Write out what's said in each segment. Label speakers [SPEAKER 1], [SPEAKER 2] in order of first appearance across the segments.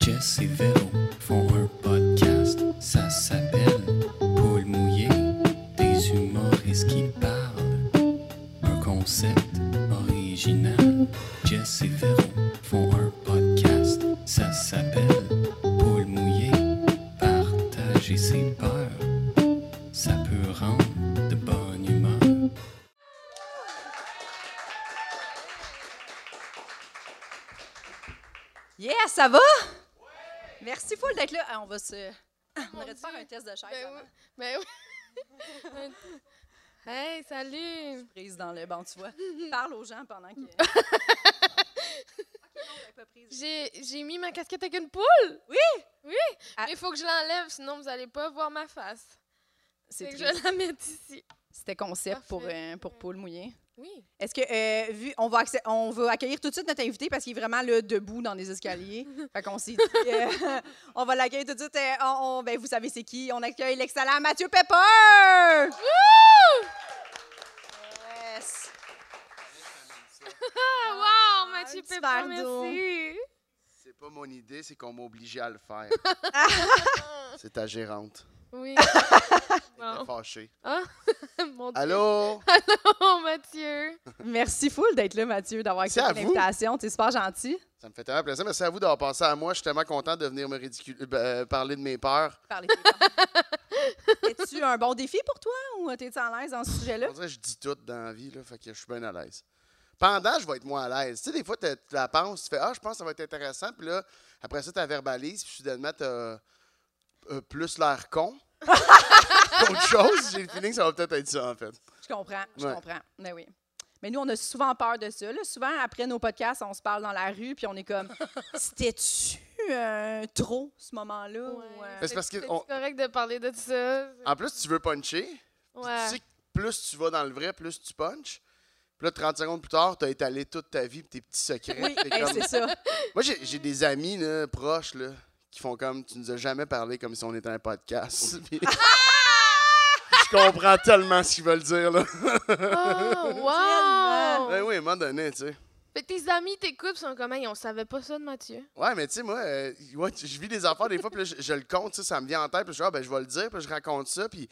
[SPEAKER 1] Jess et Véro font un podcast, ça s'appelle Paul mouillé, des humoristes qui parlent. Un concept original. Jess et Véro font un podcast, ça s'appelle Paul mouillé, partager ses peurs. Ça peut rendre de bonne humeur.
[SPEAKER 2] Yeah, ça va? Merci full d'être là. Ah, on va se. On aurait dû faire un test de chaise.
[SPEAKER 3] Ben
[SPEAKER 2] avant.
[SPEAKER 3] oui. Ben oui. Ben, hey, salut!
[SPEAKER 2] Prise dans le banc, tu vois. Parle aux gens pendant que.
[SPEAKER 3] Ah,
[SPEAKER 2] Ok, non, on l'a pas prise.
[SPEAKER 3] J'ai j'ai mis ma casquette avec une poule! Oui! Oui!
[SPEAKER 2] Ah.
[SPEAKER 3] Mais il faut que je l'enlève, sinon vous allez pas voir ma face.
[SPEAKER 2] C'est
[SPEAKER 3] C'est que
[SPEAKER 2] triste.
[SPEAKER 3] je la mette ici.
[SPEAKER 2] C'était concept pour,
[SPEAKER 3] Parfait.
[SPEAKER 2] euh, pour Paul Mouillé.
[SPEAKER 3] Oui.
[SPEAKER 2] Est-ce que, euh, vu, on va, accé- on va accueillir tout de suite notre invité parce qu'il est vraiment là, debout dans les escaliers. fait qu'on s'est dit, euh, on va l'accueillir tout de suite. Euh, on- on- ben, vous savez c'est qui. On accueille l'excellent Mathieu Pepper! Yes!
[SPEAKER 3] Ah, wow! Mathieu
[SPEAKER 2] un petit verre
[SPEAKER 3] Pépin, merci!
[SPEAKER 4] C'est pas mon idée, c'est qu'on m'obligeait à le faire. c'est ta gérante.
[SPEAKER 3] Oui.
[SPEAKER 4] Elle
[SPEAKER 3] bon.
[SPEAKER 4] était fâchée.
[SPEAKER 3] Mon Dieu.
[SPEAKER 4] Allô?
[SPEAKER 3] Oh, Mathieu!
[SPEAKER 2] Merci full d'être là, Mathieu, d'avoir
[SPEAKER 4] Merci
[SPEAKER 2] accepté
[SPEAKER 4] à vous.
[SPEAKER 2] l'invitation. T'es super gentil.
[SPEAKER 4] Ça me fait tellement plaisir. Merci à vous d'avoir pensé à moi. Je suis tellement content de venir me ridicule... euh, parler de mes peurs.
[SPEAKER 2] parler de tes parents. Es-tu un bon défi pour toi ou t'es-tu à l'aise dans ce sujet-là?
[SPEAKER 4] On dirait que je dis tout dans la vie, là, fait que je suis bien à l'aise. Pendant, je vais être moins à l'aise. Tu sais, des fois, t'as- tu la penses, tu fais Ah, je pense que ça va être intéressant. Puis là, après ça, tu la verbalises, puis soudainement, tu plus l'air con. Autre chose, j'ai le feeling que ça va peut-être être ça, en fait.
[SPEAKER 2] Je comprends, je
[SPEAKER 4] Ouais.
[SPEAKER 2] comprends. Mais oui. Mais nous, on a souvent peur de ça. là. Souvent, après nos podcasts, on se parle dans la rue, puis on est comme C'était-tu euh, trop ce moment-là?
[SPEAKER 3] Ouais.
[SPEAKER 2] Ou, euh,
[SPEAKER 4] Mais c'est parce que
[SPEAKER 3] C'est
[SPEAKER 4] on-
[SPEAKER 3] correct de parler de ça.
[SPEAKER 4] En plus, tu veux puncher. Puis
[SPEAKER 3] Ouais.
[SPEAKER 4] Tu sais que plus tu vas dans le vrai, plus tu punches. Puis là, 30 secondes plus tard, tu as étalé toute ta vie et tes petits secrets.
[SPEAKER 2] Oui,
[SPEAKER 4] T'es
[SPEAKER 2] hey,
[SPEAKER 4] comme-
[SPEAKER 2] c'est ça.
[SPEAKER 4] Moi, j'ai j'ai des amis là, proches là, qui font comme tu nous as jamais parlé comme si on était un podcast. Puis- Je comprends tellement ce qu'ils veulent dire. Là.
[SPEAKER 3] Oh,
[SPEAKER 4] Ben
[SPEAKER 3] wow!
[SPEAKER 4] oui, à un moment donné, tu sais.
[SPEAKER 3] Fait que tes amis t'écoutent, ils sont comme, hey, on savait pas ça de Mathieu.
[SPEAKER 4] Ouais, mais tu sais, moi, euh, ouais, tu- je vis des affaires des fois, puis là, je, je le compte, tu sais, ça me vient en tête, puis je dis, ah, ben, je vais le dire, puis je raconte ça, puis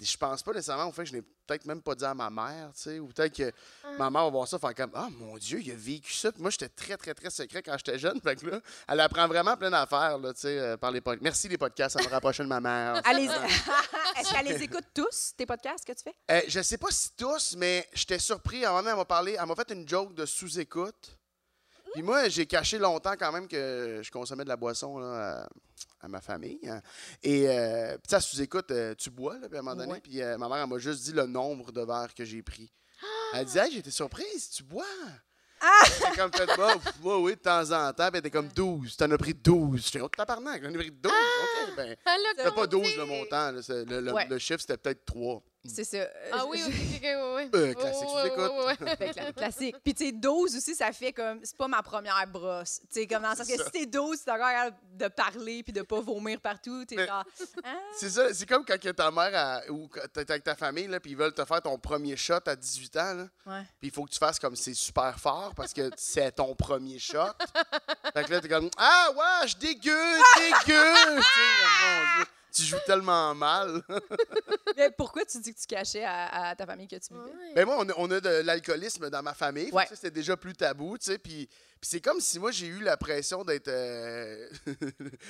[SPEAKER 4] je pense pas nécessairement au fait que je n'ai peut-être même pas dit à ma mère, tu sais, ou peut-être que ma mère va voir ça, faire comme, ah, mon Dieu, il a vécu ça. Puis moi, j'étais très, très, très secret quand j'étais jeune, fait que là, elle apprend vraiment plein d'affaires, là, tu sais, euh, par les podcasts. Merci les podcasts, ça me rapprochait de ma mère.
[SPEAKER 2] Allez- Est-ce qu'elle les écoute tous, tes podcasts que tu fais?
[SPEAKER 4] Euh, je sais pas si tous, mais j'étais surpris. À un moment donné, elle m'a parlé, elle m'a fait une joke de sous-écoute. Puis moi, j'ai caché longtemps quand même que je consommais de la boisson là, à, à ma famille. hein. Et euh, puis ça, sous-écoute, euh, tu bois, là, puis à un moment donné.
[SPEAKER 2] Ouais.
[SPEAKER 4] Puis euh, ma mère, elle m'a juste dit le nombre de verres que j'ai pris. Elle disait, hey, j'étais surprise, tu bois.
[SPEAKER 2] Ah!
[SPEAKER 4] J'ai comme fait, bah, pff, ouais, oui, de temps en temps. Puis elle était comme 12, t'en as pris 12. J'étais, oh, tabarnak, j'en ai pris 12.
[SPEAKER 2] Ah!
[SPEAKER 4] OK, ben, c'était pas 12 le montant. là, c'est- le, le-
[SPEAKER 2] Ouais.
[SPEAKER 4] le chiffre, c'était peut-être 3.
[SPEAKER 2] Mm. C'est ça. Euh,
[SPEAKER 3] Ah oui, ok, ok, ok, oui.
[SPEAKER 4] Euh, classique, tu l'écoutes.
[SPEAKER 2] Fait que la- classique. Puis, tu sais, 12 aussi, ça fait comme. C'est pas ma première brosse. Tu sais, comme dans le sens que
[SPEAKER 4] C'est ça.
[SPEAKER 2] si t'es 12, t'es encore capable de parler puis de pas vomir partout. T'es
[SPEAKER 4] Mais-
[SPEAKER 2] genre. Ah,
[SPEAKER 4] C'est ça, c'est comme quand que ta mère à- ou que t'es avec ta famille, là, puis ils veulent te faire ton premier shot à 18 ans, là.
[SPEAKER 2] ouais.
[SPEAKER 4] Puis il faut que tu fasses comme c'est super fort parce que c'est ton premier shot. fait que là, t'es comme Ah, ouais, je dégueule, dégueule! Tu sais, mon Dieu, tu joues tellement mal.
[SPEAKER 2] Mais pourquoi tu dis que tu cachais à, à ta famille que tu buvais?
[SPEAKER 3] Ouais.
[SPEAKER 4] Mais Ben, moi, on a, on a de l'alcoolisme dans ma famille. Fait que
[SPEAKER 2] Ouais.
[SPEAKER 4] ça, C'était déjà plus tabou, tu sais. Puis, puis c'est comme si moi, j'ai eu la pression d'être euh,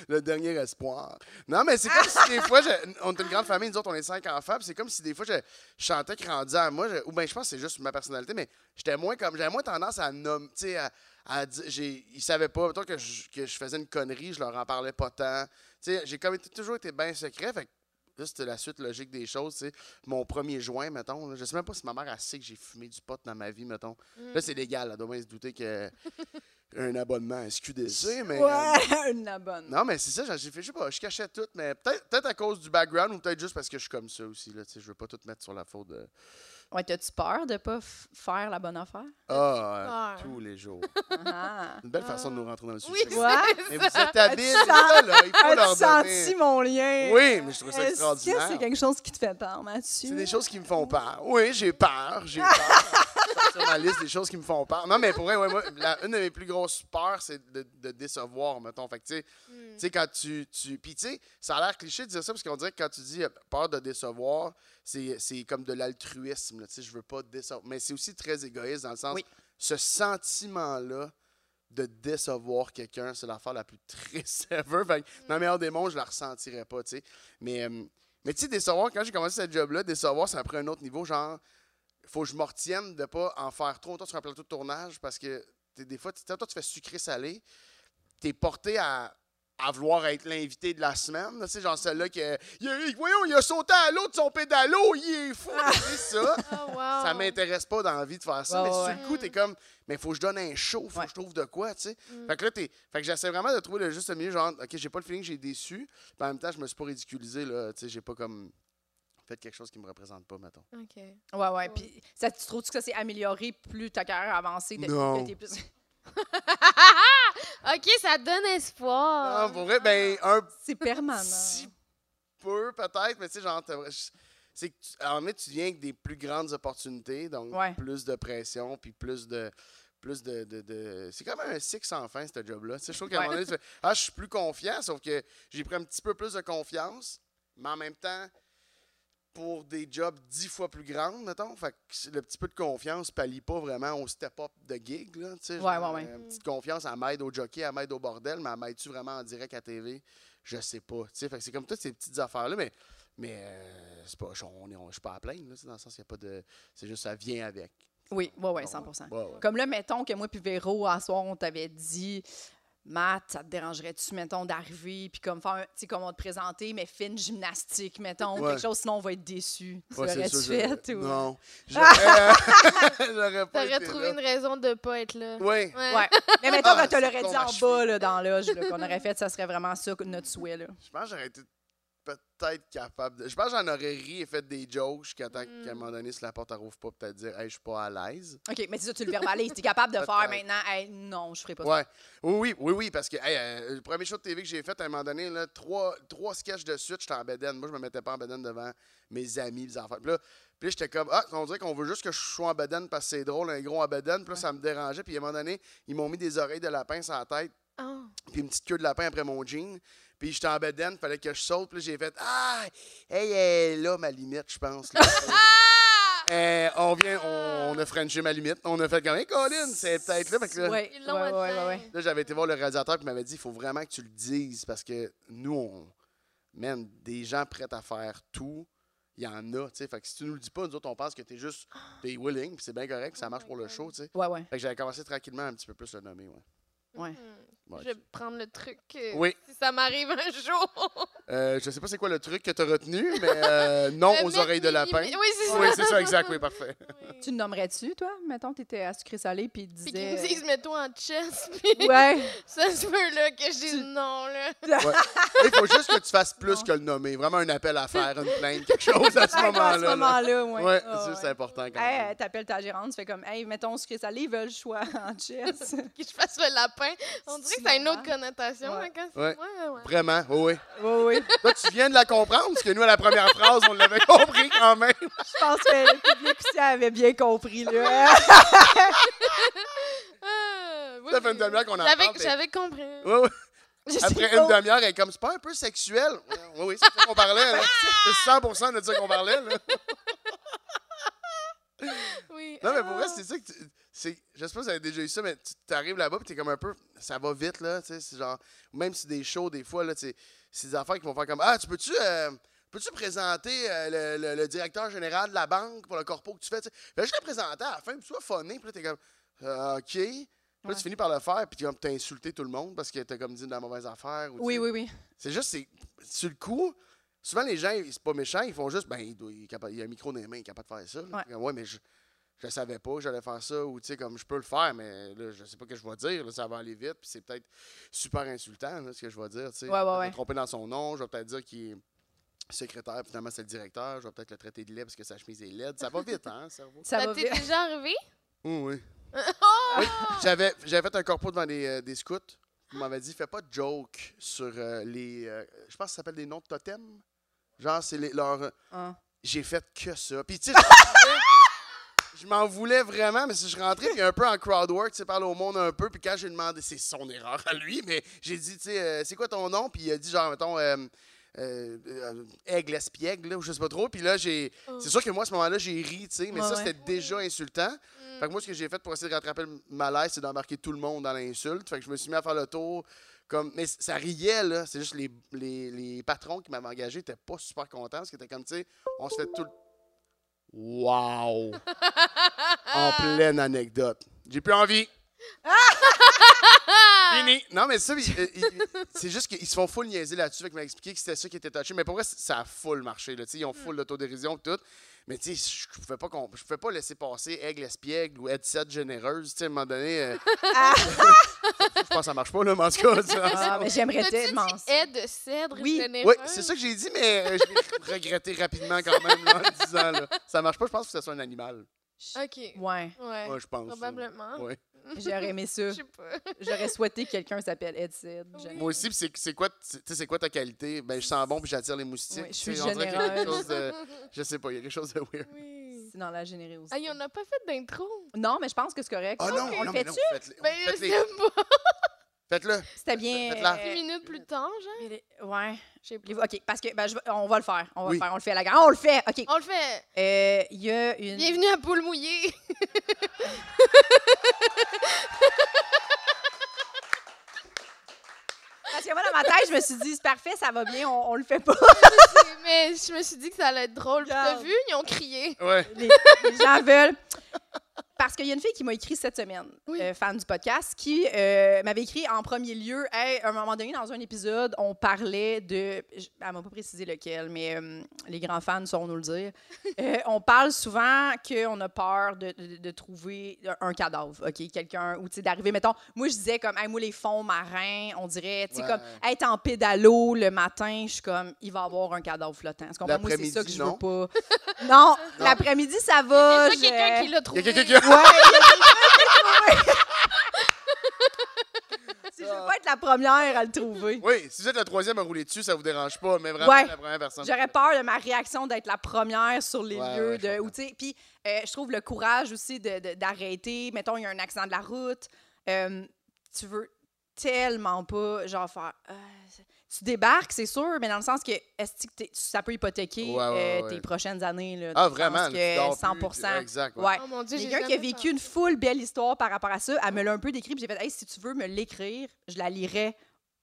[SPEAKER 4] le dernier espoir. Non, mais c'est comme si des fois, je- on est une grande famille, nous autres, on est cinq enfants. Puis c'est comme si des fois, je chantais que rendu à moi, je- ou bien je pense que c'est juste ma personnalité, mais j'étais moins comme, j'avais moins tendance à nommer, tu sais, à, à dire, j'ai- ils savaient pas, mettons que je, que je faisais une connerie, je leur en parlais pas tant. Tu sais, j'ai comme été- toujours été bien secret. Fait que Là, c'était la suite logique des choses. tu sais. Mon premier joint, mettons. là, je sais même pas si ma mère elle sait que j'ai fumé du pot dans ma vie, mettons. Là,
[SPEAKER 2] Mm.
[SPEAKER 4] c'est légal. Elle doit bien se douter que un abonnement à SQDC, mais. euh,
[SPEAKER 2] Ouais, une abonne.
[SPEAKER 4] non, mais c'est ça, j'ai fait, je sais pas, je cachais tout, mais peut-être peut-être à cause du background ou peut-être juste parce que je suis comme ça aussi. Là, tu sais, je veux pas tout mettre sur la faute de.
[SPEAKER 2] Ouais, t'as-tu peur de pas f- faire la bonne affaire?
[SPEAKER 4] Ah, euh,
[SPEAKER 3] peur.
[SPEAKER 4] tous les jours.
[SPEAKER 2] Ah.
[SPEAKER 4] Une belle façon de nous rentrer dans le
[SPEAKER 3] Oui,
[SPEAKER 4] sujet.
[SPEAKER 3] c'est
[SPEAKER 2] Ouais.
[SPEAKER 4] Mais vous êtes habiles, c'est ça, là. Il faut
[SPEAKER 2] As-tu
[SPEAKER 4] leur donner.
[SPEAKER 2] senti mon lien?
[SPEAKER 4] Oui, mais je trouve ça
[SPEAKER 2] Est-ce que c'est
[SPEAKER 4] extraordinaire.
[SPEAKER 2] quelque chose qui te fait peur, Mathieu?
[SPEAKER 4] C'est des choses qui me font peur. Oui, j'ai peur, j'ai peur. sur ma liste des choses qui me font peur. Non, mais pour vrai, ouais, moi, la- une de mes plus grosses peurs, c'est de, de décevoir, mettons. Fait que, tu sais, tu sais, quand tu. tu Puis, tu sais, ça a l'air cliché de dire ça, parce qu'on dirait que quand tu dis euh, peur de décevoir, c'est c'est comme de l'altruisme. là. Tu sais, je veux pas te décevoir. Mais c'est aussi très égoïste dans le sens.
[SPEAKER 2] Oui.
[SPEAKER 4] Ce sentiment-là de décevoir quelqu'un, c'est l'affaire la plus triste ever. Fait que, dans le meilleur des mondes, je la ressentirais pas, tu sais. Mais, euh, mais tu sais, décevoir, quand j'ai commencé ce job-là, décevoir, ça a pris un autre niveau. Genre, faut que je m'en retienne de pas en faire trop longtemps sur un plateau de tournage parce que t'es- des fois, tu- toi, tu fais sucré-salé, t'es porté à, à vouloir être l'invité de la semaine. là, Tu sais, genre celle-là qui est. Il a- il- Voyons, il a sauté à l'eau de son pédalo, il est fou! C'est ça!
[SPEAKER 3] Oh, wow.
[SPEAKER 4] Ça m'intéresse pas d'envie de faire
[SPEAKER 2] Ah.
[SPEAKER 4] ça.
[SPEAKER 2] Ouais,
[SPEAKER 4] mais
[SPEAKER 2] ouais,
[SPEAKER 4] sur le coup, t'es comme, mais faut que je donne un show, faut
[SPEAKER 2] Ouais.
[SPEAKER 4] que je trouve de quoi, tu sais.
[SPEAKER 3] Mm.
[SPEAKER 4] Fait que là, t'es. Fait que j'essaie vraiment de trouver le juste milieu, genre, OK, j'ai pas le feeling que j'ai déçu. Puis en même temps, je me suis pas ridiculisé, là. Tu sais, j'ai pas comme. Fait quelque chose qui me représente pas, mettons.
[SPEAKER 3] OK.
[SPEAKER 2] Ouais, ouais. Puis, ça, tu trouves que ça s'est amélioré plus ta carrière a avancé? de-
[SPEAKER 4] Non.
[SPEAKER 2] que t'es plus-
[SPEAKER 3] OK, ça donne espoir.
[SPEAKER 4] Ah, pour vrai, ben, un
[SPEAKER 2] C'est permanent.
[SPEAKER 4] petit peu, peut-être, mais tu sais, genre, t'as vrai- je- c'est que, tu- en fait, tu viens avec des plus grandes opportunités, donc
[SPEAKER 2] Ouais.
[SPEAKER 4] plus de pression, puis plus de. Plus de, de- de- C'est comme un cycle sans fin, ce job-là. Tu sais, je trouve qu'à un
[SPEAKER 2] Ouais.
[SPEAKER 4] moment donné, tu fais Ah, je suis plus confiant, sauf que j'ai pris un petit peu plus de confiance, mais en même temps, pour des jobs dix fois plus grands, mettons, fait que le petit peu de confiance pallie pas vraiment au step-up de gig. Là, tu sais,
[SPEAKER 2] Ouais,
[SPEAKER 4] genre,
[SPEAKER 2] ouais, ouais.
[SPEAKER 4] euh, Petite confiance, elle m'aide au jockey, elle m'aide au bordel, mais elle m'aide-tu vraiment en direct à TV? Je sais pas. tu sais, fait que c'est comme toutes ces petites affaires-là, mais, mais euh, c'est pas, je on est- on- je suis pas à plaindre, là, tu sais, dans le sens, il a pas de. C'est juste, ça vient avec.
[SPEAKER 2] Oui, ouais, ouais,
[SPEAKER 4] Donc,
[SPEAKER 2] 100
[SPEAKER 4] ouais, ouais.
[SPEAKER 2] Comme là, mettons que moi puis Véro, à soir, on t'avait dit, Matt, ça te dérangerait-tu, mettons, d'arriver, puis comme faire, un- tu sais, comme on te présentait, mais fine gymnastique, mettons,
[SPEAKER 4] Ouais.
[SPEAKER 2] quelque chose, sinon on va être déçu. Tu
[SPEAKER 4] Ouais, c'est
[SPEAKER 2] l'aurais-tu
[SPEAKER 4] sûr, j'aurais-
[SPEAKER 2] fait? Ou...
[SPEAKER 4] Non. J'aurais j'aurais pas
[SPEAKER 3] T'aurais
[SPEAKER 4] été
[SPEAKER 3] trouvé une raison de pas être là.
[SPEAKER 4] Oui.
[SPEAKER 2] Ouais. Mais mettons,
[SPEAKER 4] Ah,
[SPEAKER 2] quand tu l'aurais
[SPEAKER 4] c'est
[SPEAKER 2] dit
[SPEAKER 4] con, ma
[SPEAKER 2] en bas,
[SPEAKER 4] cheville.
[SPEAKER 2] là, dans l'âge là, qu'on aurait fait, ça serait vraiment ça, notre souhait, là.
[SPEAKER 4] Je pense que j'aurais été peut-être capable de. Je pense que j'en aurais ri et fait des jokes jusqu'à temps
[SPEAKER 3] Mm.
[SPEAKER 4] qu'à un moment donné, si la porte ne rouvre pas, peut-être dire Hey, je suis pas à l'aise.
[SPEAKER 2] OK, mais c'est ça, tu le verbalises. T'es capable de faire
[SPEAKER 4] Peut-être.
[SPEAKER 2] maintenant, Hey, non, je ferai pas
[SPEAKER 4] Ouais. Oui, oui, oui, oui, parce que hey, euh, le premier show de TV que j'ai fait, à un moment donné, là, trois, trois sketchs de suite, j'étais en bedaine. Moi, je me mettais pas en bedaine devant mes amis, mes enfants. Puis là, puis là, j'étais comme, ah, on dirait qu'on veut juste que je sois en bedaine parce que c'est drôle, un gros en bedaine. Puis là, ça me dérangeait. Puis à un moment donné, ils m'ont mis des oreilles de lapin sur la tête,
[SPEAKER 3] Oh.
[SPEAKER 4] puis une petite queue de lapin après mon jean. Puis j'étais en bedaine, fallait que je saute. Puis là, j'ai fait, ah, hey, hey, là, ma limite, je pense. là. Euh, on vient, on, on a frenché ma limite. On a fait comme, hey, Colin, c'est peut-être là. Fait que
[SPEAKER 2] ça.
[SPEAKER 4] là,
[SPEAKER 2] Ouais,
[SPEAKER 3] Ils l'ont
[SPEAKER 2] ouais, ouais, ouais,
[SPEAKER 3] atteint.
[SPEAKER 2] ouais.
[SPEAKER 4] Là, j'avais été voir le réalisateur qui m'avait dit il faut vraiment que tu le dises parce que nous, on. Man, des gens prêts à faire tout, il y en a, tu sais. Fait que si tu nous le dis pas, nous autres, on pense que t'es juste. T'es willing, puis c'est bien correct, puis ça
[SPEAKER 3] Oh
[SPEAKER 4] marche
[SPEAKER 3] my
[SPEAKER 4] pour le
[SPEAKER 3] God.
[SPEAKER 4] show, tu sais.
[SPEAKER 2] Ouais, ouais.
[SPEAKER 4] Fait que j'avais commencé tranquillement à un petit peu plus le nommer, ouais.
[SPEAKER 2] Ouais.
[SPEAKER 3] Hmm.
[SPEAKER 4] Ouais.
[SPEAKER 3] Je vais prendre le truc. euh,
[SPEAKER 4] Oui.
[SPEAKER 3] Si ça m'arrive un jour.
[SPEAKER 4] Euh, je sais pas c'est quoi le truc que t'as retenu, mais euh, non
[SPEAKER 3] Le
[SPEAKER 4] aux oreilles de
[SPEAKER 3] mettre
[SPEAKER 4] lapin.
[SPEAKER 3] minimi- Oui, c'est ça.
[SPEAKER 4] Oui, c'est ça, exact, oui, parfait.
[SPEAKER 3] Oui.
[SPEAKER 2] Tu le nommerais-tu, toi? Mettons, t'étais à sucré salé, puis il te
[SPEAKER 3] Puis qu'ils me
[SPEAKER 2] disait.
[SPEAKER 3] disent, mets-toi en chess. Puis
[SPEAKER 2] Ouais.
[SPEAKER 3] ça se peut là que je dise non, là.
[SPEAKER 4] Il faut juste que tu fasses plus
[SPEAKER 2] Non.
[SPEAKER 4] que le nommer. Vraiment un appel à faire, une plainte, quelque chose à ce
[SPEAKER 2] Ouais,
[SPEAKER 4] moment-là.
[SPEAKER 2] À ce moment-là,
[SPEAKER 4] là.
[SPEAKER 2] ouais.
[SPEAKER 4] Ouais,
[SPEAKER 2] Ah,
[SPEAKER 4] c'est
[SPEAKER 2] ouais.
[SPEAKER 4] juste important quand
[SPEAKER 2] Hey,
[SPEAKER 4] même.
[SPEAKER 2] euh, t'appelles ta gérante, tu fais comme, hey, mettons, sucré salé, ils veulent le choix en chess.
[SPEAKER 3] Que je fasse le lapin. On dirait que ça a une autre
[SPEAKER 2] normal?
[SPEAKER 3] connotation
[SPEAKER 2] Ouais.
[SPEAKER 3] hein, quand c'est
[SPEAKER 4] Ouais.
[SPEAKER 3] moi. ouais.
[SPEAKER 4] Vraiment, oui, oui.
[SPEAKER 2] oui, oui.
[SPEAKER 4] Toi, tu viens de la comprendre, parce que nous, à la première phrase, on l'avait compris quand même.
[SPEAKER 2] Je pense que le public aussi avait bien compris, là.
[SPEAKER 3] Ah, oui,
[SPEAKER 4] Ça fait
[SPEAKER 3] oui.
[SPEAKER 4] une demi-heure qu'on en
[SPEAKER 3] J'avais-
[SPEAKER 4] parle, mais-
[SPEAKER 3] J'avais compris.
[SPEAKER 4] Oui, oui.
[SPEAKER 2] Je sais
[SPEAKER 4] Après
[SPEAKER 2] pas.
[SPEAKER 4] une demi-heure, elle est comme, c'est pas un peu sexuel? Oui, oui, c'est ça qu'on parlait. là. C'est 100 de ça qu'on parlait. Là.
[SPEAKER 3] Oui.
[SPEAKER 4] Non, mais pour
[SPEAKER 2] Ah.
[SPEAKER 4] vrai, c'est ça que tu... c'est- Je sais pas si vous avez déjà eu ça, mais tu t'arrives là-bas puis t'es comme un peu... Ça va vite, là, tu sais, c'est genre... Même si des shows, des fois, là, tu sais, c'est des affaires qui vont faire comme... Ah, tu peux-tu... euh, Peux-tu présenter euh, le, le- le directeur général de la banque pour le corpo que tu fais? tu sais? Fais juste le présenter à la fin, puis sois phoné, puis là, t'es comme... Ah, OK. Puis là,
[SPEAKER 2] Ouais.
[SPEAKER 4] tu finis par le faire, puis comme t'as insulté tout le monde parce que t'as comme dit de la mauvaise affaire. ou tu
[SPEAKER 2] Oui,
[SPEAKER 4] sais,
[SPEAKER 2] oui, oui.
[SPEAKER 4] c'est juste, c'est sur le coup, souvent les gens, ils- c'est pas méchant, ils font juste, ben, il, doit- il est capable- il a un micro dans les mains, il est capable de faire ça. là.
[SPEAKER 2] Ouais.
[SPEAKER 4] Comme, Ouais, mais je, je savais pas que j'allais faire ça, ou tu sais, comme je peux le faire, mais là, je sais pas ce que je vais dire, là, ça va aller vite, puis c'est peut-être super insultant, là, ce que je vais dire, tu sais.
[SPEAKER 2] Ouais, ouais,
[SPEAKER 4] Je vais
[SPEAKER 2] ouais.
[SPEAKER 4] me tromper dans son nom, je vais peut-être dire qu'il est secrétaire, puis finalement c'est le directeur, je vais peut-être le traiter de laid parce que sa chemise est laide, ça va vite, hein, le cerveau.
[SPEAKER 2] Ça
[SPEAKER 3] Ça
[SPEAKER 2] va
[SPEAKER 3] t'est
[SPEAKER 2] vite.
[SPEAKER 3] Ah, déjà arrivé?
[SPEAKER 4] Oui, Oh, oui. Oui, J'avais, j'avais fait un corpo devant des, euh, des scouts. Ils m'avaient dit, fais pas de joke sur euh, les. euh, je pense que ça s'appelle des noms de totems. Genre, c'est les, leur.
[SPEAKER 2] Ah.
[SPEAKER 4] J'ai fait que ça. Puis, tu sais, je me souviens- je m'en voulais vraiment, mais si je rentrais puis un peu en crowd work, tu sais, parler au monde un peu, puis quand j'ai demandé, c'est son erreur à lui, mais j'ai dit, tu sais, euh, c'est quoi ton nom? Puis il a dit, genre, mettons, euh, euh, euh, aigle espiègle, là, ou je sais pas trop. Puis là, j'ai. C'est sûr que moi, à ce moment-là, j'ai ri, tu sais,
[SPEAKER 2] Oh. Ouais,
[SPEAKER 4] mais
[SPEAKER 2] Mm.
[SPEAKER 4] ça,
[SPEAKER 2] ouais.
[SPEAKER 4] c'était déjà insultant. Fait que moi, ce que j'ai fait pour essayer de rattraper le malaise, c'est d'embarquer tout le monde dans l'insulte. Fait que je me suis mis à faire le tour. Comme, mais c- ça riait, là. C'est juste les, les, les patrons qui m'avaient engagé n'étaient pas super contents parce qu'ils étaient comme, tu sais, on se fait tout le. Wow! en pleine anecdote. J'ai plus envie. Fini. Non, mais ça, il- il- il- c'est juste qu'ils se font full niaiser là-dessus. Fait qu'il m'a expliqué que c'était ça qui était touché. Mais pour vrai, ça a full marché. Là. Tu sais, Ils ont
[SPEAKER 3] Hmm.
[SPEAKER 4] full l'autodérision et tout. Mais tu sais, je pouvais pas, comp- je pouvais pas laisser passer Aigle Espiègle ou Headset Généreuse. Tu sais, à un moment donné, euh, je pense que ça marche pas, là, mais en tout cas. tu vois.
[SPEAKER 2] Ah, mais j'aimerais
[SPEAKER 3] T'as-tu
[SPEAKER 2] tellement
[SPEAKER 3] dit
[SPEAKER 2] ça.
[SPEAKER 3] aide, cèdre,
[SPEAKER 2] Oui.
[SPEAKER 3] généreuse?
[SPEAKER 4] Oui, c'est ça que j'ai dit, mais euh, je vais regretter rapidement quand même là, en le disant. Là. Ça marche pas, je pense que c'est un animal.
[SPEAKER 3] OK.
[SPEAKER 2] Ouais,
[SPEAKER 3] Ouais.
[SPEAKER 4] Moi, je pense. là.
[SPEAKER 3] Probablement.
[SPEAKER 4] Ouais.
[SPEAKER 2] j'aurais aimé ça.
[SPEAKER 3] Je sais pas.
[SPEAKER 2] J'aurais souhaité que quelqu'un s'appelle Ed Sid.
[SPEAKER 3] Oui.
[SPEAKER 2] J'aurais-
[SPEAKER 4] Moi aussi, puis c'est c'est quoi, t- tu sais, c'est quoi ta qualité? Ben, je sens bon, puis j'attire les moustiques.
[SPEAKER 2] Oui, je suis
[SPEAKER 4] Tu sais, on dirait qu'il y a quelque
[SPEAKER 2] généreuse.
[SPEAKER 4] chose de- je sais pas, il y a quelque chose de weird.
[SPEAKER 3] Oui.
[SPEAKER 2] C'est dans la générosité.
[SPEAKER 3] Ah, on n'a pas fait d'intro.
[SPEAKER 2] Non, mais je pense que c'est correct.
[SPEAKER 4] Ah
[SPEAKER 2] on
[SPEAKER 4] non,
[SPEAKER 2] le
[SPEAKER 4] non, mais non,
[SPEAKER 2] fait-tu?
[SPEAKER 4] faites-le.
[SPEAKER 3] Ben,
[SPEAKER 4] faites-le.
[SPEAKER 3] c'est pas.
[SPEAKER 4] Faites-le.
[SPEAKER 2] C'était bien.
[SPEAKER 4] Faites-la.
[SPEAKER 2] euh,
[SPEAKER 3] 10 minutes plus tard, genre.
[SPEAKER 2] mais les- Ouais.
[SPEAKER 3] Je sais pas.
[SPEAKER 2] Les- OK, parce que ben, je vais- on va le faire. On va
[SPEAKER 4] Oui.
[SPEAKER 2] le faire. On le fait à la gare. On le fait. OK.
[SPEAKER 3] On le fait.
[SPEAKER 2] Euh, Il y a une.
[SPEAKER 3] Bienvenue à Poule Mouillée.
[SPEAKER 2] Parce que moi, dans ma tête, je me suis dit, c'est parfait, ça va bien, on, on le fait pas.
[SPEAKER 3] Mais je me suis dit que ça allait être drôle. Puis t'as
[SPEAKER 2] Regarde.
[SPEAKER 3] vu, ils ont crié.
[SPEAKER 4] Ouais.
[SPEAKER 2] Les, les gens veulent. Parce qu'il y a une fille qui m'a écrit cette semaine,
[SPEAKER 3] Oui.
[SPEAKER 2] euh, fan du podcast, qui euh, m'avait écrit en premier lieu, hey, à un moment donné, dans un épisode, on parlait de. je- Elle m'a pas précisé lequel, mais euh, les grands fans sauront nous le dire. Euh, on parle souvent qu'on a peur de, de- de trouver un cadavre, OK? Quelqu'un, ou tu sais, d'arriver, mettons, moi, je disais comme, hey, moi, les fonds marins, on dirait, tu sais,
[SPEAKER 4] Ouais.
[SPEAKER 2] comme, être en pédalo le matin, je suis comme, il va y avoir un cadavre flottant. Tu comprends? Moi, c'est ça que
[SPEAKER 4] L'après-midi,
[SPEAKER 2] je veux
[SPEAKER 4] non?
[SPEAKER 2] pas. Non, l'après-midi, ça va.
[SPEAKER 3] Il y a quelqu'un qui l'a
[SPEAKER 4] Il y
[SPEAKER 3] trouvé.
[SPEAKER 4] a quelqu'un qui a.
[SPEAKER 2] Ouais, il y a quelqu'un qui- Si je veux pas être la première à le trouver.
[SPEAKER 4] Oui, si vous êtes la troisième à rouler dessus, ça vous dérange pas, mais vraiment,
[SPEAKER 2] Ouais.
[SPEAKER 4] la première personne.
[SPEAKER 2] J'aurais peur de ma réaction d'être la première sur les
[SPEAKER 4] Ouais,
[SPEAKER 2] lieux.
[SPEAKER 4] ouais, je
[SPEAKER 2] de,
[SPEAKER 4] comprends.
[SPEAKER 2] où, tu sais, Puis euh, je trouve le courage aussi de- de- d'arrêter. Mettons, il y a un accident de la route. euh, tu veux tellement pas, genre, faire. euh, tu débarques, c'est sûr, mais dans le sens que, est-ce que t'es- ça peut hypothéquer
[SPEAKER 4] Ouais, ouais,
[SPEAKER 2] euh,
[SPEAKER 4] ouais.
[SPEAKER 2] tes prochaines années? Là,
[SPEAKER 4] Ah,
[SPEAKER 2] dans le
[SPEAKER 4] vraiment?
[SPEAKER 2] sens
[SPEAKER 4] là, tu dors
[SPEAKER 2] Que
[SPEAKER 4] plus,
[SPEAKER 2] 100
[SPEAKER 4] ouais, Exact. ouais.
[SPEAKER 2] Ouais.
[SPEAKER 3] Oh mon dieu, j'ai
[SPEAKER 2] Quelqu'un qui a
[SPEAKER 3] jamais
[SPEAKER 2] vécu une full belle histoire par rapport à ça, elle me l'a un peu décrit, puis j'ai fait Hey, si tu veux me l'écrire, je la lirai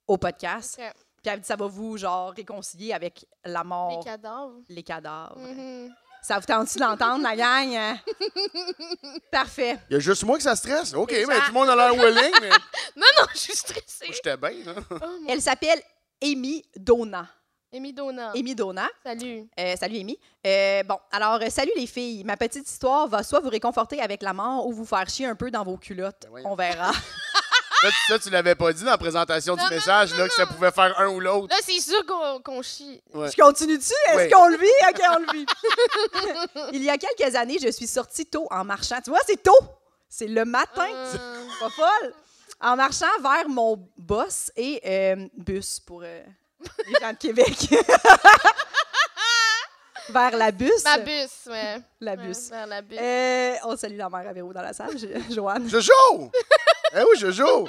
[SPEAKER 2] au podcast.
[SPEAKER 3] pensé.
[SPEAKER 2] Puis elle me dit ça va vous genre réconcilier avec la
[SPEAKER 3] Des
[SPEAKER 2] mort,
[SPEAKER 3] cadavres.
[SPEAKER 2] les cadavres.
[SPEAKER 3] Mhm.
[SPEAKER 2] Ça vous tente-tu d'entendre la gang hein? Parfait.
[SPEAKER 4] Il y a juste moi que ça stresse. OK,
[SPEAKER 2] Les
[SPEAKER 4] mais
[SPEAKER 2] gens-
[SPEAKER 4] tout le monde a l'air willing, mais moi,
[SPEAKER 3] Non, non, je suis stressée.
[SPEAKER 4] j'étais bien. là.
[SPEAKER 3] Oh, mon...
[SPEAKER 2] Elle s'appelle Amy Dona.
[SPEAKER 3] Amy Dona.
[SPEAKER 2] Amy Dona.
[SPEAKER 3] Salut.
[SPEAKER 2] Euh, salut Amy. Euh, bon, alors euh, salut les filles. Ma petite histoire va soit vous réconforter avec la mort ou vous faire chier un peu dans vos culottes.
[SPEAKER 4] Ben voyons.
[SPEAKER 2] On verra.
[SPEAKER 4] Là, tu- ça, tu l'avais pas dit dans la présentation
[SPEAKER 3] Non,
[SPEAKER 4] du
[SPEAKER 3] non,
[SPEAKER 4] message, là, que ça pouvait faire un ou l'autre.
[SPEAKER 3] Là, c'est sûr qu'on qu'on chie.
[SPEAKER 4] Ouais.
[SPEAKER 2] Je continue dessus? Est-ce
[SPEAKER 4] Oui.
[SPEAKER 2] qu'on le vit? OK, on le vit. Il y a quelques années, je suis sortie tôt en marchant. Tu vois, c'est tôt. C'est le matin.
[SPEAKER 4] Ah.
[SPEAKER 3] Euh,
[SPEAKER 2] Pas folle. En marchant vers mon boss et euh, bus pour euh, les gens de Québec. vers la bus.
[SPEAKER 3] ma bus, ouais.
[SPEAKER 2] La
[SPEAKER 3] Ouais,
[SPEAKER 2] bus.
[SPEAKER 3] vers la bus.
[SPEAKER 2] Euh, on salue la mère à Véro dans la salle, Jo- Joanne.
[SPEAKER 4] Jojo! Eh oui, Jojo!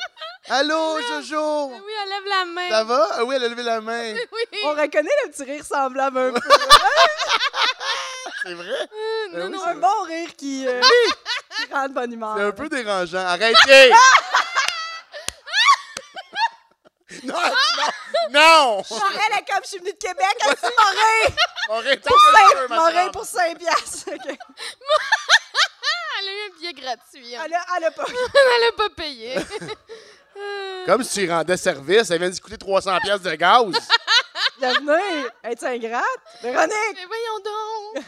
[SPEAKER 4] Allô,
[SPEAKER 3] Ah
[SPEAKER 4] Jojo!
[SPEAKER 3] Oui, elle lève la main.
[SPEAKER 4] Ça va? Ah oui, elle a levé la main.
[SPEAKER 3] Oui.
[SPEAKER 2] On reconnaît le petit rire semblable un peu.
[SPEAKER 4] C'est vrai?
[SPEAKER 3] Euh,
[SPEAKER 4] Euh,
[SPEAKER 3] non,
[SPEAKER 4] oui,
[SPEAKER 3] non.
[SPEAKER 2] Un bon rire qui, euh, qui rend de bonne humeur.
[SPEAKER 4] C'est un peu dérangeant. Arrêtez! non, non! Non!
[SPEAKER 2] Morel est comme je suis venue de Québec, elle dit Morel!
[SPEAKER 4] On rétend
[SPEAKER 2] Pour
[SPEAKER 4] le jeu,
[SPEAKER 2] cinq-
[SPEAKER 4] ma
[SPEAKER 2] Morin
[SPEAKER 4] chère.
[SPEAKER 2] pour 5 piastres. OK.
[SPEAKER 3] Elle a eu un billet gratuit. hein.
[SPEAKER 2] Elle a, elle a pas.
[SPEAKER 3] Elle a pas payé. Euh,
[SPEAKER 4] Comme si tu lui rendais service, elle vient de coûter 300 pièces de gaz.
[SPEAKER 2] Bienvenue. Es-tu ingrate? Véronique!
[SPEAKER 3] Mais voyons donc.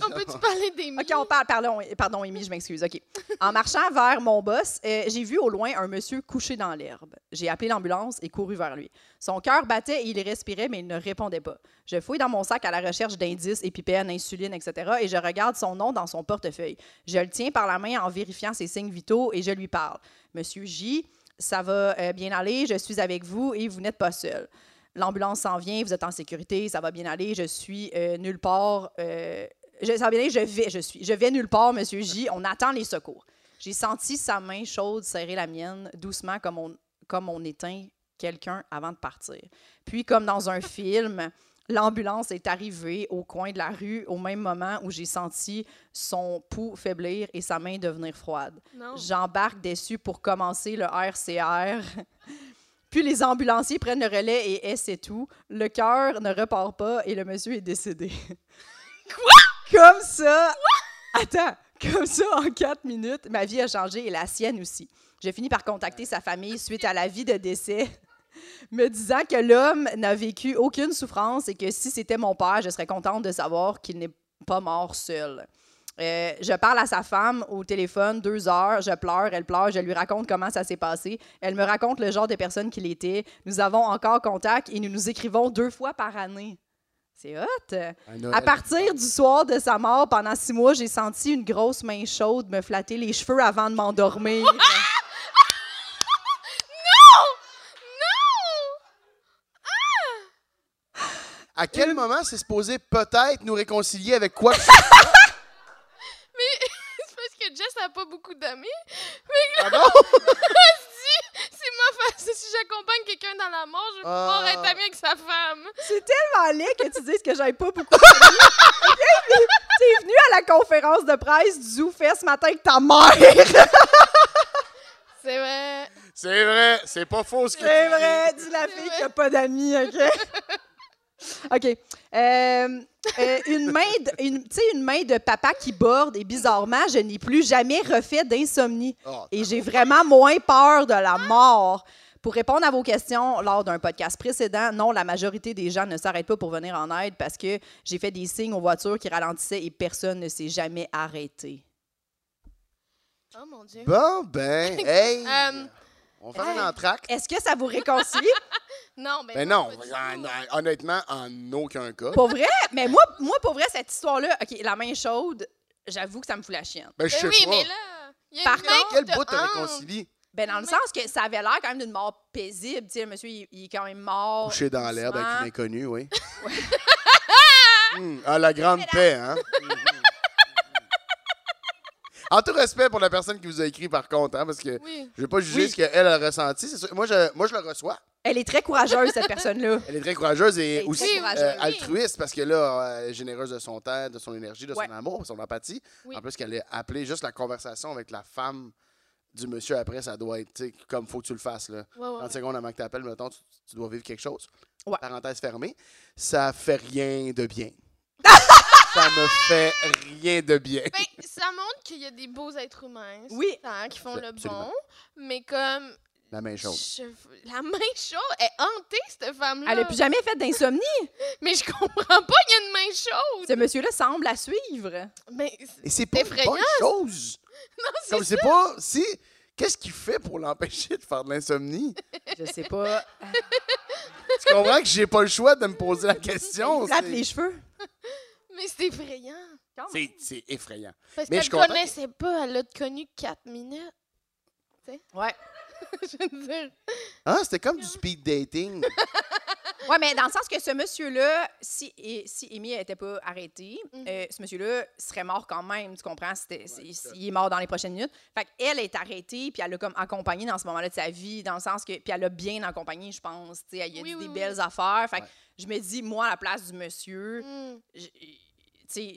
[SPEAKER 4] Oh.
[SPEAKER 3] On peut-tu parler des
[SPEAKER 2] OK,
[SPEAKER 3] mille?
[SPEAKER 2] on parle. Pardon, pardon Amy, je m'excuse. OK. En marchant vers mon boss, euh, j'ai vu au loin un monsieur couché dans l'herbe. J'ai appelé l'ambulance et couru vers lui. Son cœur battait et il respirait, mais il ne répondait pas. Je fouille dans mon sac à la recherche d'indices, épipènes, insuline, etc. et je regarde son nom dans son portefeuille. Je le tiens par la main en vérifiant ses signes vitaux et je lui parle. Monsieur J, ça va euh, bien aller, je suis avec vous et vous n'êtes pas seul. L'ambulance s'en vient, vous êtes en sécurité, ça va bien aller, je suis euh, nulle part. euh, Je, ça va bien, je vais, je suis, je vais nulle part, Monsieur J. On attend les secours. J'ai senti sa main chaude serrer la mienne doucement comme on, comme on éteint quelqu'un avant de partir. Puis, comme dans un film, l'ambulance est arrivée au coin de la rue au même moment où j'ai senti son pouls faiblir et sa main devenir froide.
[SPEAKER 3] Non.
[SPEAKER 2] J'embarque déçu pour commencer le RCR. Puis les ambulanciers prennent le relais et eh, c'est tout. Le cœur ne repart pas et le monsieur est décédé. Quoi? Comme ça. Attends, comme ça, en quatre minutes, ma vie a changé et la sienne aussi. J'ai fini par contacter sa famille suite à l'avis de décès, me disant que l'homme n'a vécu aucune souffrance et que si c'était mon père, je serais contente de savoir qu'il n'est pas mort seul. Euh, je parle à sa femme au téléphone deux heures, je pleure, elle pleure, je lui raconte comment ça s'est passé. Elle me raconte le genre de personne qu'il était. Nous avons encore contact et nous nous écrivons deux fois par année. C'est hot! À partir du soir de sa mort, pendant six mois, j'ai senti une grosse main chaude me flatter les cheveux avant de m'endormir.
[SPEAKER 4] À quel moment c'est supposé peut-être nous réconcilier avec quoi que ce
[SPEAKER 3] Mais c'est parce que Jess a pas beaucoup d'amis.
[SPEAKER 4] soit? Ah non?
[SPEAKER 3] C'est ma face. Si j'accompagne quelqu'un dans la mort, je vais pouvoir
[SPEAKER 4] Ah.
[SPEAKER 3] être amie avec sa femme.
[SPEAKER 2] C'est tellement laid que tu dises que j'aille pas beaucoup. d'amis. Ok, mais T'es venu à la conférence de presse du Zoufest ce matin avec ta mère!
[SPEAKER 3] C'est vrai.
[SPEAKER 4] C'est vrai, c'est pas faux ce que
[SPEAKER 2] C'est
[SPEAKER 4] tu dis.
[SPEAKER 2] vrai, dis la fille qui a pas d'amis, OK? OK. Euh, euh, une main de, une, tu sais, une main de papa qui borde et bizarrement, je n'ai plus jamais refait d'insomnie.
[SPEAKER 4] Ah,
[SPEAKER 2] Et j'ai vraiment moins peur de la mort. Pour répondre à vos questions lors d'un podcast précédent, non, la majorité des gens ne s'arrêtent pas pour venir en aide parce que j'ai fait des signes aux voitures qui ralentissaient et personne ne s'est jamais arrêté.
[SPEAKER 3] Oh mon Dieu.
[SPEAKER 4] Bon, ben, hey!
[SPEAKER 3] Euh,
[SPEAKER 4] on va faire un entracte.
[SPEAKER 2] Est-ce que ça vous réconcilie?
[SPEAKER 3] Non, ben,
[SPEAKER 4] Ben non,
[SPEAKER 3] pas du
[SPEAKER 4] en-
[SPEAKER 3] tout.
[SPEAKER 4] en- honnêtement, en aucun cas.
[SPEAKER 2] Pour vrai? Mais moi, moi pour vrai, cette histoire-là, OK, la main chaude, j'avoue que ça me fout la chienne.
[SPEAKER 4] Ben, je
[SPEAKER 3] Ben
[SPEAKER 4] sais
[SPEAKER 3] oui,
[SPEAKER 4] pas.
[SPEAKER 3] mais là, il y a
[SPEAKER 2] Par
[SPEAKER 3] une
[SPEAKER 2] contre,
[SPEAKER 3] honte
[SPEAKER 4] Quel bout te
[SPEAKER 3] honte.
[SPEAKER 4] réconcilie?
[SPEAKER 2] Ben, dans le sens que ça avait l'air quand même d'une mort paisible. Tu sais, le monsieur, il, il est quand même mort.
[SPEAKER 4] Couché dans l'herbe avec
[SPEAKER 2] doucement.
[SPEAKER 4] une inconnue, oui. Hmm, à la grande paix, hein? en tout respect pour la personne qui vous a écrit, par contre, hein, parce que
[SPEAKER 3] Oui.
[SPEAKER 4] je vais pas juger
[SPEAKER 2] Oui.
[SPEAKER 4] ce qu'elle a ressenti. c'est sûr. Moi, je, moi, je le reçois.
[SPEAKER 2] Elle est très courageuse, cette personne-là.
[SPEAKER 4] Elle est très courageuse et
[SPEAKER 2] Elle est
[SPEAKER 4] aussi
[SPEAKER 2] très
[SPEAKER 4] euh,
[SPEAKER 2] courageuse.
[SPEAKER 4] altruiste parce que là, euh, elle est généreuse de son temps, de son énergie, de
[SPEAKER 2] Ouais.
[SPEAKER 4] son amour, de son empathie.
[SPEAKER 3] Oui.
[SPEAKER 4] En plus, qu'elle ait appelé juste la conversation avec la femme du monsieur après, ça doit être tu sais, comme faut que tu le fasses. Là.
[SPEAKER 3] Ouais, ouais,
[SPEAKER 4] 30
[SPEAKER 3] ouais.
[SPEAKER 4] secondes avant que tu appelles, mettons, tu, tu dois vivre quelque chose.
[SPEAKER 2] Ouais.
[SPEAKER 4] Parenthèse fermée. Ça fait rien de bien. ça me fait rien de bien.
[SPEAKER 3] Ben, ça montre qu'il y a des beaux êtres humains. c'est
[SPEAKER 2] Oui.
[SPEAKER 3] tant, qui font le
[SPEAKER 4] Absolument.
[SPEAKER 3] bon. Mais comme.
[SPEAKER 4] La main chaude.
[SPEAKER 3] je- la main chaude est hantée, cette femme-là.
[SPEAKER 2] Elle n'a plus jamais fait d'insomnie.
[SPEAKER 3] Mais je comprends pas, il y a une main chaude.
[SPEAKER 2] Ce monsieur-là semble la suivre.
[SPEAKER 3] Mais c'est-
[SPEAKER 4] Et c'est pas une
[SPEAKER 3] effrayant,
[SPEAKER 4] bonne chose. Comme c'est pas. Si. Qu'est-ce qu'il fait pour l'empêcher de faire de l'insomnie?
[SPEAKER 2] Je sais pas.
[SPEAKER 4] tu comprends que j'ai pas le choix de me poser la question.
[SPEAKER 2] Il flatte
[SPEAKER 4] c'est-
[SPEAKER 2] les cheveux.
[SPEAKER 3] mais c'est effrayant.
[SPEAKER 4] C'est c'est effrayant.
[SPEAKER 3] Parce
[SPEAKER 4] Mais
[SPEAKER 3] qu'elle
[SPEAKER 4] je
[SPEAKER 3] ne
[SPEAKER 4] comprends
[SPEAKER 3] connaissait pas, elle l'a connu 4 minutes.
[SPEAKER 2] Ouais.
[SPEAKER 3] je veux dire.
[SPEAKER 4] Ah, c'était comme du speed dating.
[SPEAKER 2] Ouais, mais dans le sens que ce monsieur-là, si, et- si Amy n'était pas arrêtée,
[SPEAKER 3] Mhm.
[SPEAKER 2] euh, ce monsieur-là serait mort quand même, tu comprends? C'était- c'est-
[SPEAKER 4] c'est ça.
[SPEAKER 2] il est mort dans les prochaines minutes. Fait qu'elle est arrêtée, puis elle l'a comme accompagnée dans ce moment-là de sa vie, dans le sens que. Puis elle l'a bien accompagnée, je pense. tu sais, elle lui a
[SPEAKER 3] Oui,
[SPEAKER 2] dit
[SPEAKER 3] oui,
[SPEAKER 2] des
[SPEAKER 3] oui.
[SPEAKER 2] belles affaires. Fait que
[SPEAKER 4] Ouais.
[SPEAKER 2] je me dis, moi, à la place du monsieur,
[SPEAKER 3] Hmm.
[SPEAKER 2] je- tu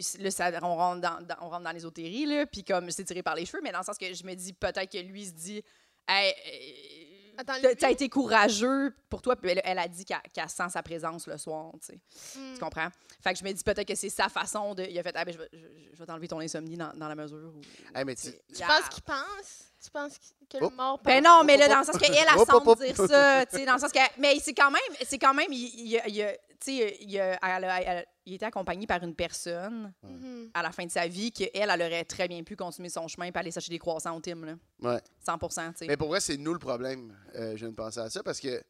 [SPEAKER 2] sais, là, ça- on, rentre dans, dans- on rentre dans l'ésotérie, là, puis comme c'est tiré par les cheveux, mais dans le sens que je me dis peut-être que lui se dit Hey, euh,
[SPEAKER 3] Attends,
[SPEAKER 2] t'as-
[SPEAKER 3] lui-
[SPEAKER 2] t'as été courageux pour toi, puis elle, elle a dit qu'elle qu'elle sent sa présence le soir, tu sais.
[SPEAKER 3] Hmm.
[SPEAKER 2] Tu comprends? Fait que je me dis peut-être que c'est sa façon de. Il a fait Ah, ben, je vais, je- je vais t'enlever ton insomnie dans, dans la mesure où.
[SPEAKER 4] Hey, mais tu-
[SPEAKER 3] Euh, Tu penses qu'il pense? Tu penses qu'il- que le
[SPEAKER 4] Oh.
[SPEAKER 3] mort pense?
[SPEAKER 2] Ben non, mais
[SPEAKER 4] Hop,
[SPEAKER 2] là,
[SPEAKER 4] hop,
[SPEAKER 2] dans le sens qu'elle, elle
[SPEAKER 4] Hop, hop, hop.
[SPEAKER 2] semble dire ça, tu sais, dans le sens que... Mais c'est quand même, c'est quand même, il, il, a- il a- tu sais, il, a- elle a- elle a- il était accompagné par une personne
[SPEAKER 3] Mhm.
[SPEAKER 2] à la fin de sa vie qu'elle, elle aurait très bien pu continuer son chemin et aller s'acheter des croissants au Tim, là.
[SPEAKER 4] Ouais.
[SPEAKER 2] 100 tu sais.
[SPEAKER 4] Mais pour vrai, c'est nous le problème. Euh, je viens de penser à ça parce que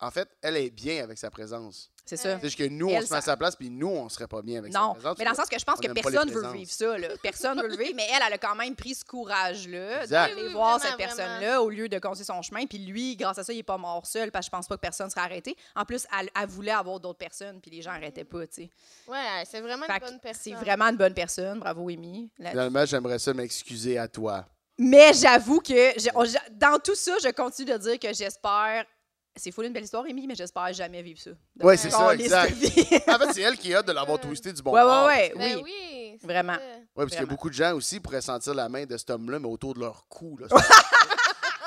[SPEAKER 4] en fait, elle est bien avec sa présence.
[SPEAKER 2] C'est ça.
[SPEAKER 4] C'est juste que nous, on
[SPEAKER 2] Elle,
[SPEAKER 4] se met à
[SPEAKER 2] ça-
[SPEAKER 4] sa place, puis nous, on serait pas bien avec sa
[SPEAKER 2] Non,
[SPEAKER 4] présence.
[SPEAKER 2] mais dans le sens que je pense
[SPEAKER 4] on
[SPEAKER 2] que
[SPEAKER 4] aime pas les
[SPEAKER 2] personne veut
[SPEAKER 4] présences.
[SPEAKER 2] vivre ça. Là. Personne veut le vivre, mais elle, elle a quand même pris ce courage-là
[SPEAKER 4] Exact.
[SPEAKER 2] d'aller
[SPEAKER 3] Oui, oui,
[SPEAKER 2] voir
[SPEAKER 3] vraiment,
[SPEAKER 2] cette personne-là au lieu de continuer son chemin. Puis lui, grâce à ça, il n'est pas mort seul parce que je pense pas que personne serait arrêté. En plus, elle, elle voulait avoir d'autres personnes, puis les gens n'arrêtaient pas. tu sais.
[SPEAKER 3] Ouais, c'est vraiment
[SPEAKER 2] Fait
[SPEAKER 3] une
[SPEAKER 2] que
[SPEAKER 3] bonne
[SPEAKER 2] C'est
[SPEAKER 3] personne.
[SPEAKER 2] vraiment une bonne personne. Bravo, Amy. là-
[SPEAKER 4] Finalement, j'aimerais ça m'excuser à toi.
[SPEAKER 2] Mais j'avoue que j'ai- on- j'a- dans tout ça, je continue de dire que j'espère. C'est fou une belle histoire, Amy, mais j'espère jamais vivre ça. De
[SPEAKER 4] Ouais,
[SPEAKER 2] ma
[SPEAKER 4] c'est ça,
[SPEAKER 2] caliste
[SPEAKER 4] exact.
[SPEAKER 2] de vie.
[SPEAKER 4] En fait, c'est elle qui a hâte de l'avoir twisté du bon
[SPEAKER 2] ouais, ouais,
[SPEAKER 4] bord.
[SPEAKER 2] ouais, oui.
[SPEAKER 3] Ben oui. c'est
[SPEAKER 2] Vraiment.
[SPEAKER 3] ça.
[SPEAKER 4] Oui, parce qu'il y a
[SPEAKER 2] Vraiment.
[SPEAKER 4] beaucoup de gens aussi qui pourraient sentir la main de cet homme-là, mais autour de leur cou. là.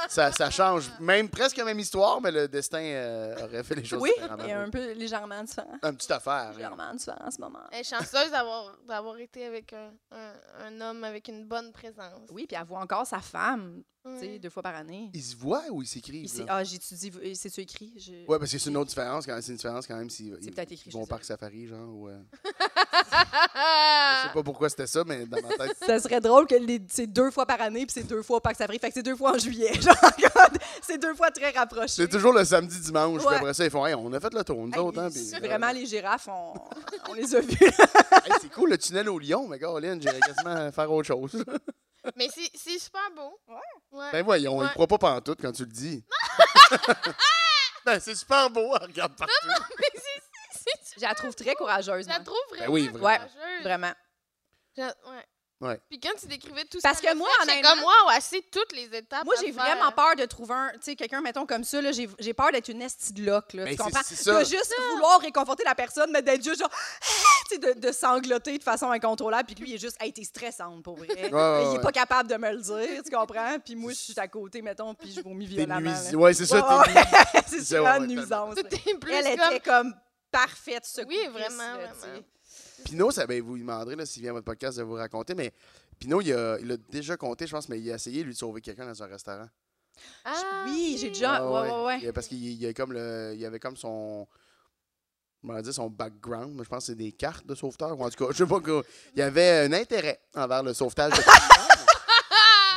[SPEAKER 4] ça, ça change. Même presque la même histoire, mais le destin euh, aurait fait les choses
[SPEAKER 2] Oui,
[SPEAKER 4] différemment.
[SPEAKER 2] il y a un peu légèrement différent.
[SPEAKER 4] Une petite affaire. hein.
[SPEAKER 2] Légèrement différent en ce moment.
[SPEAKER 3] Elle est chanceuse d'avoir, d'avoir été avec un, un, un homme avec une bonne présence. Mm.
[SPEAKER 2] Oui, puis elle voit encore sa femme, tu sais,
[SPEAKER 3] Ouais.
[SPEAKER 2] deux fois par année.
[SPEAKER 4] Ils se voient ou ils
[SPEAKER 2] Il
[SPEAKER 4] s'écrivent?
[SPEAKER 2] s'est-
[SPEAKER 4] là?
[SPEAKER 2] ah, j'étudie, euh, c'est-tu écrit? Je-
[SPEAKER 4] Ouais, parce que c'est une autre différence quand même. C'est une différence quand même s'ils
[SPEAKER 2] C'est
[SPEAKER 4] ils-
[SPEAKER 2] peut-être écrit,
[SPEAKER 4] ils
[SPEAKER 2] je
[SPEAKER 4] vont au
[SPEAKER 2] sais pas.
[SPEAKER 4] parc safari, genre. Ou, euh, je sais
[SPEAKER 3] Ah!
[SPEAKER 4] pas pourquoi c'était ça, mais dans ma tête.
[SPEAKER 2] Ça serait drôle que les- c'est deux fois par année, puis c'est deux fois au Parc Safari. Fait que c'est deux fois en juillet. Genre, regarde, c'est deux fois très rapproché.
[SPEAKER 4] C'est toujours le samedi, dimanche. Puis
[SPEAKER 2] Ouais.
[SPEAKER 4] après ça, ils font Hey, on a fait le tour, nous
[SPEAKER 2] Hey,
[SPEAKER 4] autres. hein,
[SPEAKER 2] c'est
[SPEAKER 4] puis-
[SPEAKER 2] Vraiment, les girafes, on, on les a vues.
[SPEAKER 4] Hey, c'est cool, le tunnel au Lyon, mais Caroline, j'irais quasiment faire autre chose.
[SPEAKER 3] Mais c'est, c'est super beau.
[SPEAKER 2] Ouais.
[SPEAKER 3] Ouais.
[SPEAKER 4] Ben voyons, il
[SPEAKER 3] Ouais.
[SPEAKER 4] ne croit pas pantoute quand tu le dis. ben c'est super beau, elle regarde partout.
[SPEAKER 3] Mais c'est- c'est- c'est-
[SPEAKER 2] Je la trouve très courageuse.
[SPEAKER 3] je la
[SPEAKER 2] moi.
[SPEAKER 3] trouve vraiment
[SPEAKER 4] oui, vraiment. Ouais.
[SPEAKER 3] courageuse.
[SPEAKER 2] Vraiment.
[SPEAKER 3] Je- ouais.
[SPEAKER 4] Ouais.
[SPEAKER 3] Puis quand tu décrivais tout
[SPEAKER 2] Parce
[SPEAKER 3] ça,
[SPEAKER 2] que
[SPEAKER 3] là,
[SPEAKER 2] moi,
[SPEAKER 3] j'étais
[SPEAKER 2] honnêtement-
[SPEAKER 3] comme wow, assez toutes les étapes.
[SPEAKER 2] Moi,
[SPEAKER 3] à
[SPEAKER 2] j'ai
[SPEAKER 3] faire.
[SPEAKER 2] vraiment peur de trouver un. Tu sais, quelqu'un, mettons comme ça, là, j'ai j'ai peur d'être une estie de loque, là.
[SPEAKER 4] Ben,
[SPEAKER 2] tu
[SPEAKER 4] c'est-
[SPEAKER 2] comprends?
[SPEAKER 4] c'est
[SPEAKER 2] De
[SPEAKER 4] ça.
[SPEAKER 2] juste vouloir réconforter la personne, mais d'être juste genre. tu sais, de, de sangloter de façon incontrôlable, puis que lui, il est juste. Hey, t'es stressante, pour vrai.
[SPEAKER 4] ouais,
[SPEAKER 2] il est
[SPEAKER 4] ouais.
[SPEAKER 2] pas capable de me le dire, tu comprends? Puis moi, je suis à côté, mettons, puis je vomis
[SPEAKER 4] T'es
[SPEAKER 2] violemment.
[SPEAKER 4] nuisible.
[SPEAKER 2] là.
[SPEAKER 4] Ouais, c'est ça,
[SPEAKER 2] Ouais,
[SPEAKER 4] t'es nuisible.
[SPEAKER 2] ouais, C'est
[SPEAKER 4] C'est-
[SPEAKER 2] ça,
[SPEAKER 4] ouais, ouais,
[SPEAKER 2] une nuisance. là.
[SPEAKER 3] Tout est plus
[SPEAKER 2] Elle
[SPEAKER 3] comme.
[SPEAKER 2] était comme parfaite, ce
[SPEAKER 3] Oui, vraiment, vraiment.
[SPEAKER 4] Pino, ça, ben, vous lui demanderez là, s'il vient à votre podcast de vous raconter, mais Pino, il a, il a déjà compté, je pense, mais il a essayé lui de sauver quelqu'un dans un restaurant.
[SPEAKER 3] Ah,
[SPEAKER 2] Oui, j'ai déjà. Ouais, ouais, ouais.
[SPEAKER 4] Il a- parce qu'il il a comme le, il avait comme son. comment dire, son background, mais je pense que c'est des cartes de sauveteur, ou en tout cas, je sais pas quoi. Il avait un intérêt envers le sauvetage de personnes.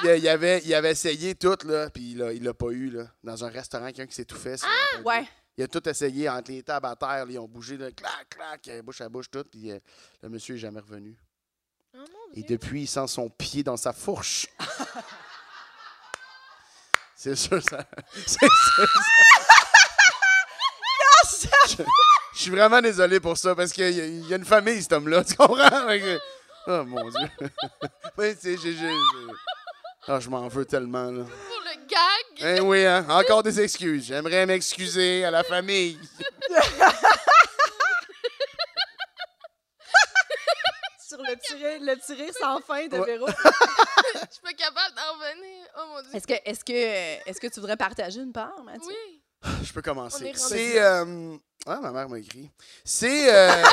[SPEAKER 4] il, il avait, il avait essayé tout, là, puis il l'a- il l'a pas eu, là. Dans un restaurant, quelqu'un qui s'est tout fait. ça, un peu.
[SPEAKER 2] Ah, Ouais.
[SPEAKER 4] Il a tout essayé entre les tables à terre, là, ils ont bougé, là, clac, clac, euh, bouche à bouche, tout, puis euh, le monsieur est jamais revenu.
[SPEAKER 3] Oh mon
[SPEAKER 4] Et
[SPEAKER 3] Dieu.
[SPEAKER 4] depuis, il sent son pied dans sa fourche. C'est sûr, ça. C'est sûr, ça. Je- Je suis vraiment désolé pour ça parce qu'il y, a- il y a une famille, cet homme-là. Tu comprends? Fait que- Oh mon Dieu. Mais tu sais, j'ai- j'ai- j'ai- Ah, je m'en veux tellement, là.
[SPEAKER 3] Pour le gag.
[SPEAKER 4] Eh oui, hein? encore des excuses. J'aimerais m'excuser à la famille.
[SPEAKER 2] Sur le petit rire, le petit rire sans fin de
[SPEAKER 4] Ouais.
[SPEAKER 2] Véro.
[SPEAKER 3] Je suis pas capable d'en revenir. Oh mon dieu.
[SPEAKER 2] Est-ce que, est-ce que, est-ce que tu voudrais partager une part, Mathieu?
[SPEAKER 3] Oui.
[SPEAKER 4] Je peux commencer.
[SPEAKER 3] On est rendu
[SPEAKER 4] C'est.
[SPEAKER 3] là.
[SPEAKER 4] euh, Ah, ma mère m'a écrit. C'est. euh,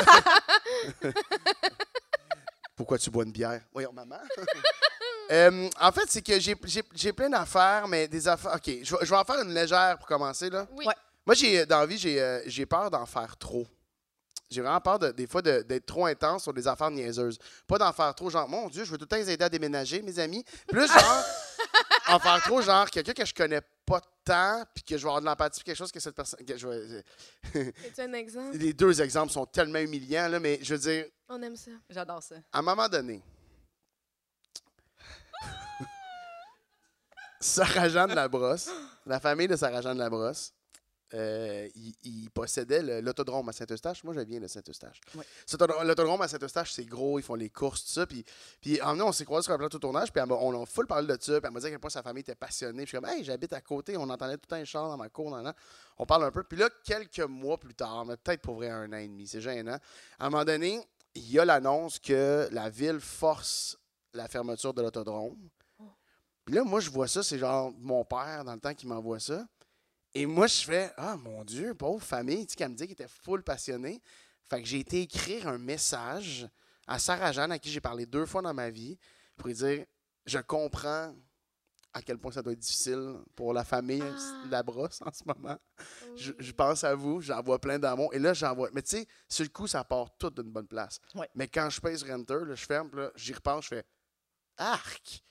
[SPEAKER 4] Pourquoi tu bois une bière? Voyons, maman. Euh, en fait, c'est que j'ai- j'ai j'ai plein d'affaires, mais des affaires. OK, je vais je vais en faire une légère pour commencer, là.
[SPEAKER 3] Oui.
[SPEAKER 2] Ouais.
[SPEAKER 4] Moi, j'ai dans la vie, j'ai euh, j'ai peur d'en faire trop. J'ai vraiment peur, de- des fois, de- d'être trop intense sur des affaires niaiseuses. Pas d'en faire trop, genre, mon Dieu, je veux tout le temps les aider à déménager, mes amis. Plus, genre, en faire trop, genre, quelqu'un que je connais pas tant, puis que je vais avoir de l'empathie pour quelque chose que cette personne. que je vais- euh,
[SPEAKER 3] C'est un exemple.
[SPEAKER 4] Les deux exemples sont tellement humiliants, là, mais je veux dire,
[SPEAKER 3] On aime ça.
[SPEAKER 2] J'adore ça.
[SPEAKER 4] à un moment donné, Sarah-Jeanne Labrosse, la famille de Sarah-Jeanne Labrosse, euh, il, il possédait le- l'autodrome à Saint-Eustache. Moi, je viens de Saint-Eustache.
[SPEAKER 2] Ouais.
[SPEAKER 4] Cet auto- L'autodrome à Saint-Eustache, c'est gros, ils font les courses, tout ça. Puis, puis en venant, on s'est croisés sur un plateau de tournage, puis elle m'a- on a full parlé de ça. Puis elle m'a dit à quel point sa famille était passionnée. Puis je suis comme, hey, j'habite à côté, on entendait tout un char dans ma cour. nan, nan. On parle un peu. Puis là, quelques mois plus tard, mais peut-être pour vrai un an et demi, c'est gênant. À un moment donné, il y a l'annonce que la ville force la fermeture de l'autodrome. Puis là, moi, je vois ça, c'est genre mon père, dans le temps, qui m'envoie ça. Et moi, je fais Ah, mon Dieu, pauvre famille, tu sais, qu'elle me dit qu'elle était full passionnée. Fait que j'ai été écrire un message à Sarah-Jeanne, à qui j'ai parlé deux fois dans ma vie, pour lui dire Je comprends à quel point ça doit être difficile pour la famille
[SPEAKER 3] Ah.
[SPEAKER 4] de la brosse en ce moment. Je,
[SPEAKER 3] Oui.
[SPEAKER 4] je pense à vous, j'envoie plein d'amour. Et là, j'envoie. Mais tu sais, sur le coup, ça part tout d'une bonne place.
[SPEAKER 2] Ouais.
[SPEAKER 4] Mais quand je pèse Renter, là, je ferme, puis là, j'y repense, je fais Arc!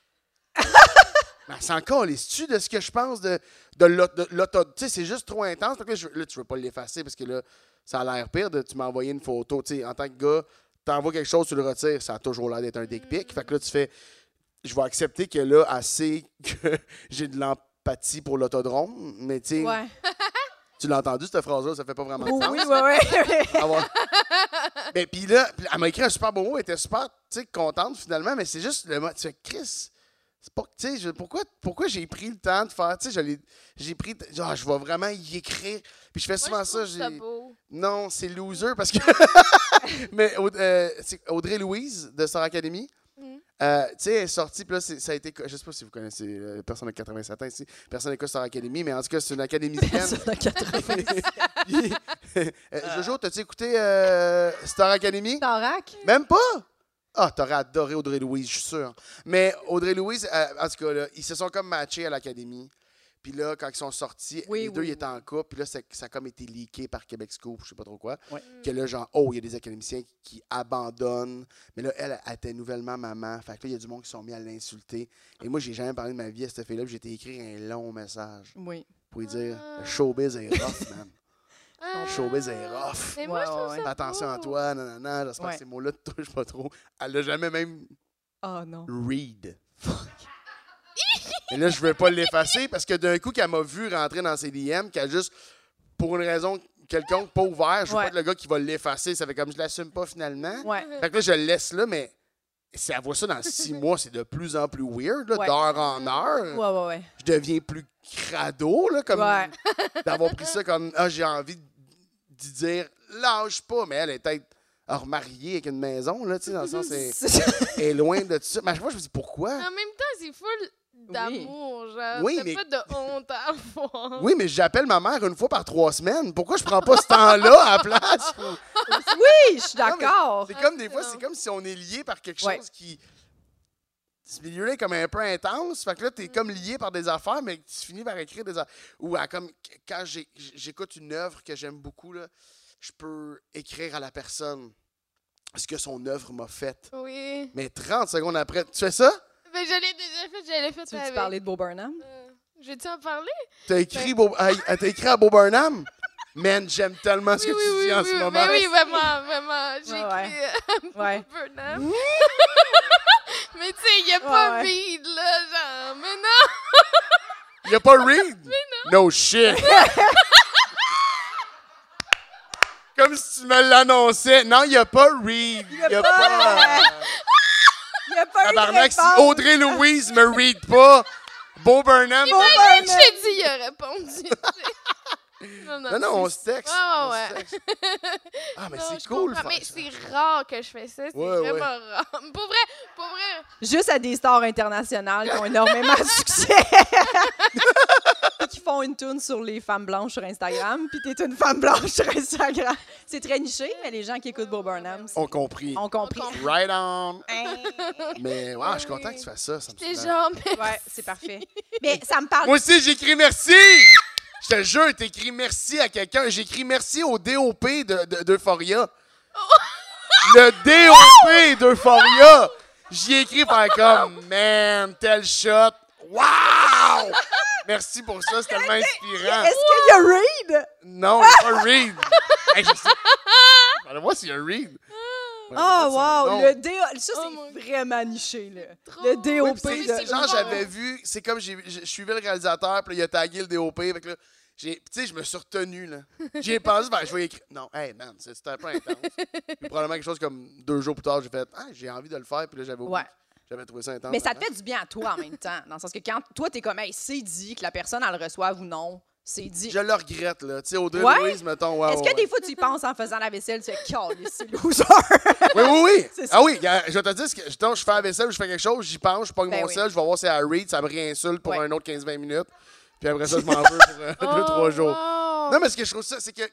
[SPEAKER 4] Mais elle s'en calisse-tu de ce que je pense de, de l'auto. de l'auto- Tu sais, c'est juste trop intense. Fait que là, je, là, tu veux pas l'effacer parce que là, ça a l'air pire de tu m'as envoyé une photo. Tu sais, en tant que gars, t'envoies quelque chose, tu le retires, ça a toujours l'air d'être un dick pic. Fait que là, tu fais. Je vais accepter que là, assez que j'ai de l'empathie pour l'autodrome, mais tu sais,
[SPEAKER 2] Ouais.
[SPEAKER 4] tu l'as entendu cette phrase-là, ça fait pas vraiment de
[SPEAKER 2] Oui,
[SPEAKER 4] sens.
[SPEAKER 2] oui, oui.
[SPEAKER 4] Avoir- Mais puis là, puis elle m'a écrit un super beau mot, elle était super tu sais, contente finalement, mais c'est juste le mot. Tu fais Chris, c'est pas, tu sais, je- pourquoi, pourquoi j'ai pris le temps de faire, tu sais, je l'ai- j'ai pris, genre, je vais vraiment y écrire. Puis je fais souvent
[SPEAKER 3] Moi, je
[SPEAKER 4] ça.
[SPEAKER 3] trouve ça
[SPEAKER 4] j'ai-
[SPEAKER 3] beau.
[SPEAKER 4] Non, c'est loser parce que. mais Aud- euh, c'est Audrey Louise de Star Academy.
[SPEAKER 3] Mm.
[SPEAKER 4] euh, tu sais, elle est sortie, puis là, c'est- ça a été. co- Je sais pas si vous connaissez euh, personne de 87 ans ici, personne de Star Academy, mais en tout cas, c'est une académicienne. Puis, euh, Jojo, t'as-tu écouté euh, Star Academy?
[SPEAKER 2] Thorac?
[SPEAKER 4] Même pas? Ah, t'aurais adoré Audrey Louise, je suis sûr. Mais Audrey Louise, euh, en tout cas, là, ils se sont comme matchés à l'Académie. Puis là, quand ils sont sortis,
[SPEAKER 2] Oui,
[SPEAKER 4] les
[SPEAKER 2] oui,
[SPEAKER 4] deux, ils
[SPEAKER 2] oui.
[SPEAKER 4] étaient en couple. Puis là, c'est- ça a comme été leaké par Québec Scoop, je sais pas trop quoi.
[SPEAKER 2] Ouais.
[SPEAKER 4] Que là, genre, oh, il y a des académiciens qui abandonnent. Mais là, elle, elle était nouvellement maman. Fait que là, il y a du monde qui sont mis à l'insulter. Et moi, j'ai jamais parlé de ma vie à cette fille-là. puis J'ai été écrire un long message
[SPEAKER 2] Oui.
[SPEAKER 4] pour lui dire
[SPEAKER 3] Ah.
[SPEAKER 4] le showbiz est rough, man.
[SPEAKER 3] Ah.
[SPEAKER 4] showbiz est rough.
[SPEAKER 3] Mais moi,
[SPEAKER 2] Ouais,
[SPEAKER 3] je trouve
[SPEAKER 2] ouais,
[SPEAKER 3] ça
[SPEAKER 4] Fais attention à
[SPEAKER 3] beau.
[SPEAKER 4] toi, nanana. J'espère
[SPEAKER 2] Ouais.
[SPEAKER 4] que ces mots-là te touchent pas trop. Elle l'a jamais même
[SPEAKER 2] Ah non.
[SPEAKER 4] read. Et là, je veux pas l'effacer parce que d'un coup, qu'elle m'a vu rentrer dans ses DM, qu'elle a juste, pour une raison quelconque, pas ouvert, je veux
[SPEAKER 2] Ouais.
[SPEAKER 4] pas être le gars qui va l'effacer. Ça fait comme je l'assume pas finalement.
[SPEAKER 2] Ouais.
[SPEAKER 4] Fait que là, je le laisse là, mais si elle voit ça dans six mois, c'est de plus en plus weird, là,
[SPEAKER 2] Ouais.
[SPEAKER 4] d'heure en heure.
[SPEAKER 2] Ouais, ouais, ouais.
[SPEAKER 4] Je deviens plus crado, là, comme
[SPEAKER 2] Ouais.
[SPEAKER 4] d'avoir pris ça comme ah j'ai envie d'y dire lâche pas mais elle est peut-être remariée avec une maison là tu sais dans le sens elle elle est loin de tout ça mais à chaque fois je me dis pourquoi
[SPEAKER 3] En même temps, c'est full d'amour, genre.
[SPEAKER 4] Oui,
[SPEAKER 3] T'as
[SPEAKER 4] mais-
[SPEAKER 3] pas de honte à avoir.
[SPEAKER 4] oui mais j'appelle ma mère une fois par trois semaines pourquoi je prends pas ce temps là à la place
[SPEAKER 2] Oui, je suis d'accord.
[SPEAKER 4] c'est comme des fois c'est comme si on est lié par quelque chose
[SPEAKER 2] Ouais.
[SPEAKER 4] qui ce milieu-là est comme un peu intense. Fait que là, t'es
[SPEAKER 3] Mm.
[SPEAKER 4] comme lié par des affaires, mais tu finis par écrire des affaires. Ou à comme quand j'ai- j'écoute une œuvre que j'aime beaucoup, là, je peux écrire à la personne ce que son œuvre m'a fait.
[SPEAKER 3] Oui.
[SPEAKER 4] Mais 30 secondes après, tu fais ça?
[SPEAKER 3] Mais je l'ai déjà fait, je l'ai fait
[SPEAKER 2] Tu veux-tu
[SPEAKER 3] avec.
[SPEAKER 2] parler de Bo Burnham?
[SPEAKER 3] Euh, je vais-tu en parler?
[SPEAKER 4] T'as écrit, Bob- à- à- t'as écrit à Bob Burnham? Man, j'aime tellement ce que tu dis en ce
[SPEAKER 3] oui,
[SPEAKER 4] moment.
[SPEAKER 3] mais oui, vraiment, vraiment. euh, J'ai
[SPEAKER 2] Ouais, ouais.
[SPEAKER 3] écrit
[SPEAKER 2] Ouais.
[SPEAKER 3] Burnham. mais tu sais, il n'y a pas
[SPEAKER 2] Ouais, ouais.
[SPEAKER 3] vide, là, genre. Mais non!
[SPEAKER 4] Il a pas read? No shit! Comme si tu me l'annonçais. Non, il a pas read. Il
[SPEAKER 2] a
[SPEAKER 4] a
[SPEAKER 2] pas-
[SPEAKER 4] pas.
[SPEAKER 2] Il n'y a pas eu de
[SPEAKER 4] Tabarnak, si
[SPEAKER 2] réponse.
[SPEAKER 4] Audrey Louise me read pas, Bo Burnham.
[SPEAKER 2] Bo
[SPEAKER 3] Je
[SPEAKER 2] Burnham.
[SPEAKER 3] t'ai dit, il a répondu. tu sais. non,
[SPEAKER 4] Non, non, on
[SPEAKER 3] c'est-
[SPEAKER 4] se texte.
[SPEAKER 3] Ah,
[SPEAKER 4] on
[SPEAKER 3] ouais.
[SPEAKER 4] se texte. Ah, mais
[SPEAKER 3] non,
[SPEAKER 4] c'est
[SPEAKER 3] je
[SPEAKER 4] cool.
[SPEAKER 3] comprends,
[SPEAKER 4] faire
[SPEAKER 3] Mais
[SPEAKER 4] ça.
[SPEAKER 3] c'est rare que je fais ça. C'est
[SPEAKER 4] Ouais, ouais.
[SPEAKER 3] vraiment rare. Pour vrai, pour vrai.
[SPEAKER 2] Juste à des stars internationales qui ont énormément de succès. Et qui font une tune sur les femmes blanches sur Instagram, puis t'es une femme blanche sur Instagram. C'est très niché, mais les gens qui écoutent Bo Burnham
[SPEAKER 4] On compris.
[SPEAKER 2] ont compris.
[SPEAKER 3] On
[SPEAKER 4] Right on.
[SPEAKER 2] Hein?
[SPEAKER 4] Mais ouais, je suis
[SPEAKER 3] Oui.
[SPEAKER 4] content que tu fasses ça. ça me
[SPEAKER 3] T'es Oh,
[SPEAKER 4] soulage.
[SPEAKER 3] genre, mais
[SPEAKER 2] Ouais, c'est parfait. Mais ça me parle.
[SPEAKER 4] Moi aussi, j'écris merci! Je te jure, t'écris merci à quelqu'un. J'écris merci au DOP de- de- d'Euphoria. Le DOP d'Euphoria! J'y ai écrit par comme, man, tel shot. Wow! Merci pour ça, c'est tellement inspirant.
[SPEAKER 2] Est-ce qu'il y a Reed?
[SPEAKER 4] Non, c'est pas Reed. Hey, je sais. Ben, Parle-moi s'il y a Reed.
[SPEAKER 2] Oh,
[SPEAKER 4] Ah,
[SPEAKER 2] wow!
[SPEAKER 4] Non.
[SPEAKER 2] Le DO... Ça,
[SPEAKER 3] Oh
[SPEAKER 2] c'est
[SPEAKER 3] mon Dieu.
[SPEAKER 2] vraiment niché, là.
[SPEAKER 3] Trop.
[SPEAKER 2] Le
[SPEAKER 4] Oui,
[SPEAKER 2] DOP
[SPEAKER 4] puis c'est-
[SPEAKER 3] de-
[SPEAKER 4] c'est
[SPEAKER 2] de...
[SPEAKER 4] genre,
[SPEAKER 3] Ouais.
[SPEAKER 4] j'avais vu, c'est comme j'ai- je je suivais le réalisateur, puis là, il a tagué le DOP. Fait que là, j'ai- puis tu sais, je me suis retenu, là. J'ai pensé, ben, je vais écrire. Non, hey, man, c'est- c'était un peu intense. Puis probablement quelque chose comme deux jours plus tard, j'ai fait, ah, j'ai envie de le faire, puis là, j'avais oublié.
[SPEAKER 2] Ouais.
[SPEAKER 4] J'avais trouvé ça intense.
[SPEAKER 2] Mais ça te
[SPEAKER 4] avant.
[SPEAKER 2] fait du bien à toi en même temps. Dans le sens que quand toi, t'es comme, hey, c'est dit, que la personne, elle le reçoive ou non, c'est dit.
[SPEAKER 4] Je le regrette, là. Tu sais, Audrey
[SPEAKER 2] Ouais?
[SPEAKER 4] Louise, mettons. ouais,
[SPEAKER 2] Est-ce
[SPEAKER 4] ouais,
[SPEAKER 2] que des
[SPEAKER 4] ouais.
[SPEAKER 2] fois, tu y penses en faisant la vaisselle, tu fais, calme, c'est loser.
[SPEAKER 4] Oui, oui, oui.
[SPEAKER 2] C'est ça.
[SPEAKER 4] ah oui, gars, je vais te dire, ce que- mettons, je fais la vaisselle, je fais quelque chose, j'y pense, je pogne
[SPEAKER 2] Ben
[SPEAKER 4] mon
[SPEAKER 2] oui.
[SPEAKER 4] sel, je vais voir si elle read, ça me réinsulte pour
[SPEAKER 2] Ouais. Oh,
[SPEAKER 4] un autre 15-20 minutes. Puis après ça, je m'en veux pour euh, deux, trois jours.
[SPEAKER 3] wow.
[SPEAKER 4] Non, mais ce que je trouve ça, c'est que.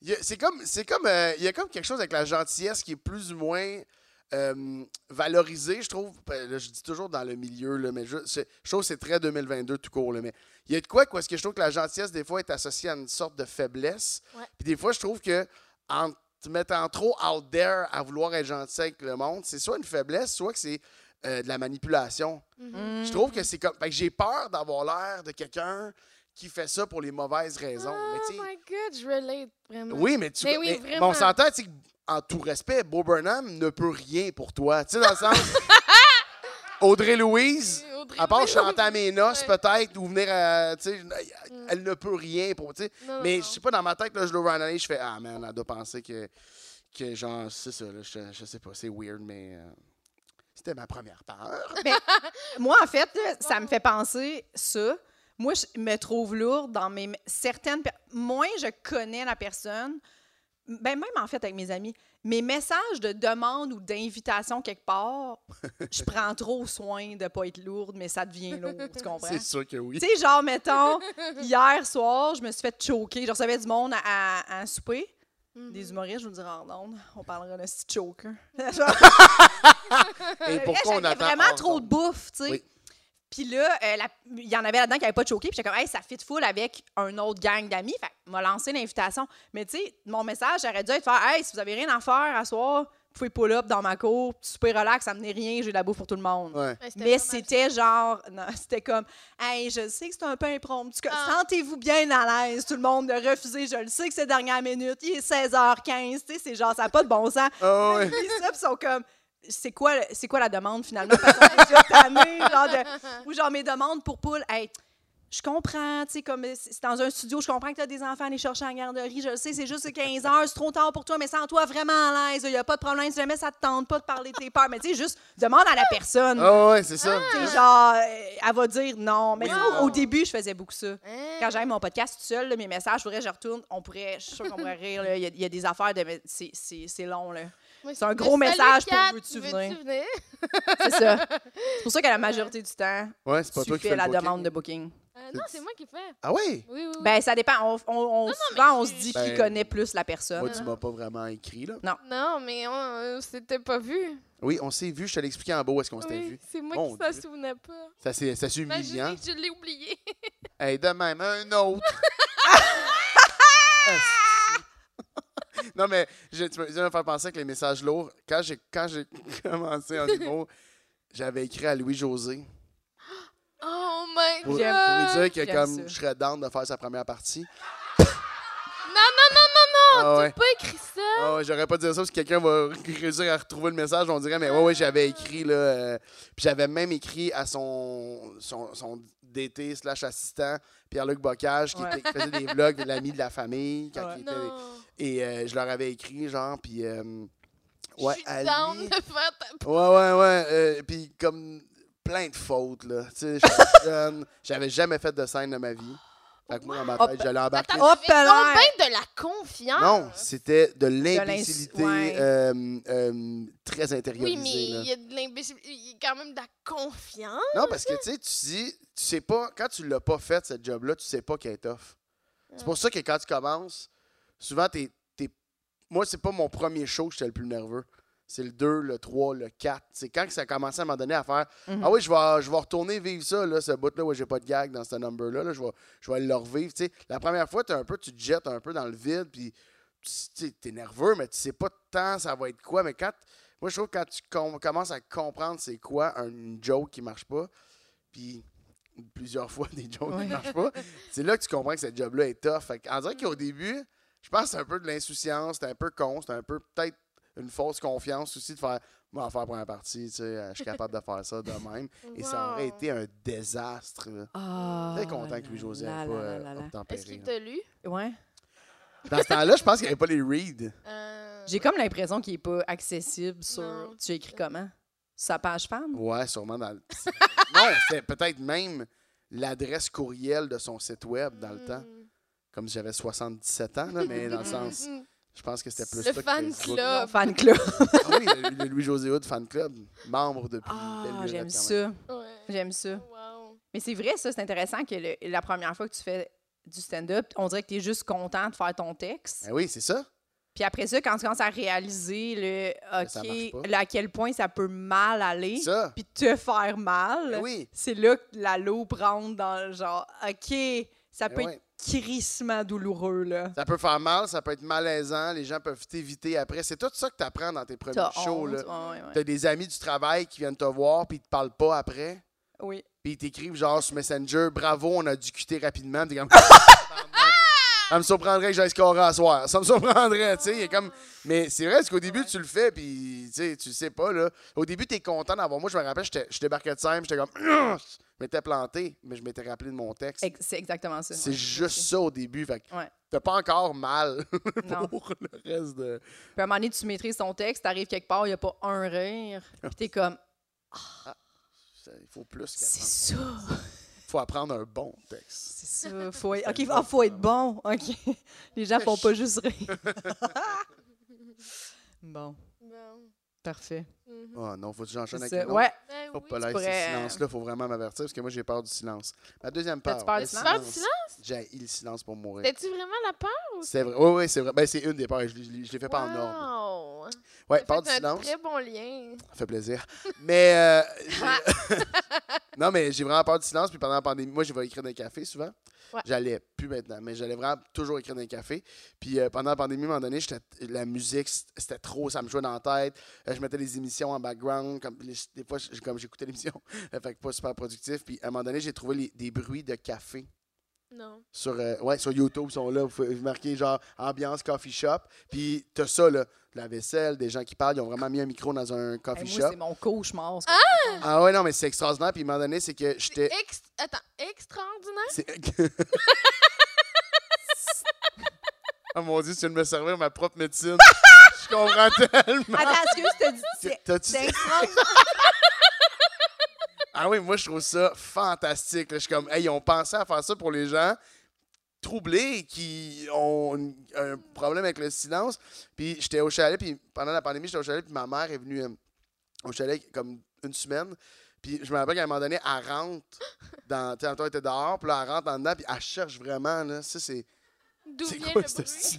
[SPEAKER 4] il y a- C'est comme. C'est comme. euh, Il y a comme quelque chose avec la gentillesse qui est plus ou moins euh, valorisée, je trouve. Ben, là, je dis toujours dans le milieu, là, mais je, c'est- je trouve que c'est très 2022 tout court. là, mais il y a de quoi, quoi, ce que je trouve que la gentillesse, des fois, est associée à une sorte de faiblesse.
[SPEAKER 3] Ouais.
[SPEAKER 4] Puis des fois, je trouve que en te mettant trop out there à vouloir être gentil avec le monde, c'est soit une faiblesse, soit que c'est euh, de la manipulation.
[SPEAKER 3] Mm-hmm.
[SPEAKER 4] Je trouve que c'est comme. fait que j'ai peur d'avoir l'air de quelqu'un qui fait ça pour les mauvaises raisons. Mais tu sais,
[SPEAKER 3] Oh my god, je relate vraiment.
[SPEAKER 4] oui, mais tu
[SPEAKER 3] Mais oui,
[SPEAKER 4] mais
[SPEAKER 3] vraiment.
[SPEAKER 4] on s'entend, tu sais, en tout respect, Bo Burnham ne peut rien pour toi. Tu sais, dans le sens. Audrey Louise,
[SPEAKER 3] Audrey
[SPEAKER 4] à part
[SPEAKER 3] Louise.
[SPEAKER 4] chanter à mes noces,
[SPEAKER 3] Ouais. Mm.
[SPEAKER 4] peut-être, ou venir à. Tu sais, elle ne peut rien pour. Tu sais,
[SPEAKER 3] Non, non,
[SPEAKER 4] mais
[SPEAKER 3] non.
[SPEAKER 4] je sais pas, dans ma tête, là, je le reanalyse, je fais Ah man, elle doit penser que, que genre, c'est ça, là, je, je sais pas, c'est weird, mais euh, c'était ma première
[SPEAKER 2] Ah
[SPEAKER 4] peur.
[SPEAKER 2] Moi, en fait, là, ça me fait penser ça. Moi, je me trouve lourde dans mes certaines. per- Moins je connais la personne, ben même en fait avec mes amis, mes messages de demande ou d'invitation quelque part, je prends trop soin de pas être lourde, mais ça devient lourd, tu comprends?
[SPEAKER 4] C'est sûr que oui.
[SPEAKER 2] Tu sais, genre, mettons, hier soir, je me suis fait choquer. Je recevais du monde à, à- à un souper.
[SPEAKER 3] Mhm. Mm-hmm.
[SPEAKER 2] Des humoristes, je vous dirais en ondes. On parlera d'un petit choker. Genre,
[SPEAKER 4] Et pourquoi
[SPEAKER 2] J'avais
[SPEAKER 4] on attend
[SPEAKER 2] vraiment
[SPEAKER 4] hors
[SPEAKER 2] trop de
[SPEAKER 4] d'onde?
[SPEAKER 2] bouffe, tu sais.
[SPEAKER 4] Oui.
[SPEAKER 2] Puis là, euh, la- il y en avait là-dedans qui n'avaient pas de choqué. Puis j'étais comme, hey, ça fit full avec un autre gang d'amis. Fait que m'a lancé l'invitation. Mais tu sais, mon message, j'aurais dû être faire, hey, si vous avez rien à faire à soir, vous pouvez pull up dans ma cour, super relax, ça me n'est rien, j'ai de la bouffe pour tout le monde.
[SPEAKER 4] Ouais.
[SPEAKER 3] Ouais, c'était
[SPEAKER 2] Mais
[SPEAKER 3] pas mal.
[SPEAKER 2] c'était genre, non, c'était comme, hey, je sais que c'est un peu impromptu. que-
[SPEAKER 3] Ah.
[SPEAKER 2] Sentez-vous bien à l'aise, tout le monde, de refuser. Je le sais que c'est dernière minute. Il est 16h15. Tu sais, c'est genre, ça n'a pas de bon sens.
[SPEAKER 4] Ah ouais.
[SPEAKER 2] Ils lisent ça, puis ils sont comme. C'est quoi, le- c'est quoi la demande finalement? Parce qu'on est déjà tannés, genre de- ou genre mes demandes pour poule. Hey, je comprends, tu sais, comme c'est c'est dans un studio, je comprends que tu as des enfants à aller chercher en garderie, je le sais, c'est juste 15 heures, c'est trop tard pour toi, mais sens-toi vraiment à l'aise, il n'y a pas de problème, si jamais ça te tente pas de parler de tes peurs, mais tu sais, juste demande à la personne.
[SPEAKER 4] Ah ouais, c'est ça.
[SPEAKER 2] Tu sais, genre, euh, elle va dire non. Mais
[SPEAKER 4] Oui,
[SPEAKER 2] tu sais, au-
[SPEAKER 4] non.
[SPEAKER 2] au début, je faisais beaucoup ça
[SPEAKER 3] Hein?
[SPEAKER 2] quand j'aime mon podcast toute seule, là, mes messages, faudrait que je retourne. On pourrait, je suis sûre qu'on pourrait rire. là. Il y, a- il y a des affaires de. mais C'est, c'est- c'est long, là.
[SPEAKER 3] Moi,
[SPEAKER 2] c'est un
[SPEAKER 3] je-
[SPEAKER 2] gros
[SPEAKER 3] Salut,
[SPEAKER 2] message pour
[SPEAKER 3] Kat,
[SPEAKER 2] veux-tu venir?
[SPEAKER 3] venir? Euh,
[SPEAKER 2] C'est ça. C'est pour ça qu'à la majorité du temps,
[SPEAKER 4] Ouais, c'est pas
[SPEAKER 2] tu
[SPEAKER 4] toi qui
[SPEAKER 2] fais
[SPEAKER 4] fais
[SPEAKER 2] la
[SPEAKER 4] le booking.
[SPEAKER 2] demande de booking.
[SPEAKER 3] Euh, non, c'est moi qui fais.
[SPEAKER 4] Ah ouais?
[SPEAKER 3] Oui, oui, oui.
[SPEAKER 2] Ben, ça dépend. On, on- on- souvent, on se
[SPEAKER 3] tu-
[SPEAKER 2] dit
[SPEAKER 4] Ben,
[SPEAKER 2] qui connaît plus la
[SPEAKER 4] Moi,
[SPEAKER 2] personne.
[SPEAKER 4] tu m'as pas vraiment écrit, là.
[SPEAKER 3] Non, mais on, euh, s'était pas vu.
[SPEAKER 4] Oui, on s'est vu, je te l'expliquais en beau, est-ce qu'on s'était
[SPEAKER 3] Oui,
[SPEAKER 4] vu?
[SPEAKER 3] c'est moi
[SPEAKER 4] Mon
[SPEAKER 3] qui s'en
[SPEAKER 4] Dieu.
[SPEAKER 3] souvenais pas.
[SPEAKER 4] Ça, c'est ça, c'est humiliant.
[SPEAKER 3] Imaginez que je l'ai oublié.
[SPEAKER 4] Hey, de même, un autre. Asti. non, mais je, tu m'as- tu viens de me faire penser avec les messages lourds. Quand j'ai, quand j'ai commencé en humour, j'avais écrit à Louis-José
[SPEAKER 3] Oh my
[SPEAKER 4] pour,
[SPEAKER 3] god.
[SPEAKER 4] pour lui dire que
[SPEAKER 2] J'aime
[SPEAKER 4] comme
[SPEAKER 2] ça.
[SPEAKER 4] je serais down de faire sa première partie.
[SPEAKER 3] Non, non, non, non, non.
[SPEAKER 4] Ah
[SPEAKER 3] T'as
[SPEAKER 4] ouais.
[SPEAKER 3] pas écrit ça.
[SPEAKER 4] Ah ouais, j'aurais pas dit ça parce que quelqu'un va réussir à retrouver le message. On dirait, mais ouais, ouais, j'avais écrit, là. euh, puis j'avais même écrit à son, son, son DT slash assistant, Pierre-Luc Bocage, qui,
[SPEAKER 2] Ouais.
[SPEAKER 4] était- qui faisait des vlogs de l'ami de la famille. Quand
[SPEAKER 2] Ouais.
[SPEAKER 4] Ah il était-
[SPEAKER 3] Non.
[SPEAKER 4] Et euh, je leur avais écrit, genre, puis... euh, ouais,
[SPEAKER 3] je suis
[SPEAKER 4] à lui.
[SPEAKER 3] down de faire ta...
[SPEAKER 4] Ouais, ouais, ouais. euh, puis comme plein de fautes, là. Tu sais, j'étais jeune, j'avais jamais fait de scène de ma vie. Fait que moi, dans ma
[SPEAKER 3] Oh,
[SPEAKER 2] Wow.
[SPEAKER 4] tête, je l'ai embarqué.
[SPEAKER 2] Hop
[SPEAKER 3] Attends, tu fais donc
[SPEAKER 2] là!
[SPEAKER 3] ben de la confiance.
[SPEAKER 4] Bah, Non, c'était de l'imbécilité
[SPEAKER 2] ouais.
[SPEAKER 4] euh, euh, très
[SPEAKER 3] Oui,
[SPEAKER 4] intériorisée.
[SPEAKER 3] mais
[SPEAKER 4] là.
[SPEAKER 3] il y a de l'imbécile. Il y a quand même de la confiance.
[SPEAKER 4] Non, parce que tu sais, tu dis, tu sais pas, quand tu l'as pas fait, cette job-là, tu sais pas qu'elle est tough. C'est pour ça que quand tu commences, souvent, t'es. t'es- Moi, c'est pas mon premier show que j'étais le plus nerveux. C'est le 2, le 3, le 4. C'est quand que ça a commencé à m'en donner à faire Ah oui, je vais, je vais retourner vivre ça, là, ce bout-là où j'ai pas de gag dans ce number-là. là, je, vais, je vais le revivre. Tu sais, la première fois, t'es un peu, tu te jettes un peu dans le vide, puis tu tu sais, t'es nerveux, mais tu sais pas tant ça va être quoi. Mais quand. Moi, je trouve que quand tu com- commences à comprendre c'est quoi un- une joke qui marche pas, puis plusieurs fois des jokes qui marchent pas, c'est là que tu comprends que cette job-là est tough. Fait que, en dirait qu'au début, je pense que c'est un peu de l'insouciance, c'est un peu con, c'est un peu peut-être une fausse confiance aussi de faire moi en faire première partie, tu sais, euh, je suis capable de faire ça de même. Et ça aurait
[SPEAKER 3] Wow.
[SPEAKER 4] été un désastre. là.
[SPEAKER 2] Ah,
[SPEAKER 4] Très content que Louis-José n'ait pas euh, obtempéré,
[SPEAKER 3] Est-ce qu'il
[SPEAKER 4] là.
[SPEAKER 3] t'a lu?
[SPEAKER 2] Ouais.
[SPEAKER 4] Dans ce temps-là, je pense qu'il n'y avait pas les reads.
[SPEAKER 3] Euh,
[SPEAKER 2] J'ai comme l'impression qu'il n'est pas accessible sur.
[SPEAKER 3] Non.
[SPEAKER 2] Tu écris comment? Sur Sa page fan?
[SPEAKER 4] Ouais, sûrement dans le- Non, c'est peut-être même l'adresse courriel de son site web dans le temps.
[SPEAKER 3] Mm.
[SPEAKER 4] Comme si j'avais 77 ans, là, mais dans le sens,
[SPEAKER 3] Mm.
[SPEAKER 4] je pense que c'était plus
[SPEAKER 3] Le
[SPEAKER 4] ça que
[SPEAKER 3] fan
[SPEAKER 4] Facebook.
[SPEAKER 3] club.
[SPEAKER 2] Fan club.
[SPEAKER 4] Ah oui, le, le Louis-José Hood fan club, membre depuis.
[SPEAKER 2] Ah,
[SPEAKER 4] belle lurette,
[SPEAKER 2] j'aime
[SPEAKER 4] quand même.
[SPEAKER 2] ça.
[SPEAKER 3] Ouais.
[SPEAKER 2] J'aime ça.
[SPEAKER 3] Wow.
[SPEAKER 2] Mais c'est vrai, ça, c'est intéressant que le- la première fois que tu fais du stand-up, on dirait que tu es juste content de faire ton texte.
[SPEAKER 4] Ben oui, c'est ça.
[SPEAKER 2] Puis après ça, quand tu commences à réaliser le,
[SPEAKER 4] ça
[SPEAKER 2] OK,
[SPEAKER 4] marche pas.
[SPEAKER 2] là, à quel point ça peut mal aller,
[SPEAKER 4] Ça.
[SPEAKER 2] puis te faire mal,
[SPEAKER 4] Ben oui.
[SPEAKER 2] c'est là que la loupe rentre dans le genre, OK, ça
[SPEAKER 4] Ben
[SPEAKER 2] peut
[SPEAKER 4] ouais.
[SPEAKER 2] être crissement douloureux, là.
[SPEAKER 4] Ça peut faire mal, ça peut être malaisant, les gens peuvent t'éviter après. C'est tout ça que tu apprends dans tes premiers
[SPEAKER 2] T'as
[SPEAKER 4] shows.
[SPEAKER 2] honte.
[SPEAKER 4] là.
[SPEAKER 2] Ouais, ouais, ouais.
[SPEAKER 4] T'as des amis du travail qui viennent te voir puis ils te parlent pas après.
[SPEAKER 2] Oui.
[SPEAKER 4] Puis ils t'écrivent genre sur Messenger, bravo, on a discuté rapidement. Puis t'es comme. ça me surprendrait que j'aille scorer à soir. Ça me surprendrait, tu sais. il est comme... Mais c'est vrai, parce qu'au début, tu le fais, puis tu sais, tu sais pas, là. Au début, t'es content d'avoir. Moi, je me rappelle, j'étais- je débarquais de scène, j'étais comme. Ugh! Je m'étais planté, mais je m'étais rappelé de mon texte.
[SPEAKER 2] Ex- C'est exactement ça.
[SPEAKER 4] C'est
[SPEAKER 2] ouais.
[SPEAKER 4] juste ça au début. Fait que
[SPEAKER 2] Ouais.
[SPEAKER 4] t'as pas encore mal
[SPEAKER 2] Non.
[SPEAKER 4] pour le reste de.
[SPEAKER 2] Puis à un moment donné, tu maîtrises ton texte, t'arrives quelque part, il n'y a pas un rire.
[SPEAKER 4] Ah,
[SPEAKER 2] Puis t'es comme,
[SPEAKER 4] Ça, Il faut plus
[SPEAKER 2] c'est
[SPEAKER 4] qu'apprendre.
[SPEAKER 2] ça,
[SPEAKER 4] faut apprendre un bon texte.
[SPEAKER 2] c'est ça. Faut être... OK, ah, faut être bon. OK. Les gens font pas juste rire. bon,
[SPEAKER 3] Bon.
[SPEAKER 2] parfait.
[SPEAKER 3] Mhm.
[SPEAKER 4] Oh non, faut que j'enchaîne
[SPEAKER 2] C'est
[SPEAKER 4] avec
[SPEAKER 2] ça.
[SPEAKER 4] une autre?
[SPEAKER 2] Ouais.
[SPEAKER 3] Ben
[SPEAKER 4] Oh,
[SPEAKER 3] oui.
[SPEAKER 4] pas là,
[SPEAKER 2] Ah tu pourrais, euh,
[SPEAKER 4] ce silence-là, faut vraiment m'avertir parce que moi, j'ai peur du silence. Ma deuxième peur.
[SPEAKER 2] T'as-tu peur
[SPEAKER 4] le
[SPEAKER 2] du silence?
[SPEAKER 3] Peur du silence?
[SPEAKER 4] J'ai le silence pour mourir.
[SPEAKER 3] T'as-tu vraiment la peur?
[SPEAKER 4] C'est vrai. Oui, oui, c'est vrai. Ben, c'est une des peurs. Je, l'ai- je l'ai fait pas en ordre.
[SPEAKER 3] ordre.
[SPEAKER 4] Ouais, peur du
[SPEAKER 3] un
[SPEAKER 4] silence.
[SPEAKER 3] très bon lien.
[SPEAKER 4] Ça fait plaisir. Mais. euh, j'ai- non, mais j'ai vraiment peur du silence. Puis pendant la pandémie, moi, je vais écrire dans les cafés souvent.
[SPEAKER 3] Ouais.
[SPEAKER 4] J'allais plus maintenant, mais j'allais vraiment toujours écrire dans les cafés. Puis euh, pendant la pandémie, à un moment donné, j'étais- la musique, c- c'était trop, ça me jouait dans la tête. Euh, je mettais des émissions en background. Comme, les- des fois, j- comme j'écoutais l'émission, Euh, fait que pas super productif. Puis à un moment donné, j'ai trouvé les- des bruits de café.
[SPEAKER 3] Non.
[SPEAKER 4] Sur, euh, ouais, sur YouTube, ils sont là. Vous pouvez marquer genre ambiance coffee shop. Puis t'as ça, là, de la vaisselle, des gens qui parlent. Ils ont vraiment mis un micro dans un
[SPEAKER 2] Hey,
[SPEAKER 4] coffee
[SPEAKER 2] moi,
[SPEAKER 4] shop.
[SPEAKER 2] c'est mon cauchemar. ça.
[SPEAKER 4] Ah ouais, non, mais c'est extraordinaire. Puis à un moment donné, c'est que j'étais.
[SPEAKER 3] Ex- Attends, extraordinaire?
[SPEAKER 4] c'est- oh mon dieu, tu viens de me servir ma propre médecine. Je comprends tellement.
[SPEAKER 2] Attends, excuse, t'as dit... Ah, c'est-
[SPEAKER 4] T'as-tu-
[SPEAKER 2] C'est extraordinaire.
[SPEAKER 4] Ah oui, moi, je trouve ça fantastique. là. Je suis comme, hey, ils ont pensé à faire ça pour les gens troublés qui ont une- un problème avec le silence. Puis j'étais au chalet, puis pendant la pandémie, j'étais au chalet, puis ma mère est venue euh, au chalet comme une semaine. Puis je me rappelle qu'à un moment donné, elle rentre dans. Tu sais, elle était dehors, puis là, elle rentre en dedans, puis elle cherche vraiment, là. Ça, c'est.
[SPEAKER 3] D'où
[SPEAKER 4] C'est
[SPEAKER 3] vient
[SPEAKER 4] quoi
[SPEAKER 3] le
[SPEAKER 4] ce
[SPEAKER 3] bruit?
[SPEAKER 4] petit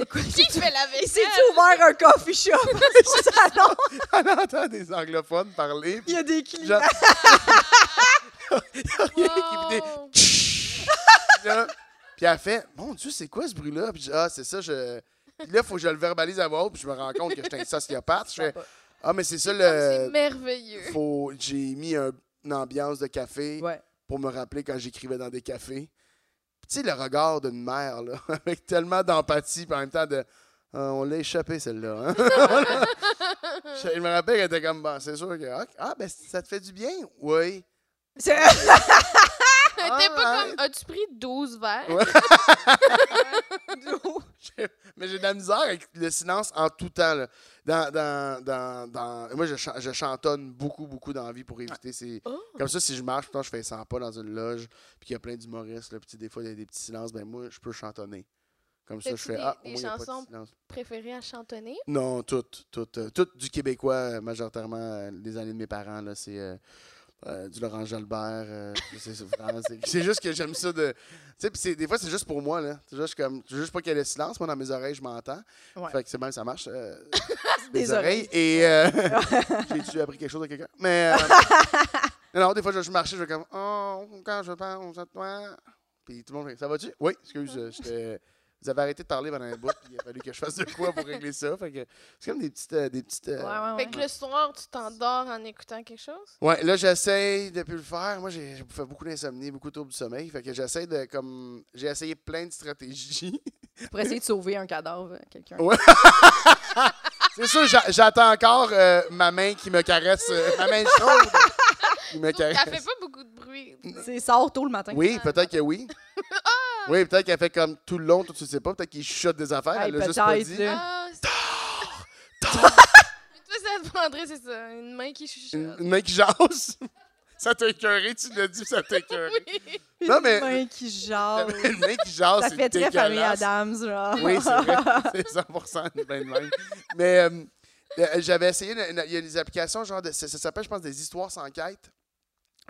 [SPEAKER 4] bruit-là?
[SPEAKER 3] Qui fait la
[SPEAKER 2] Il
[SPEAKER 3] vaisselle?
[SPEAKER 2] s'est-tu ouvert un coffee shop au salon?
[SPEAKER 4] Elle entend des anglophones parler,
[SPEAKER 2] Il
[SPEAKER 4] puis
[SPEAKER 2] y a des clients.
[SPEAKER 4] genre. qui- des-
[SPEAKER 3] Wow.
[SPEAKER 4] Puis là, puis elle fait Mon Dieu, c'est quoi ce bruit-là? Puis je dis, Ah, c'est ça, je. Puis là, il faut que je le verbalise à voix haute, puis je me rends compte que j'étais un sociopathe. Je fais Ah, mais c'est ça
[SPEAKER 3] C'est
[SPEAKER 4] le.
[SPEAKER 3] merveilleux.
[SPEAKER 4] Faut... J'ai mis un- une ambiance de café
[SPEAKER 2] Ouais.
[SPEAKER 4] pour me rappeler quand j'écrivais dans des cafés. Puis Tu sais, le regard d'une mère, là, avec tellement d'empathie, puis en même temps de. Ah, on l'a échappé, celle-là. hein? je, je me rappelle qu'elle était comme, bon, c'est sûr que. Ah, ah, ben, ça te fait du bien? Oui. Ah,
[SPEAKER 2] C'est-
[SPEAKER 3] T'es pas comme. As-tu pris 12 verres?
[SPEAKER 4] Ouais. J'ai- Mais j'ai de la misère avec le silence en tout temps. là. Dans, dans, dans, dans- Moi, je, chan- je chantonne beaucoup, beaucoup dans la vie pour éviter ces.
[SPEAKER 3] Oh.
[SPEAKER 4] Comme ça, si je marche, pourtant, je fais 100 pas dans une loge, puis qu'il y a plein d'humoristes, là, puis tu sais, des fois, il y a des petits silences, ben moi, je peux chantonner. Comme ça, je
[SPEAKER 3] T'as-tu
[SPEAKER 4] fais
[SPEAKER 3] des-
[SPEAKER 4] Ah, au
[SPEAKER 3] des
[SPEAKER 4] moins, il y a pas
[SPEAKER 3] chansons?
[SPEAKER 4] de silence.
[SPEAKER 3] Préféré à chantonner?
[SPEAKER 4] Non, toutes. Toutes euh, toutes du québécois, euh, majoritairement, euh, les années de mes parents, là, c'est. euh, euh, du Laurent Jalbert, euh, c'est- c'est vraiment- c'est- c'est juste que j'aime ça de. Tu sais, puis c'est- des fois, c'est juste pour moi, là. C'est juste comme. Je veux juste pas qu'il y ait le silence, moi, dans mes oreilles, je m'entends.
[SPEAKER 2] Ouais.
[SPEAKER 4] Fait que c'est même, ça marche. euh,
[SPEAKER 2] Des
[SPEAKER 4] des oreilles. Et. euh, J'ai-tu appris quelque chose à quelqu'un? Mais. euh, non, des fois, je, je marchais, je fais comme. Oh, quand je parle, ça toi. Puis tout le monde fait. Ça va-tu? Oui, excuse. euh, j'étais- Vous avez arrêté de parler pendant un bout, puis il a fallu que je fasse de quoi pour régler ça. Fait que c'est comme des petites. euh, des petites euh,
[SPEAKER 2] Ouais, ouais, ouais.
[SPEAKER 3] Fait que le soir, tu t'endors en écoutant quelque chose?
[SPEAKER 4] Ouais, là, j'essaye de plus le faire. Moi, j'ai j'ai fait beaucoup d'insomnie, beaucoup de troubles du sommeil. Fait que j'essaie de, comme. J'ai essayé plein de stratégies.
[SPEAKER 2] pour essayer de sauver un cadavre, quelqu'un.
[SPEAKER 4] Ouais. C'est sûr, j'a- j'attends encore euh, ma main qui me caresse. euh, ma main chaude qui me
[SPEAKER 3] Donc, elle fait
[SPEAKER 4] caresse.
[SPEAKER 3] pas beaucoup de bruit.
[SPEAKER 2] C'est sort tôt le matin.
[SPEAKER 4] Oui, peut-être que oui. Oui, peut-être qu'elle fait comme tout le long, tout tu sais pas. Peut-être qu'il chuchote des affaires.
[SPEAKER 2] Hey,
[SPEAKER 4] elle l'a juste pas
[SPEAKER 2] peut-être,
[SPEAKER 4] dit.
[SPEAKER 2] là.
[SPEAKER 3] Ah, c'est- Mais toi, ça te prendrait, c'est ça, une main qui
[SPEAKER 4] Une,
[SPEAKER 3] chuchote.
[SPEAKER 4] une main qui jase. ça t'a écœuré, tu l'as dit, ça t'a écœuré.
[SPEAKER 3] Oui.
[SPEAKER 2] Une
[SPEAKER 4] Non, mais-
[SPEAKER 2] main qui jase.
[SPEAKER 4] Une main qui jase,
[SPEAKER 2] Ça
[SPEAKER 4] c'est
[SPEAKER 2] fait très famille
[SPEAKER 4] dégueulasse.
[SPEAKER 2] Adams, genre.
[SPEAKER 4] Oui, c'est vrai. C'est 100 une main de même. Mais euh, euh, j'avais essayé, une- une- il y a des applications, genre, de, ça, ça s'appelle, je pense, des histoires sans quête.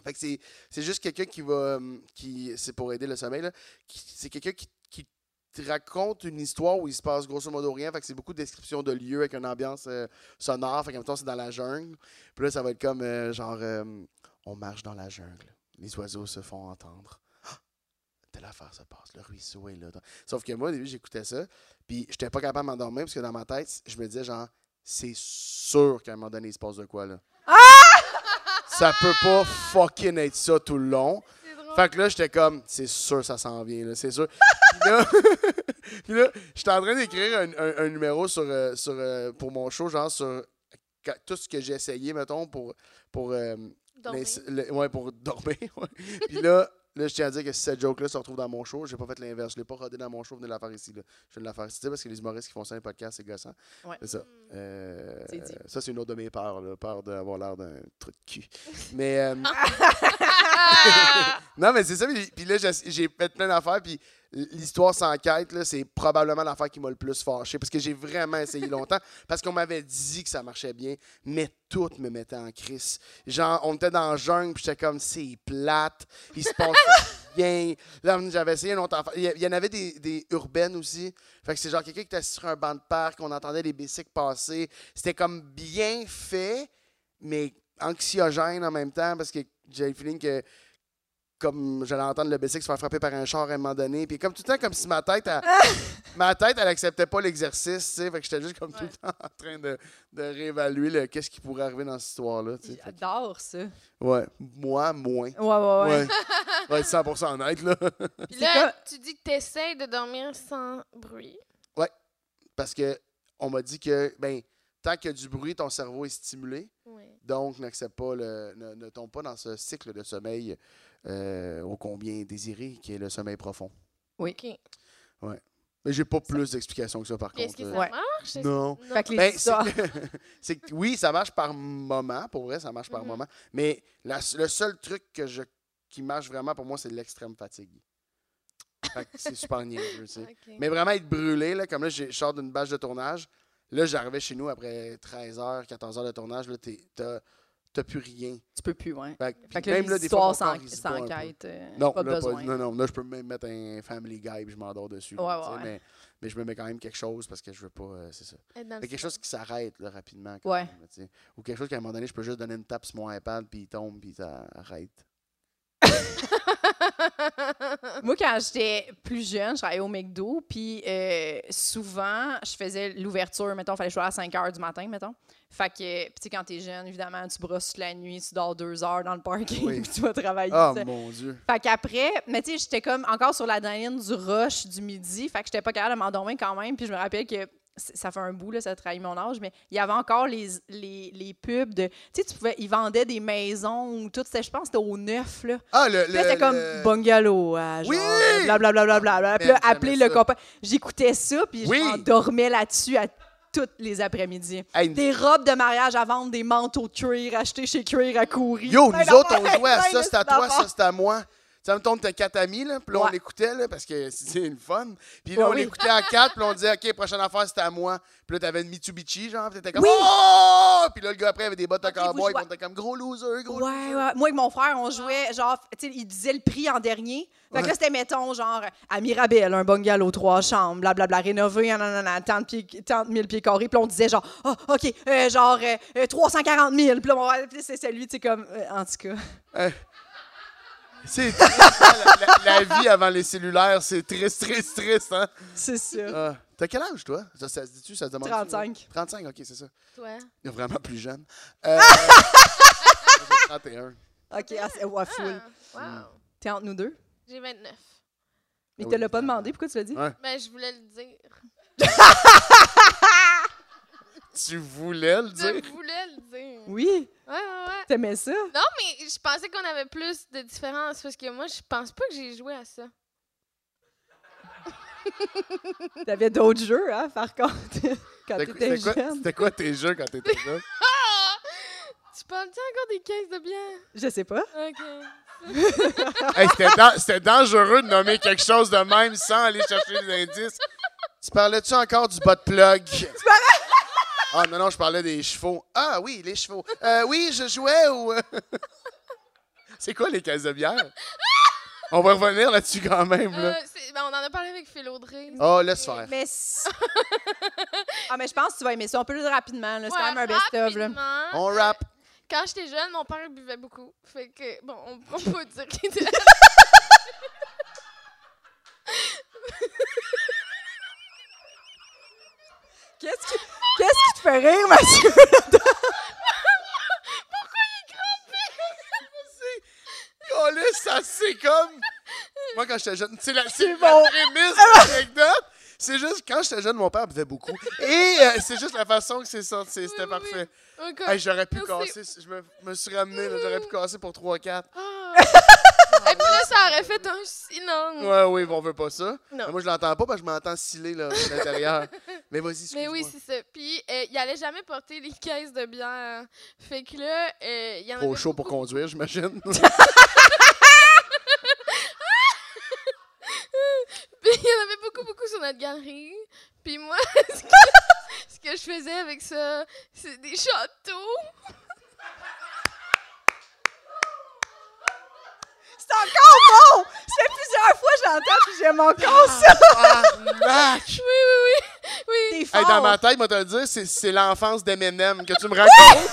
[SPEAKER 4] Fait que c'est, c'est juste quelqu'un qui va, euh, qui, c'est pour aider le sommeil, là, qui- c'est quelqu'un qui, qui te raconte une histoire où il se passe grosso modo rien. Fait que c'est beaucoup de descriptions de lieux avec une ambiance euh, sonore. Fait qu'en même temps, c'est dans la jungle. Puis là, ça va être comme, euh, genre, euh, on marche dans la jungle. Les oiseaux se font entendre. Ah! l'affaire se passe, le ruisseau est là. Sauf que moi, au début, j'écoutais ça, puis j'étais pas capable de m'endormir parce que dans ma tête, je me disais genre, c'est sûr qu'à un moment donné, il se passe de quoi là. Ça peut pas fucking être ça tout le long.
[SPEAKER 3] C'est drôle.
[SPEAKER 4] Fait que là, j'étais comme, c'est sûr, ça s'en vient, là, c'est sûr. Puis là, puis là, j'étais en train d'écrire un, un- un numéro sur, euh, sur, euh, pour mon show, genre sur ca- tout ce que j'ai essayé, mettons, pour, pour, euh,
[SPEAKER 3] Dormir.
[SPEAKER 4] l'ins- le- ouais, pour dormir. ouais. Puis là, là, je tiens à dire que si cette joke-là se retrouve dans mon show, j'ai pas fait l'inverse. Je l'ai pas rodé dans mon show, venez la faire ici. Là. Je viens de la faire ici parce que les humoristes qui font ça dans les podcasts, c'est gossant.
[SPEAKER 2] Ouais.
[SPEAKER 4] C'est ça.
[SPEAKER 3] Hmm.
[SPEAKER 4] Euh,
[SPEAKER 2] C'est dit.
[SPEAKER 4] ça, c'est une autre de mes peurs, là, peur d'avoir l'air d'un truc de cul. Mais. euh,
[SPEAKER 3] Ah!
[SPEAKER 4] non, mais c'est ça. Puis, puis là, j'ai- j'ai fait plein d'affaires. Puis l'histoire sans quête, là, c'est probablement l'affaire qui m'a le plus fâché. Parce que j'ai vraiment essayé longtemps. Parce qu'on m'avait dit que ça marchait bien. Mais tout me mettait en crise. Genre, on était dans la jungle. Puis j'étais comme, c'est plate. Il se passe rien. Là, j'avais essayé une autre affaire. Il y a- il y en avait des, des urbaines aussi. Fait que c'est genre quelqu'un qui était assis sur un banc de parc. On entendait les bicycles passer. C'était comme bien fait. Mais anxiogène en même temps. Parce que j'avais le feeling que comme j'allais entendre le bicycle se faire frapper par un char à un moment donné. Puis comme tout le temps, comme si ma tête, elle, ma tête, elle acceptait pas l'exercice, tu sais. Fait que j'étais juste comme tout le temps en train de, de réévaluer le qu'est-ce qui pourrait arriver dans cette histoire-là, tu sais. Fait que-
[SPEAKER 2] J'adore ça. Ouais,
[SPEAKER 4] Ouais, moi, moins.
[SPEAKER 2] ouais, ouais.
[SPEAKER 4] Ouais. Ouais, 100% honnête, là.
[SPEAKER 3] Puis
[SPEAKER 2] C'est
[SPEAKER 3] là,
[SPEAKER 2] comme-
[SPEAKER 3] tu dis que t'essayes de dormir sans bruit.
[SPEAKER 4] Parce que on m'a dit que, ben, tant qu'il y a du bruit, ton cerveau est stimulé.
[SPEAKER 3] Ouais.
[SPEAKER 4] Donc, n'accepte pas le, ne, ne tombe pas dans ce cycle de sommeil euh, ô combien désiré, qui est le sommeil profond.
[SPEAKER 3] OK.
[SPEAKER 4] Mais j'ai pas plus d'explications que ça, par
[SPEAKER 3] Puis Est-ce
[SPEAKER 4] contre.
[SPEAKER 3] que ça
[SPEAKER 4] euh.
[SPEAKER 2] Ouais.
[SPEAKER 3] marche? Est-ce-
[SPEAKER 4] Non.
[SPEAKER 3] Non.
[SPEAKER 2] Fait que les
[SPEAKER 4] Ben, c'est-
[SPEAKER 2] histoires-
[SPEAKER 4] c'est que oui, ça marche par moment. Pour vrai, ça marche par
[SPEAKER 2] Mm-hmm.
[SPEAKER 3] Mhm.
[SPEAKER 4] moment. Mais la s- le seul truc que je, qui marche vraiment pour moi, c'est l'extrême fatigue. Fait que c'est super niaiseux, tu sais.
[SPEAKER 3] OK.
[SPEAKER 4] Mais vraiment être brûlé, là, comme là, j'ai- je sors d'une bâche de tournage. Là, j'arrivais chez nous après 13 h 14 heures de tournage. Là, t'es- t'as t'as plus rien.
[SPEAKER 2] Tu peux plus, ouais.
[SPEAKER 4] Fait, que-
[SPEAKER 2] Fait que
[SPEAKER 4] puis
[SPEAKER 2] là,
[SPEAKER 4] même là,
[SPEAKER 2] les
[SPEAKER 4] des fois,
[SPEAKER 2] histoires
[SPEAKER 4] mon corps,
[SPEAKER 2] sans,
[SPEAKER 4] il se
[SPEAKER 2] sans
[SPEAKER 4] bat un peu.
[SPEAKER 2] quête, euh,
[SPEAKER 4] Non,
[SPEAKER 2] pas
[SPEAKER 4] là, pas-
[SPEAKER 2] besoin.
[SPEAKER 4] non, non, là, je peux même mettre un Family Guy et je m'endors dessus. là,
[SPEAKER 2] Ouais,
[SPEAKER 4] tu sais,
[SPEAKER 2] ouais,
[SPEAKER 4] Mais, mais je me mets quand même quelque chose parce que je veux pas. euh, c'est ça.
[SPEAKER 3] Être dans le
[SPEAKER 4] Fait quelque chose qui s'arrête là, rapidement. quand
[SPEAKER 2] Ouais.
[SPEAKER 4] même, là, tu sais. Ou quelque chose qu'à un moment donné, je peux juste donner une tape sur mon iPad, puis il tombe, puis ça arrête.
[SPEAKER 3] silence.
[SPEAKER 2] Moi, quand j'étais plus jeune, je travaillais au McDo, puis euh, souvent, je faisais l'ouverture, mettons, il fallait que je sois à 5 h du matin, mettons. Fait que, puis tu sais, quand t'es jeune, évidemment, tu brosses toute la nuit, tu dors deux heures dans le parking,
[SPEAKER 4] Oui.
[SPEAKER 2] puis tu vas travailler.
[SPEAKER 4] Ah,
[SPEAKER 2] tu sais.
[SPEAKER 4] mon Dieu.
[SPEAKER 2] Fait qu'après, mais tu sais, j'étais comme encore sur l'adrénaline du rush du midi, fait que j'étais pas capable de m'endormir quand même. Puis je me rappelle que c- ça fait un bout, là, ça trahit mon âge, mais il y avait encore les, les, les pubs de. Tu sais, tu pouvais, ils vendaient des maisons ou tout, c'était- je pense, que c'était au neuf, là.
[SPEAKER 4] Ah, le.
[SPEAKER 2] Puis là, c'était
[SPEAKER 4] le-
[SPEAKER 2] comme
[SPEAKER 4] le-
[SPEAKER 2] bungalow, à
[SPEAKER 4] Oui!
[SPEAKER 2] genre, euh, blablabla. Bla, bla,
[SPEAKER 4] Man,
[SPEAKER 2] Puis là,
[SPEAKER 4] j'aimais
[SPEAKER 2] appeler le
[SPEAKER 4] ça.
[SPEAKER 2] copain. J'écoutais ça, puis
[SPEAKER 4] Oui!
[SPEAKER 2] je m'endormais là-dessus à tous les après-midi.
[SPEAKER 4] Hey,
[SPEAKER 2] Des robes de mariage à vendre, des manteaux de cuir achetés chez Cuir à Courir.
[SPEAKER 4] Yo,
[SPEAKER 2] Plein
[SPEAKER 4] nous autres,
[SPEAKER 2] d'affaires,
[SPEAKER 4] on jouait à
[SPEAKER 2] plein
[SPEAKER 4] ça,
[SPEAKER 2] de
[SPEAKER 4] c'est à toi,
[SPEAKER 2] affaires.
[SPEAKER 4] ça, c'est à moi. Ça me tombe, t'as quatre amis, là, puis là, on
[SPEAKER 2] Ouais.
[SPEAKER 4] l'écoutait, là, parce que c'était une fun. Puis là,
[SPEAKER 2] Ouais,
[SPEAKER 4] on
[SPEAKER 2] oui.
[SPEAKER 4] l'écoutait à quatre, puis on disait, OK, prochaine affaire, c'est à moi. Puis là, t'avais une Mitsubishi, genre, puis t'étais comme,
[SPEAKER 2] Oui.
[SPEAKER 4] Oh! Puis là, le gars après avait des bottes à
[SPEAKER 2] Ok, vous
[SPEAKER 4] cowboy,
[SPEAKER 2] jouez-
[SPEAKER 4] puis on était comme, gros loser, gros
[SPEAKER 2] Ouais, ouais. Moi et mon frère, on jouait, genre, tu sais, il disait le prix en dernier. Fait que
[SPEAKER 4] Ouais.
[SPEAKER 2] là, c'était, mettons, genre, à Mirabel, un bungalow, trois chambres, blablabla, rénové, nanana, tant de, pieds, tant de mille pieds carrés. Puis là, on disait, genre, ah, OK, euh, genre, euh, euh, 340 000. Puis là, mon frère, puis c'est celui, tu sais, comme, euh, en tout cas.
[SPEAKER 4] Eh. C'est triste, hein, la, la- la vie avant les cellulaires, c'est triste, triste, triste, hein?
[SPEAKER 2] C'est ça.
[SPEAKER 4] Ah, T'as quel âge, toi? Ça, ça se dit-tu? Ça se demande
[SPEAKER 2] 35.
[SPEAKER 4] 35, OK, c'est ça.
[SPEAKER 3] Toi.
[SPEAKER 4] Il est vraiment plus jeune. Euh, j'ai 31.
[SPEAKER 2] OK, ah, c'est- ouais, full.
[SPEAKER 3] Ah, wow.
[SPEAKER 2] T'es entre nous deux?
[SPEAKER 3] J'ai 29.
[SPEAKER 2] Mais
[SPEAKER 4] Ah
[SPEAKER 2] tu
[SPEAKER 4] oui,
[SPEAKER 2] l'as pas
[SPEAKER 4] clairement.
[SPEAKER 2] demandé, pourquoi tu l'as dit?
[SPEAKER 4] Ouais.
[SPEAKER 3] Ben, je voulais le dire.
[SPEAKER 4] Tu voulais le dire?
[SPEAKER 3] Je voulais le dire.
[SPEAKER 2] Oui,
[SPEAKER 3] Ouais, ouais, ouais.
[SPEAKER 2] t'aimais ça?
[SPEAKER 3] Non, mais je pensais qu'on avait plus de différences parce que moi, je pense pas que j'ai joué à ça.
[SPEAKER 2] T'avais d'autres jeux, hein, par contre, quand
[SPEAKER 4] C'était quoi-
[SPEAKER 2] t'étais
[SPEAKER 4] c'était quoi-
[SPEAKER 2] jeune.
[SPEAKER 4] C'était quoi tes jeux quand t'étais jeune?
[SPEAKER 3] Tu parles-tu encore des caisses de bière?
[SPEAKER 2] Je sais pas.
[SPEAKER 3] OK.
[SPEAKER 4] Hey, c'était dan- C'était dangereux de nommer quelque chose de même sans aller chercher des indices. Tu parlais-tu encore du bot plug? Ah non, non, je parlais des chevaux. Ah oui, les chevaux. Euh, oui, je jouais ou... C'est quoi les caisses de bière? On va revenir là-dessus quand même. Là.
[SPEAKER 3] Euh, c'est- ben, on en a parlé avec Phil Audrey.
[SPEAKER 4] Oh, laisse faire.
[SPEAKER 2] Mais c- ah, mais je pense que tu vas aimer ça. On peut le dire rapidement. là. C'est quand même un best-of. là.
[SPEAKER 3] rapidement,
[SPEAKER 4] On rap.
[SPEAKER 3] Quand j'étais jeune, mon père buvait beaucoup. Fait que, bon, on, on peut dire qu'il était.
[SPEAKER 2] Qu'est-ce qui, qu'est-ce qui te fait rire, Mathieu?
[SPEAKER 4] Oh là, ça c'est comme. Moi, quand j'étais jeune, c'est la, c'est
[SPEAKER 2] C'est
[SPEAKER 4] la
[SPEAKER 2] bon.
[SPEAKER 4] prémisse de l'anecdote. C'est juste, quand j'étais jeune, mon père buvait beaucoup. Et euh, c'est juste la façon que c'est sorti. C'était
[SPEAKER 3] oui,
[SPEAKER 4] parfait.
[SPEAKER 3] Encore.
[SPEAKER 4] Hey, j'aurais pu
[SPEAKER 3] Merci.
[SPEAKER 4] casser. Je me, me suis ramené, là, j'aurais pu casser pour 3-4.
[SPEAKER 3] Mm. Ah. Et puis là, ça aurait fait un silence.
[SPEAKER 4] Ouais, oui, on veut pas ça.
[SPEAKER 3] Non.
[SPEAKER 4] Mais Moi, je l'entends pas parce que je m'entends sciller là, de l'intérieur. Mais vas-y, excuse-moi.
[SPEAKER 3] Mais oui, c'est ça. Puis, euh, il allait jamais porter les caisses de bière. Fait que là, euh, il y en
[SPEAKER 4] Trop
[SPEAKER 3] avait
[SPEAKER 4] chaud pour conduire, j'imagine.
[SPEAKER 3] Puis il y en avait beaucoup, beaucoup sur notre galerie. Puis moi, ce que, ce que je faisais avec ça, c'est des châteaux.
[SPEAKER 2] C'est encore bon! C'est plusieurs fois que j'entends puis j'aime encore ça!
[SPEAKER 4] ah, match!
[SPEAKER 3] Oui, oui, oui. oui.
[SPEAKER 2] T'es
[SPEAKER 4] Hey, dans
[SPEAKER 2] fort.
[SPEAKER 3] Oh!
[SPEAKER 4] ma tête, moi, te le dire, c'est, c'est l'enfance d'Eminem que tu me racontes.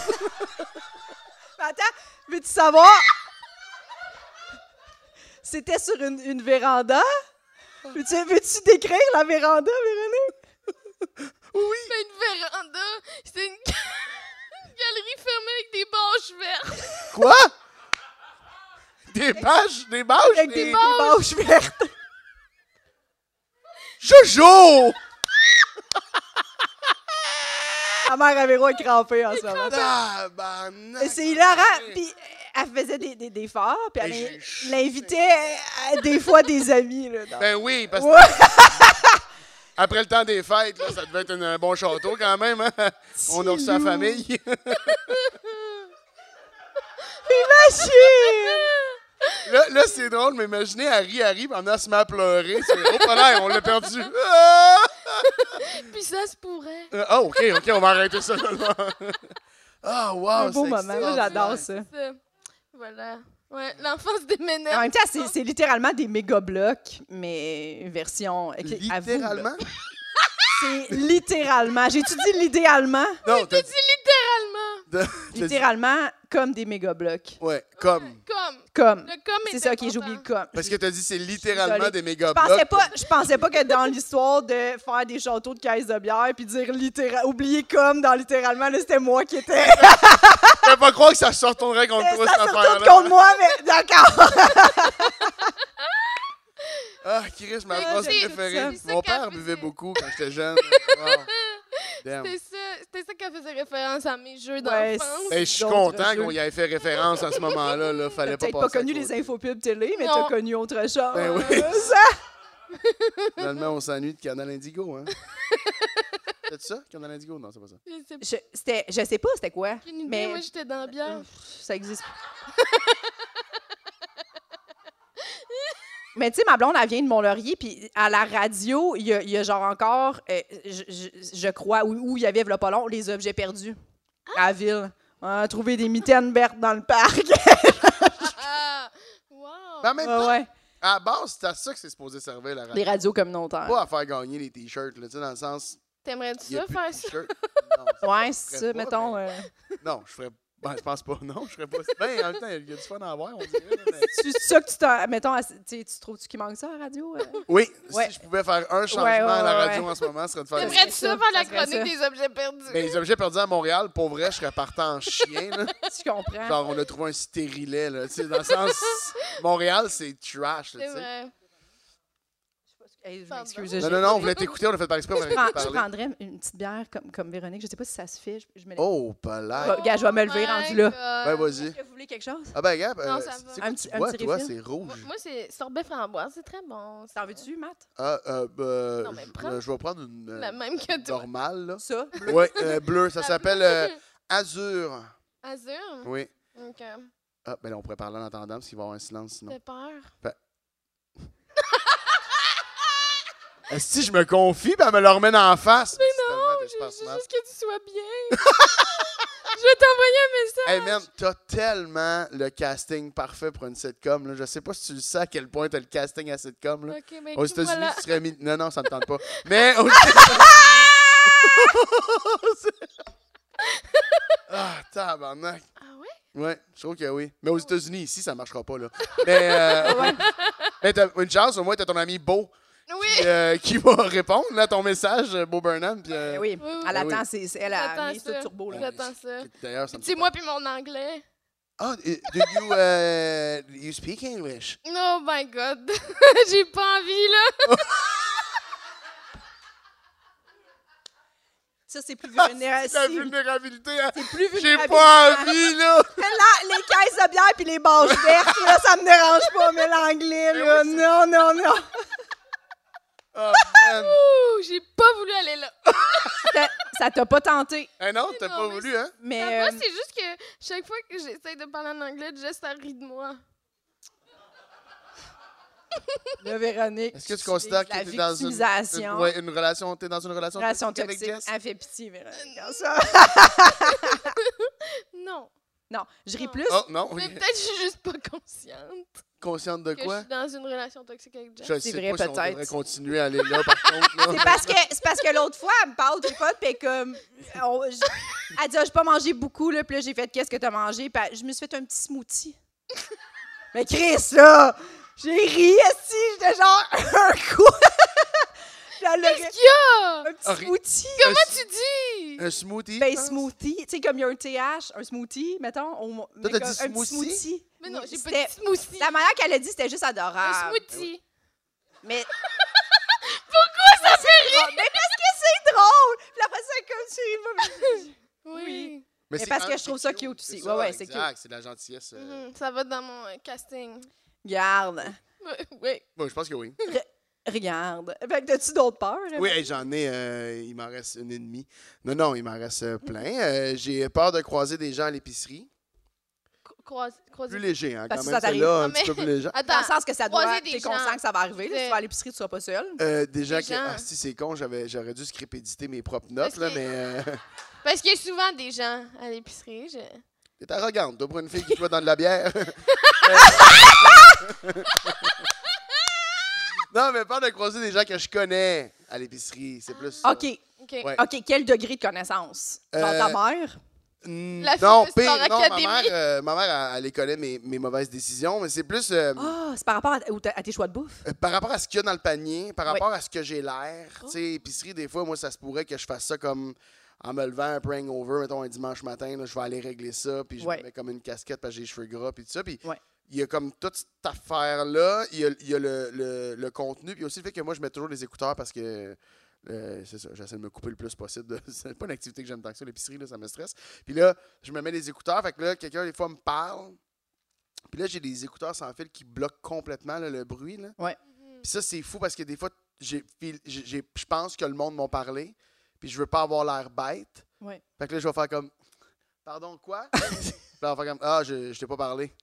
[SPEAKER 2] Mais Attends, veux-tu savoir? C'était sur une, une véranda? Veux-tu, veux-tu décrire la véranda, Véronique?
[SPEAKER 3] C'était une véranda. C'était une... une galerie fermée avec des bâches vertes.
[SPEAKER 4] Quoi? Des bâches, des bâches,
[SPEAKER 2] Avec des, des bâches vertes.
[SPEAKER 4] Jojo!
[SPEAKER 2] Ma mère à Véro est crampée en ce moment.
[SPEAKER 4] Tabarnak!
[SPEAKER 2] Mais Euh, C'est hilarant. Puis euh, elle faisait des, des, des fards, puis elle
[SPEAKER 4] Hey,
[SPEAKER 2] l'in-
[SPEAKER 4] j'ai-
[SPEAKER 2] l'invitait euh, à- des fois des amis. Là, dans-
[SPEAKER 4] Ben oui, parce que
[SPEAKER 2] Ouais.
[SPEAKER 4] après le temps des fêtes, là, ça devait être un, un bon château quand même. hein? On a reçu la
[SPEAKER 2] Silou.
[SPEAKER 4] famille.
[SPEAKER 2] Imagine!
[SPEAKER 4] Là, là, c'est drôle, mais imaginez, Harry arrive, on a se met à pleurer. C'est, oh, pas l'air, on l'a perdu. Ah!
[SPEAKER 3] Puis ça se pourrait.
[SPEAKER 4] Euh, Ah, OK, OK, on va arrêter ça. là. Ah, wow,
[SPEAKER 2] un beau
[SPEAKER 4] c'est
[SPEAKER 2] moment. Moi, j'adore ça.
[SPEAKER 3] C'est ça. Voilà. Ouais, l'enfance des
[SPEAKER 2] En
[SPEAKER 3] ménages.
[SPEAKER 2] même temps, c'est, c'est littéralement des méga blocs, mais version. à vous, là.
[SPEAKER 4] Littéralement?
[SPEAKER 2] C'est littéralement. J'ai-tu dit l'idéalement?
[SPEAKER 4] Non, t'as
[SPEAKER 3] Tu dis littéralement.
[SPEAKER 4] t'as- t'as dit-
[SPEAKER 2] Littéralement, comme des méga blocs.
[SPEAKER 4] Ouais, comme.
[SPEAKER 3] Comme.
[SPEAKER 2] Comme.
[SPEAKER 3] Le comme
[SPEAKER 2] C'est
[SPEAKER 3] est
[SPEAKER 2] ça, ok,
[SPEAKER 3] important.
[SPEAKER 2] j'ai oublié le comme.
[SPEAKER 4] Parce que t'as dit c'est littéralement
[SPEAKER 2] Désolée.
[SPEAKER 4] des méga
[SPEAKER 2] Je pensais
[SPEAKER 4] blocs.
[SPEAKER 2] pas, je pensais pas que dans l'histoire de faire des châteaux de caisse de bière puis dire littéra- oublier comme dans littéralement, là, c'était moi qui étais.
[SPEAKER 4] Je peux pas croire que ça se retournerait contre
[SPEAKER 2] ça
[SPEAKER 4] toi, cette
[SPEAKER 2] se retourne
[SPEAKER 4] affaire-là.
[SPEAKER 2] contre moi, mais d'accord.
[SPEAKER 4] Ah, Chris, ma
[SPEAKER 3] C'est-
[SPEAKER 4] phrase
[SPEAKER 3] c'est-
[SPEAKER 4] préférée.
[SPEAKER 3] c'est ça
[SPEAKER 4] Mon
[SPEAKER 3] qu'elle
[SPEAKER 4] père buvait
[SPEAKER 3] faisait.
[SPEAKER 4] beaucoup quand j'étais jeune. Wow. Damn.
[SPEAKER 3] C'était ça, c'était ça qu'elle faisait référence à mes jeux
[SPEAKER 2] Ouais,
[SPEAKER 3] d'enfance.
[SPEAKER 4] Ben, je suis
[SPEAKER 2] D'autres
[SPEAKER 4] content
[SPEAKER 2] jeux.
[SPEAKER 4] qu'on y ait fait référence à ce moment-là. Là. Fallait
[SPEAKER 2] T'as
[SPEAKER 4] pas
[SPEAKER 2] peut-être pas,
[SPEAKER 4] passer à
[SPEAKER 2] connu les
[SPEAKER 4] côté.
[SPEAKER 2] infopubs télé, mais
[SPEAKER 3] Non.
[SPEAKER 2] t'as connu autre chose.
[SPEAKER 4] Ben oui.
[SPEAKER 2] Ça,
[SPEAKER 4] Finalement, on s'ennuie de Canal Indigo. Hein? C'est ça, Canal Indigo? Non, c'est pas ça.
[SPEAKER 3] Je sais pas.
[SPEAKER 2] je, c'était- je sais pas c'était quoi,
[SPEAKER 3] Aucune idée,
[SPEAKER 2] mais
[SPEAKER 3] moi j'étais dans la bière.
[SPEAKER 2] ça existe. Mais tu sais, ma blonde, elle vient de Mont-Laurier, puis à la radio, il y, a- il y a genre encore, euh, je, je- je crois, où où il y avait, v'là pas long, les objets perdus à la ville. Ah, trouver des mitaines vertes dans le parc.
[SPEAKER 3] Ah, wow!
[SPEAKER 4] Ben, en même
[SPEAKER 2] Ouais,
[SPEAKER 4] temps,
[SPEAKER 2] ouais.
[SPEAKER 4] à la base, c'est à ça que c'est supposé servir la radio.
[SPEAKER 2] Les radios communautaires.
[SPEAKER 4] Pas à faire gagner les t-shirts, là, tu sais, dans le sens.
[SPEAKER 3] T'aimerais-tu
[SPEAKER 4] Il y a
[SPEAKER 3] ça
[SPEAKER 4] plus
[SPEAKER 3] faire
[SPEAKER 4] de
[SPEAKER 3] ça?
[SPEAKER 4] t-shirts. Non,
[SPEAKER 2] Ouais, c'est
[SPEAKER 4] ferais
[SPEAKER 2] ça,
[SPEAKER 4] pas,
[SPEAKER 2] mettons.
[SPEAKER 4] mais-
[SPEAKER 2] euh,
[SPEAKER 4] Non, je ferais. Ben, je pense pas. Non, je ferais pas. ça. Ben, en même temps, il y a du fun à avoir, on dirait. là, mais-
[SPEAKER 2] c'est ça que tu t'en. Mettons, à- tu sais, tu trouves-tu qu'il manque ça à la radio? euh?
[SPEAKER 4] Oui,
[SPEAKER 2] Ouais.
[SPEAKER 4] si je pouvais faire un changement
[SPEAKER 2] Ouais, ouais,
[SPEAKER 4] à la
[SPEAKER 2] ouais,
[SPEAKER 4] radio
[SPEAKER 2] ouais.
[SPEAKER 4] en ce moment, ce serait de faire.
[SPEAKER 3] T'aimerais-tu ça,
[SPEAKER 2] ça,
[SPEAKER 3] faire la
[SPEAKER 2] ça serait
[SPEAKER 3] chronique
[SPEAKER 2] ça.
[SPEAKER 3] des objets perdus?
[SPEAKER 4] Mais les objets perdus à Montréal, pour vrai, je serais partant en chien. Là.
[SPEAKER 2] Tu comprends?
[SPEAKER 4] Genre, on a trouvé un stérilet, là. Tu sais, dans le sens. Montréal, c'est trash, là,
[SPEAKER 3] C'est
[SPEAKER 4] tu sais.
[SPEAKER 3] vrai.
[SPEAKER 2] Hey, je
[SPEAKER 3] Pardon.
[SPEAKER 2] m'excuse.
[SPEAKER 4] Non,
[SPEAKER 2] j'ai-
[SPEAKER 4] non, non, on voulait t'écouter, on a fait par exprès, on
[SPEAKER 2] Je,
[SPEAKER 4] avait
[SPEAKER 2] prends-
[SPEAKER 4] pas
[SPEAKER 2] je
[SPEAKER 4] parlé.
[SPEAKER 2] prendrais une petite bière comme, comme Véronique. Je sais pas si ça se fait. Je, je me...
[SPEAKER 4] Oh, pas là.
[SPEAKER 2] Bah, gars, je vais me lever,
[SPEAKER 3] Oh
[SPEAKER 2] rendu
[SPEAKER 3] my
[SPEAKER 2] là.
[SPEAKER 4] Ben,
[SPEAKER 3] God.
[SPEAKER 4] vas-y.
[SPEAKER 2] Est-ce que vous voulez quelque chose?
[SPEAKER 4] Ah, ben, Gab,
[SPEAKER 3] Non,
[SPEAKER 4] euh,
[SPEAKER 3] ça va.
[SPEAKER 2] Un
[SPEAKER 4] c'est quoi
[SPEAKER 2] petit-
[SPEAKER 4] tu
[SPEAKER 2] un
[SPEAKER 4] bois,
[SPEAKER 2] petit
[SPEAKER 4] toi,
[SPEAKER 2] refill.
[SPEAKER 4] c'est rouge.
[SPEAKER 3] Moi, c'est sorbet framboise, c'est très bon.
[SPEAKER 2] T'en veux-tu, Matt?
[SPEAKER 4] Ah, euh, euh,
[SPEAKER 3] Non, mais
[SPEAKER 4] je-
[SPEAKER 3] prends.
[SPEAKER 4] je vais prendre une euh,
[SPEAKER 3] La même que toi.
[SPEAKER 4] normale, là.
[SPEAKER 2] Ça?
[SPEAKER 4] Ouais, euh, bleue, ça s'appelle euh, Azur.
[SPEAKER 3] Azur?
[SPEAKER 4] Oui.
[SPEAKER 3] Ok.
[SPEAKER 4] Ah, ben là, on pourrait parler en attendant, parce qu'il va y avoir un silence sinon.
[SPEAKER 3] T'as peur?
[SPEAKER 4] Si je me confie, ben elle me le remet en face.
[SPEAKER 3] Mais
[SPEAKER 4] C'est
[SPEAKER 3] non,
[SPEAKER 4] tellement
[SPEAKER 3] je je veux
[SPEAKER 4] d'espace
[SPEAKER 3] juste que tu sois bien. je vais t'envoyer un message.
[SPEAKER 4] Hey man, t'as tellement le casting parfait pour une sitcom. Là. Je sais pas si tu le sais à quel point t'as le casting à sitcom. Là.
[SPEAKER 3] Ok, mais
[SPEAKER 4] Aux
[SPEAKER 3] écoute,
[SPEAKER 4] États-Unis,
[SPEAKER 3] voilà.
[SPEAKER 4] tu serais mis. Non, non, ça ne tente pas. Mais aux États-Unis- Ah, tabarnak.
[SPEAKER 3] Ah ouais?
[SPEAKER 4] Oui, je trouve que oui. Mais aux États-Unis, ici, ça marchera pas, là. Mais, euh, mais t'as une chance, au moins, t'as ton ami Beau
[SPEAKER 3] Oui!
[SPEAKER 4] qui, euh, qui va répondre là, à ton message, euh, Beau Burnham. puis, euh,
[SPEAKER 2] Ben oui,
[SPEAKER 3] oui, oui.
[SPEAKER 2] elle
[SPEAKER 4] Ben oui.
[SPEAKER 2] attend, c'est c'est- elle a
[SPEAKER 3] J'attends
[SPEAKER 2] mis
[SPEAKER 3] ça.
[SPEAKER 2] tout turbo. Là.
[SPEAKER 4] Ouais.
[SPEAKER 3] J'attends ça.
[SPEAKER 4] D'ailleurs,
[SPEAKER 3] Puis
[SPEAKER 4] ça me
[SPEAKER 3] tu sais, moi puis mon anglais.
[SPEAKER 4] Ah, eh, do you, euh, you speak English?
[SPEAKER 3] Oh my god! J'ai pas envie, là!
[SPEAKER 2] Ça, c'est plus
[SPEAKER 4] Ah,
[SPEAKER 2] vulnérable.
[SPEAKER 4] c'est La vulnérabilité, hein?
[SPEAKER 2] plus
[SPEAKER 4] j'ai
[SPEAKER 2] vulnérable.
[SPEAKER 4] pas envie, là!
[SPEAKER 2] Là, les caisses de bière puis les bâches vertes, là, ça me dérange pas, mais l'anglais, là, non, non, non.
[SPEAKER 4] Oh, man!
[SPEAKER 3] Ouh, j'ai pas voulu aller là.
[SPEAKER 2] Ça- Ça t'a pas tenté,
[SPEAKER 4] Eh non, t'as
[SPEAKER 3] non,
[SPEAKER 4] pas
[SPEAKER 3] mais
[SPEAKER 4] voulu, hein?
[SPEAKER 2] mais...
[SPEAKER 3] Après,
[SPEAKER 2] euh,
[SPEAKER 3] c'est juste que chaque fois que j'essaie de parler en anglais, Jess, ça rit de moi.
[SPEAKER 2] Là, Véronique.
[SPEAKER 4] Est-ce que tu
[SPEAKER 2] c'est
[SPEAKER 4] considères
[SPEAKER 2] de la
[SPEAKER 4] que t'es dans une,
[SPEAKER 2] victimisation,
[SPEAKER 4] une- ouais, une relation, t'es dans une relation,
[SPEAKER 2] relation
[SPEAKER 4] toxique avec
[SPEAKER 2] toxique. Ah,
[SPEAKER 4] Jess?
[SPEAKER 2] Elle fait pitié, Véronique. en ça.
[SPEAKER 3] Non.
[SPEAKER 2] Non, je ris
[SPEAKER 3] Non.
[SPEAKER 2] plus.
[SPEAKER 4] Oh non, oui.
[SPEAKER 3] Mais peut-être que je suis juste pas consciente
[SPEAKER 4] consciente de
[SPEAKER 3] que je
[SPEAKER 4] quoi?
[SPEAKER 3] suis dans une relation toxique avec Jess.
[SPEAKER 4] Je sais
[SPEAKER 2] C'est vrai,
[SPEAKER 4] pas si on
[SPEAKER 2] peut-être.
[SPEAKER 4] devrait continuer à aller là, par contre. là.
[SPEAKER 2] C'est parce que c'est parce que l'autre fois, elle me parle des potes, puis comme on- je- elle dit Ah, j'ai pas mangé beaucoup là, puis là j'ai fait qu'est-ce que t'as mangé, puis elle- je me suis fait un petit smoothie. Mais Chris là, j'ai ri si j'étais genre un coup. Puis elle a
[SPEAKER 3] Qu'est-ce qu'il y a?
[SPEAKER 2] un petit
[SPEAKER 4] Ah, ri-
[SPEAKER 2] smoothie.
[SPEAKER 4] Comment
[SPEAKER 3] Tu dis!
[SPEAKER 4] Un smoothie?
[SPEAKER 2] Ben
[SPEAKER 4] je pense.
[SPEAKER 2] smoothie, tu sais comme il y a un TH, un smoothie, mettons, on mais
[SPEAKER 4] t'as
[SPEAKER 2] comme-
[SPEAKER 4] dit
[SPEAKER 2] un petit
[SPEAKER 4] smoothie?
[SPEAKER 2] smoothie.
[SPEAKER 3] Mais non, j'ai pas
[SPEAKER 2] C'était-
[SPEAKER 3] de smoothie.
[SPEAKER 2] La manière qu'elle a dit, c'était juste
[SPEAKER 3] Un
[SPEAKER 4] Ah,
[SPEAKER 2] adorable.
[SPEAKER 3] smoothie.
[SPEAKER 2] Mais. Pourquoi ça fait rire? Mais parce que c'est drôle! Puis après ça, comme tu ris pas, mais-
[SPEAKER 3] Oui.
[SPEAKER 2] Oui. Mais
[SPEAKER 4] c'est
[SPEAKER 2] parce que
[SPEAKER 4] quand-
[SPEAKER 2] je trouve
[SPEAKER 4] c'est
[SPEAKER 2] ça cute Mm-hmm. aussi.
[SPEAKER 4] c'est
[SPEAKER 2] Ouais,
[SPEAKER 4] ça,
[SPEAKER 2] ouais, c'est
[SPEAKER 4] exact, C'est de la gentillesse. euh.
[SPEAKER 3] Mhm, ça va dans mon euh, casting.
[SPEAKER 2] Regarde.
[SPEAKER 3] oui.
[SPEAKER 4] Bon, je pense que oui.
[SPEAKER 2] Regarde. Fait que t'as-tu d'autres peurs?
[SPEAKER 4] Oui, hey, j'en ai. euh, il m'en reste une et demie. Non, non, il m'en reste
[SPEAKER 2] Mm-hmm.
[SPEAKER 4] euh, plein. Euh, J'ai peur de croiser des gens à l'épicerie.
[SPEAKER 3] Croise, croiser.
[SPEAKER 4] Plus léger, hein,
[SPEAKER 2] Parce
[SPEAKER 4] quand
[SPEAKER 2] que
[SPEAKER 4] même.
[SPEAKER 2] ça t'arrive.
[SPEAKER 4] Celle-là, un
[SPEAKER 3] Non,
[SPEAKER 4] petit peu plus léger.
[SPEAKER 2] Dans
[SPEAKER 3] Attends,
[SPEAKER 2] le sens que ça doit.
[SPEAKER 3] croiser des
[SPEAKER 2] T'es
[SPEAKER 3] gens.
[SPEAKER 2] conscient que ça va arriver. Si
[SPEAKER 3] C'est-
[SPEAKER 2] tu vas à l'épicerie, tu seras pas seule.
[SPEAKER 4] Euh, déjà
[SPEAKER 3] Des
[SPEAKER 4] que.
[SPEAKER 3] gens.
[SPEAKER 4] Ah, si, c'est con, j'avais- j'aurais dû scripéditer mes propres notes,
[SPEAKER 3] Parce
[SPEAKER 4] là,
[SPEAKER 3] que-
[SPEAKER 4] mais. euh,
[SPEAKER 3] parce qu'il y a souvent des gens à l'épicerie. Je...
[SPEAKER 4] T'es arrogante, toi, pour une fille qui boit dans de la bière. Euh, non, mais peur de croiser des gens que je connais à l'épicerie. C'est plus. ça.
[SPEAKER 2] OK.
[SPEAKER 3] OK.
[SPEAKER 4] Ouais.
[SPEAKER 2] OK. Quel degré de connaissance? Genre
[SPEAKER 4] Euh,
[SPEAKER 2] ta mère?
[SPEAKER 4] Mm,
[SPEAKER 3] La fille
[SPEAKER 4] non,
[SPEAKER 3] de
[SPEAKER 4] pire,
[SPEAKER 3] Star
[SPEAKER 4] non, ma
[SPEAKER 3] Academy.
[SPEAKER 4] mère, euh, ma mère, elle, elle les connaît mes, mes mauvaises décisions, mais c'est plus euh,
[SPEAKER 2] Ah, c'est par rapport à, ou ta- à tes choix de bouffe?
[SPEAKER 4] euh, par rapport à ce qu'il y a dans le panier, par
[SPEAKER 2] Oui.
[SPEAKER 4] rapport à ce que j'ai l'air.
[SPEAKER 2] Oh.
[SPEAKER 4] Tu sais, épicerie, des fois, moi, ça se pourrait que je fasse ça comme en me levant un peu hangover, mettons un dimanche matin, là, je vais aller régler ça, puis je
[SPEAKER 2] Ouais.
[SPEAKER 4] me mets comme une casquette parce que j'ai les cheveux gras, puis tout ça. Puis
[SPEAKER 2] Ouais.
[SPEAKER 4] il y a comme toute cette affaire-là, il y a, il y a le, le- le contenu, puis aussi le fait que moi, je mets toujours les écouteurs parce que. euh, c'est ça, j'essaie de me couper le plus possible. de- C'est pas une activité que j'aime tant que ça, l'épicerie, là, ça me stresse. Puis là, je me mets les écouteurs, fait que là, quelqu'un, des fois, me parle. Puis là, j'ai des écouteurs sans fil qui bloquent complètement là, le bruit. Là.
[SPEAKER 2] Ouais.
[SPEAKER 4] Puis ça, c'est fou parce que des fois, j'ai- j'ai- j'ai- je pense que le monde m'ont parlé, puis je veux pas avoir l'air bête.
[SPEAKER 2] Ouais.
[SPEAKER 4] Fait que là, je vais faire comme Pardon, quoi? Puis là, on va faire comme Ah, je, je t'ai pas parlé.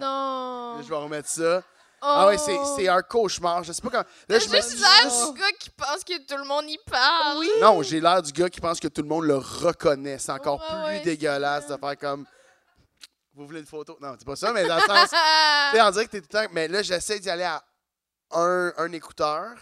[SPEAKER 3] Non.
[SPEAKER 4] Là, je vais remettre ça. Ah ouais, c'est c'est un cauchemar. Je sais pas comment. Là,
[SPEAKER 3] Je
[SPEAKER 4] me-
[SPEAKER 3] suis Oh. l'air du gars qui pense que tout le monde y parle. Oui.
[SPEAKER 4] Non, j'ai l'air du gars qui pense que tout le monde le reconnaît. C'est encore
[SPEAKER 3] Ouais,
[SPEAKER 4] plus
[SPEAKER 3] ouais,
[SPEAKER 4] dégueulasse
[SPEAKER 3] c'est
[SPEAKER 4] de faire comme Vous voulez une photo? Non, c'est pas ça, mais dans le sens.
[SPEAKER 3] Ah.
[SPEAKER 4] Tu sais, on dirait que t'es tout le temps. Mais là, j'essaie d'y aller à un, un écouteur.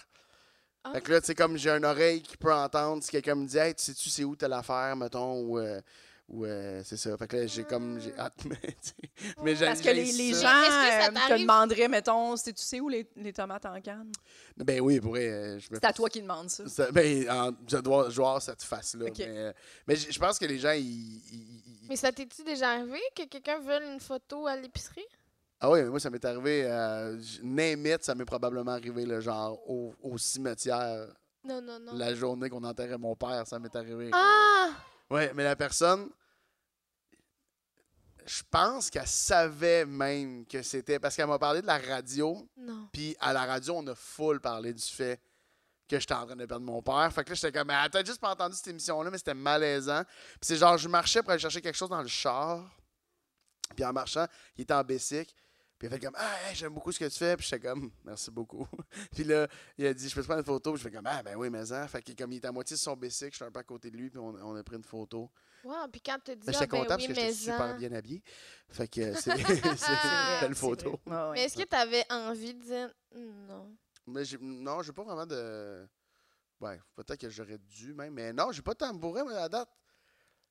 [SPEAKER 3] Ah.
[SPEAKER 4] Fait que là, tu sais, comme j'ai une oreille qui peut entendre si quelqu'un me dit, hey, tu sais-tu c'est où telle affaire, mettons, ou. euh, ou, euh, c'est ça. Fait que là, j'ai comme. J'ai hâte, mais. tu sais, mais j'ai-
[SPEAKER 2] Ah. Parce que les,
[SPEAKER 4] Ben, j'ai
[SPEAKER 2] les
[SPEAKER 4] ça.
[SPEAKER 2] gens
[SPEAKER 3] Mais est-ce que ça
[SPEAKER 2] euh, te
[SPEAKER 3] t'arrive-
[SPEAKER 2] demanderaient, mettons, sais- tu sais où les, les tomates en canne?
[SPEAKER 4] Ben oui, pour vrai, euh, je me
[SPEAKER 2] C'est à toi qui demande ça.
[SPEAKER 4] Ça- ben, en- je dois je dois avoir cette face-là.
[SPEAKER 2] Ok.
[SPEAKER 4] Mais, euh, mais j- je pense que les gens, ils. ils- ils-
[SPEAKER 3] Mais ça t'est-tu déjà arrivé que quelqu'un veuille une photo à l'épicerie?
[SPEAKER 4] Ah oui, mais moi, ça m'est arrivé. Euh, j- name it, ça m'est probablement arrivé, le genre, au, au cimetière,
[SPEAKER 3] Non, non, non.
[SPEAKER 4] la journée qu'on enterrait mon père, ça m'est arrivé.
[SPEAKER 3] Ah!
[SPEAKER 4] Ouais, mais la personne, je pense qu'elle savait même que c'était. Parce qu'elle m'a parlé de la radio,
[SPEAKER 3] Non.
[SPEAKER 4] puis à la radio, on a full parlé du fait que j'étais en train de perdre mon père. Fait que là, j'étais comme, mais t'as juste pas entendu cette émission-là, mais c'était malaisant. Puis c'est genre, je marchais pour aller chercher quelque chose dans le char. Puis en marchant, il était en bicycle. Puis il a fait comme, ah, hey, j'aime beaucoup ce que tu fais. Puis j'étais comme, merci beaucoup. puis là, il a dit, je peux te prendre une photo. Puis je fais comme, ah, ben oui, mais ça. Fait que comme il était à moitié sur son bicycle, je suis un peu à côté de lui, puis on, on a pris une photo.
[SPEAKER 3] Wow, puis quand tu dis
[SPEAKER 4] Mais
[SPEAKER 3] ah,
[SPEAKER 4] j'étais
[SPEAKER 3] ben
[SPEAKER 4] content parce
[SPEAKER 3] oui,
[SPEAKER 4] que
[SPEAKER 3] mais
[SPEAKER 4] j'étais super
[SPEAKER 3] en-
[SPEAKER 4] bien habillé. Fait que c'est
[SPEAKER 2] Ah,
[SPEAKER 4] une belle photo.
[SPEAKER 3] Mais est-ce que tu avais envie de dire non?
[SPEAKER 4] Mais j'ai- non, j'ai pas vraiment de. Ouais, peut-être que j'aurais dû même. Mais non, j'ai pas tambouré, mais à date.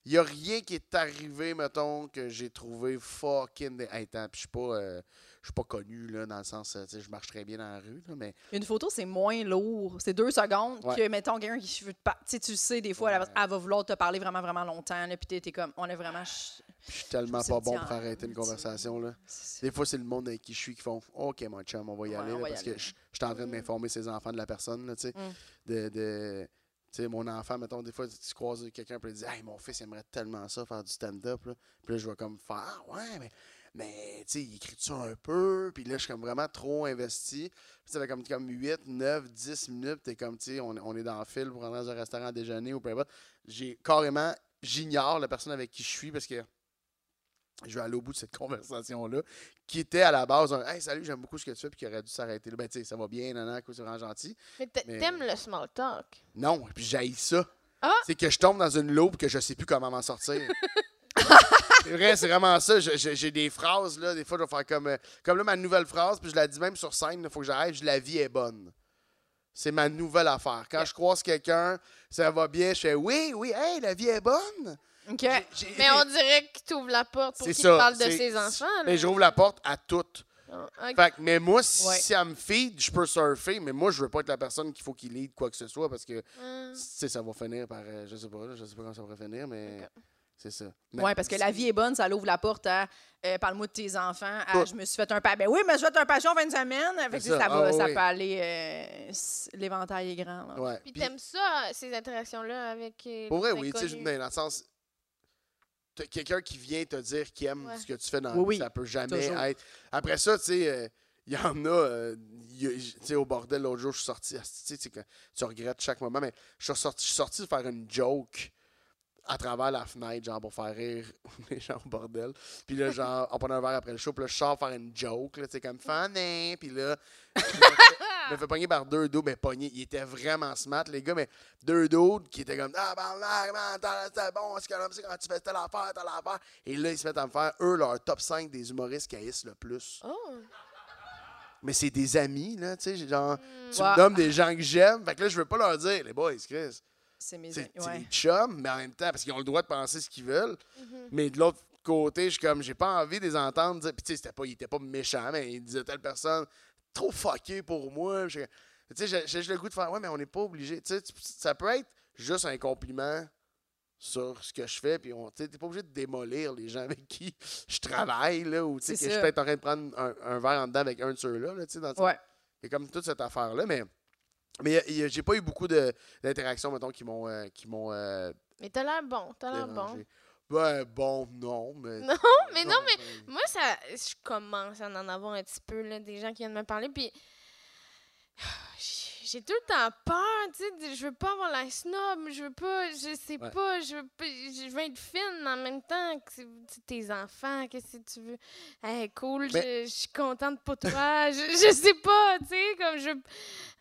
[SPEAKER 4] Il n'y a rien qui est arrivé, mettons, que j'ai trouvé fucking dé- hey, attends, puis je suis pas. euh, je suis pas connu, là, dans le sens, euh, tu sais, je marche très bien dans la rue, là, mais
[SPEAKER 2] Une photo, c'est moins lourd. C'est deux secondes
[SPEAKER 4] Ouais.
[SPEAKER 2] que, mettons, quelqu'un qui veut te par- Tu sais, tu le sais, des fois, elle,
[SPEAKER 4] Ouais. Ah,
[SPEAKER 2] va- elle va vouloir te parler vraiment, vraiment longtemps. Là, puis t'es- t'es comme, on est vraiment. ch-
[SPEAKER 4] je suis tellement
[SPEAKER 2] Je trouve que
[SPEAKER 4] pas
[SPEAKER 2] c'est
[SPEAKER 4] bon pour
[SPEAKER 2] bizarre,
[SPEAKER 4] arrêter une
[SPEAKER 2] tu-
[SPEAKER 4] conversation, là.
[SPEAKER 2] C'est-
[SPEAKER 4] Des fois, c'est le monde avec qui je suis qui font OK, mon chum, on va y
[SPEAKER 2] Ouais,
[SPEAKER 4] aller,
[SPEAKER 2] on
[SPEAKER 4] là,
[SPEAKER 2] va y
[SPEAKER 4] parce
[SPEAKER 2] aller.
[SPEAKER 4] que je je suis en train de m'informer ses enfants de la personne, là, tu sais.
[SPEAKER 2] Mm.
[SPEAKER 4] De. de tu sais, mon enfant, mettons, des fois, tu croises quelqu'un et il dit Hey, mon fils aimerait tellement ça, faire du stand-up. là. Puis là, je vais comme faire Ah, ouais, mais, mais tu sais, il écrit ça un peu. Puis là, je suis comme vraiment trop investi. Puis ça fait comme, comme 8, 9, 10 minutes. T'es comme, tu sais, on, on est dans le fil pour rentrer dans un restaurant à déjeuner ou peu importe. J'ai carrément, j'ignore la personne avec qui je suis parce que je vais aller au bout de cette conversation-là qui était à la base un Hey, salut, j'aime beaucoup ce que tu fais, puis qui aurait dû s'arrêter là. Ben, tu sais, ça va bien, nanan, c'est vraiment gentil.
[SPEAKER 3] Mais t'a-
[SPEAKER 4] Mais-
[SPEAKER 3] t'aimes le small talk.
[SPEAKER 4] Non, puis j'haïs ça.
[SPEAKER 3] Ah!
[SPEAKER 4] C'est que je tombe dans une loupe que je sais plus comment m'en sortir. c'est vrai, c'est vraiment ça. Je- je- J'ai des phrases, là, des fois, je vais faire comme, euh, comme là, ma nouvelle phrase, puis je la dis même sur scène, il faut que j'arrive, je dis, la vie est bonne. C'est ma nouvelle affaire. Quand je croise quelqu'un, ça va bien, je fais oui, oui, hey, la vie est bonne.
[SPEAKER 2] OK.
[SPEAKER 4] J'ai-
[SPEAKER 3] Mais on dirait que tu ouvres la porte pour
[SPEAKER 4] C'est
[SPEAKER 3] qu'il te
[SPEAKER 4] ça,
[SPEAKER 3] parle de
[SPEAKER 4] c'est-
[SPEAKER 3] ses enfants. là.
[SPEAKER 4] Mais je rouvre la porte à toutes.
[SPEAKER 3] Ah, ok.
[SPEAKER 4] Fait que, mais moi, si,
[SPEAKER 2] Ouais.
[SPEAKER 4] si elle me feed, je peux surfer, mais moi, je veux pas être la personne qu'il faut qu'il lead quoi que ce soit parce
[SPEAKER 2] Mm.
[SPEAKER 4] que
[SPEAKER 3] Ah.
[SPEAKER 4] tu sais, ça va finir par. euh, je sais pas, là, je sais pas comment ça va finir, mais c'est ça. Mais-
[SPEAKER 2] Oui, parce que la vie est bonne, ça l'ouvre la porte à euh, parle-moi de tes enfants, à
[SPEAKER 4] Ouais.
[SPEAKER 2] je me suis fait un pa Ben oui, mais je me suis fait un passion en fin de semaine. Fait que, tu
[SPEAKER 4] C'est
[SPEAKER 2] sais, ça,
[SPEAKER 4] ça.
[SPEAKER 2] va-
[SPEAKER 4] Ah,
[SPEAKER 2] ça
[SPEAKER 4] oui.
[SPEAKER 2] peut aller. euh, s- L'éventail est grand. là.
[SPEAKER 4] Ouais.
[SPEAKER 3] Puis
[SPEAKER 4] Puis,
[SPEAKER 3] t'aimes ça, ces interactions-là avec. euh,
[SPEAKER 4] pour vrai,
[SPEAKER 3] les
[SPEAKER 4] oui, tu sais, je-
[SPEAKER 3] inconnus.
[SPEAKER 4] mais dans le sens. t'as Quelqu'un qui vient te dire qu'il aime
[SPEAKER 3] Ouais.
[SPEAKER 4] ce que tu fais dans la
[SPEAKER 2] Oui,
[SPEAKER 4] vie,
[SPEAKER 2] oui,
[SPEAKER 4] ça peut jamais
[SPEAKER 2] toujours.
[SPEAKER 4] être. Après ça, tu sais, euh, il y en a. euh, il y a- j- tu sais, au bordel, l'autre jour, je suis sorti. asti, Tu sais, que tu regrettes chaque moment, mais je suis sorti, je suis sorti faire une joke à travers la fenêtre, genre pour faire rire les gens au bordel. Puis là, genre, on prenait un verre après le show, puis là, je sors faire une joke, là, tu sais, comme funny. Puis là, je me fais pogner par deux dos, mais pogner. Il était vraiment smart, les gars, mais deux dos qui étaient comme Ah, ben là, man, t'as- t'as bon, c'est comme ça quand tu fais telle affaire, telle affaire. Et là, ils se mettent à me faire, eux, leur top 5 des humoristes qui haïssent le plus.
[SPEAKER 3] Oh.
[SPEAKER 4] Mais c'est des amis, là, tu sais, genre, tu
[SPEAKER 2] Ouais.
[SPEAKER 4] me nommes des gens que j'aime. Fait que là, je veux pas leur dire, les boys, Chris.
[SPEAKER 2] C'est mes.
[SPEAKER 4] C'est c'est
[SPEAKER 2] ouais.
[SPEAKER 4] des chums, mais en même temps, parce qu'ils ont le droit de penser ce qu'ils veulent.
[SPEAKER 2] Mm-hmm.
[SPEAKER 4] Mais de l'autre côté, je suis comme, j'ai pas envie de les entendre dire. Puis, tu sais, c'était pas, ils étaient pas méchants, mais ils disaient telle personne, trop fucké pour moi. Je- Tu sais, j'ai- j'ai juste le goût de faire, ouais, mais on n'est pas obligé. Tu sais, tu- ça peut être juste un compliment sur ce que je fais, puis on- tu sais, t'es pas obligé de démolir les gens avec qui je travaille, là, ou tu sais, que
[SPEAKER 2] C'est
[SPEAKER 4] je suis
[SPEAKER 2] ça.
[SPEAKER 4] peut-être en train de prendre un, un verre en dedans avec un de ceux-là, là, tu sais, dans le sens-
[SPEAKER 2] Ouais.
[SPEAKER 4] il y a comme toute cette affaire-là, mais. Mais euh, y a- j'ai pas eu beaucoup de- d'interactions, mettons, qui m'ont. euh, qui m'ont. euh,
[SPEAKER 3] Mais t'as l'air bon, t'as l'air Ah, bon.
[SPEAKER 4] dérangé. Ben, bon, non, mais.
[SPEAKER 3] Non, mais non, mais moi, ça, je commence à en avoir un petit peu, là, des gens qui viennent me parler, puis j'ai tout le temps peur, tu sais, de- je veux pas avoir la snob, je veux pas, je sais
[SPEAKER 4] Ouais.
[SPEAKER 3] pas, je veux pas, je veux être fine en même temps que c'est- tu sais, tes enfants, qu'est-ce que tu veux, hey, cool,
[SPEAKER 4] Mais-
[SPEAKER 3] je, je suis contente pour toi, je, je sais pas, tu sais, comme je,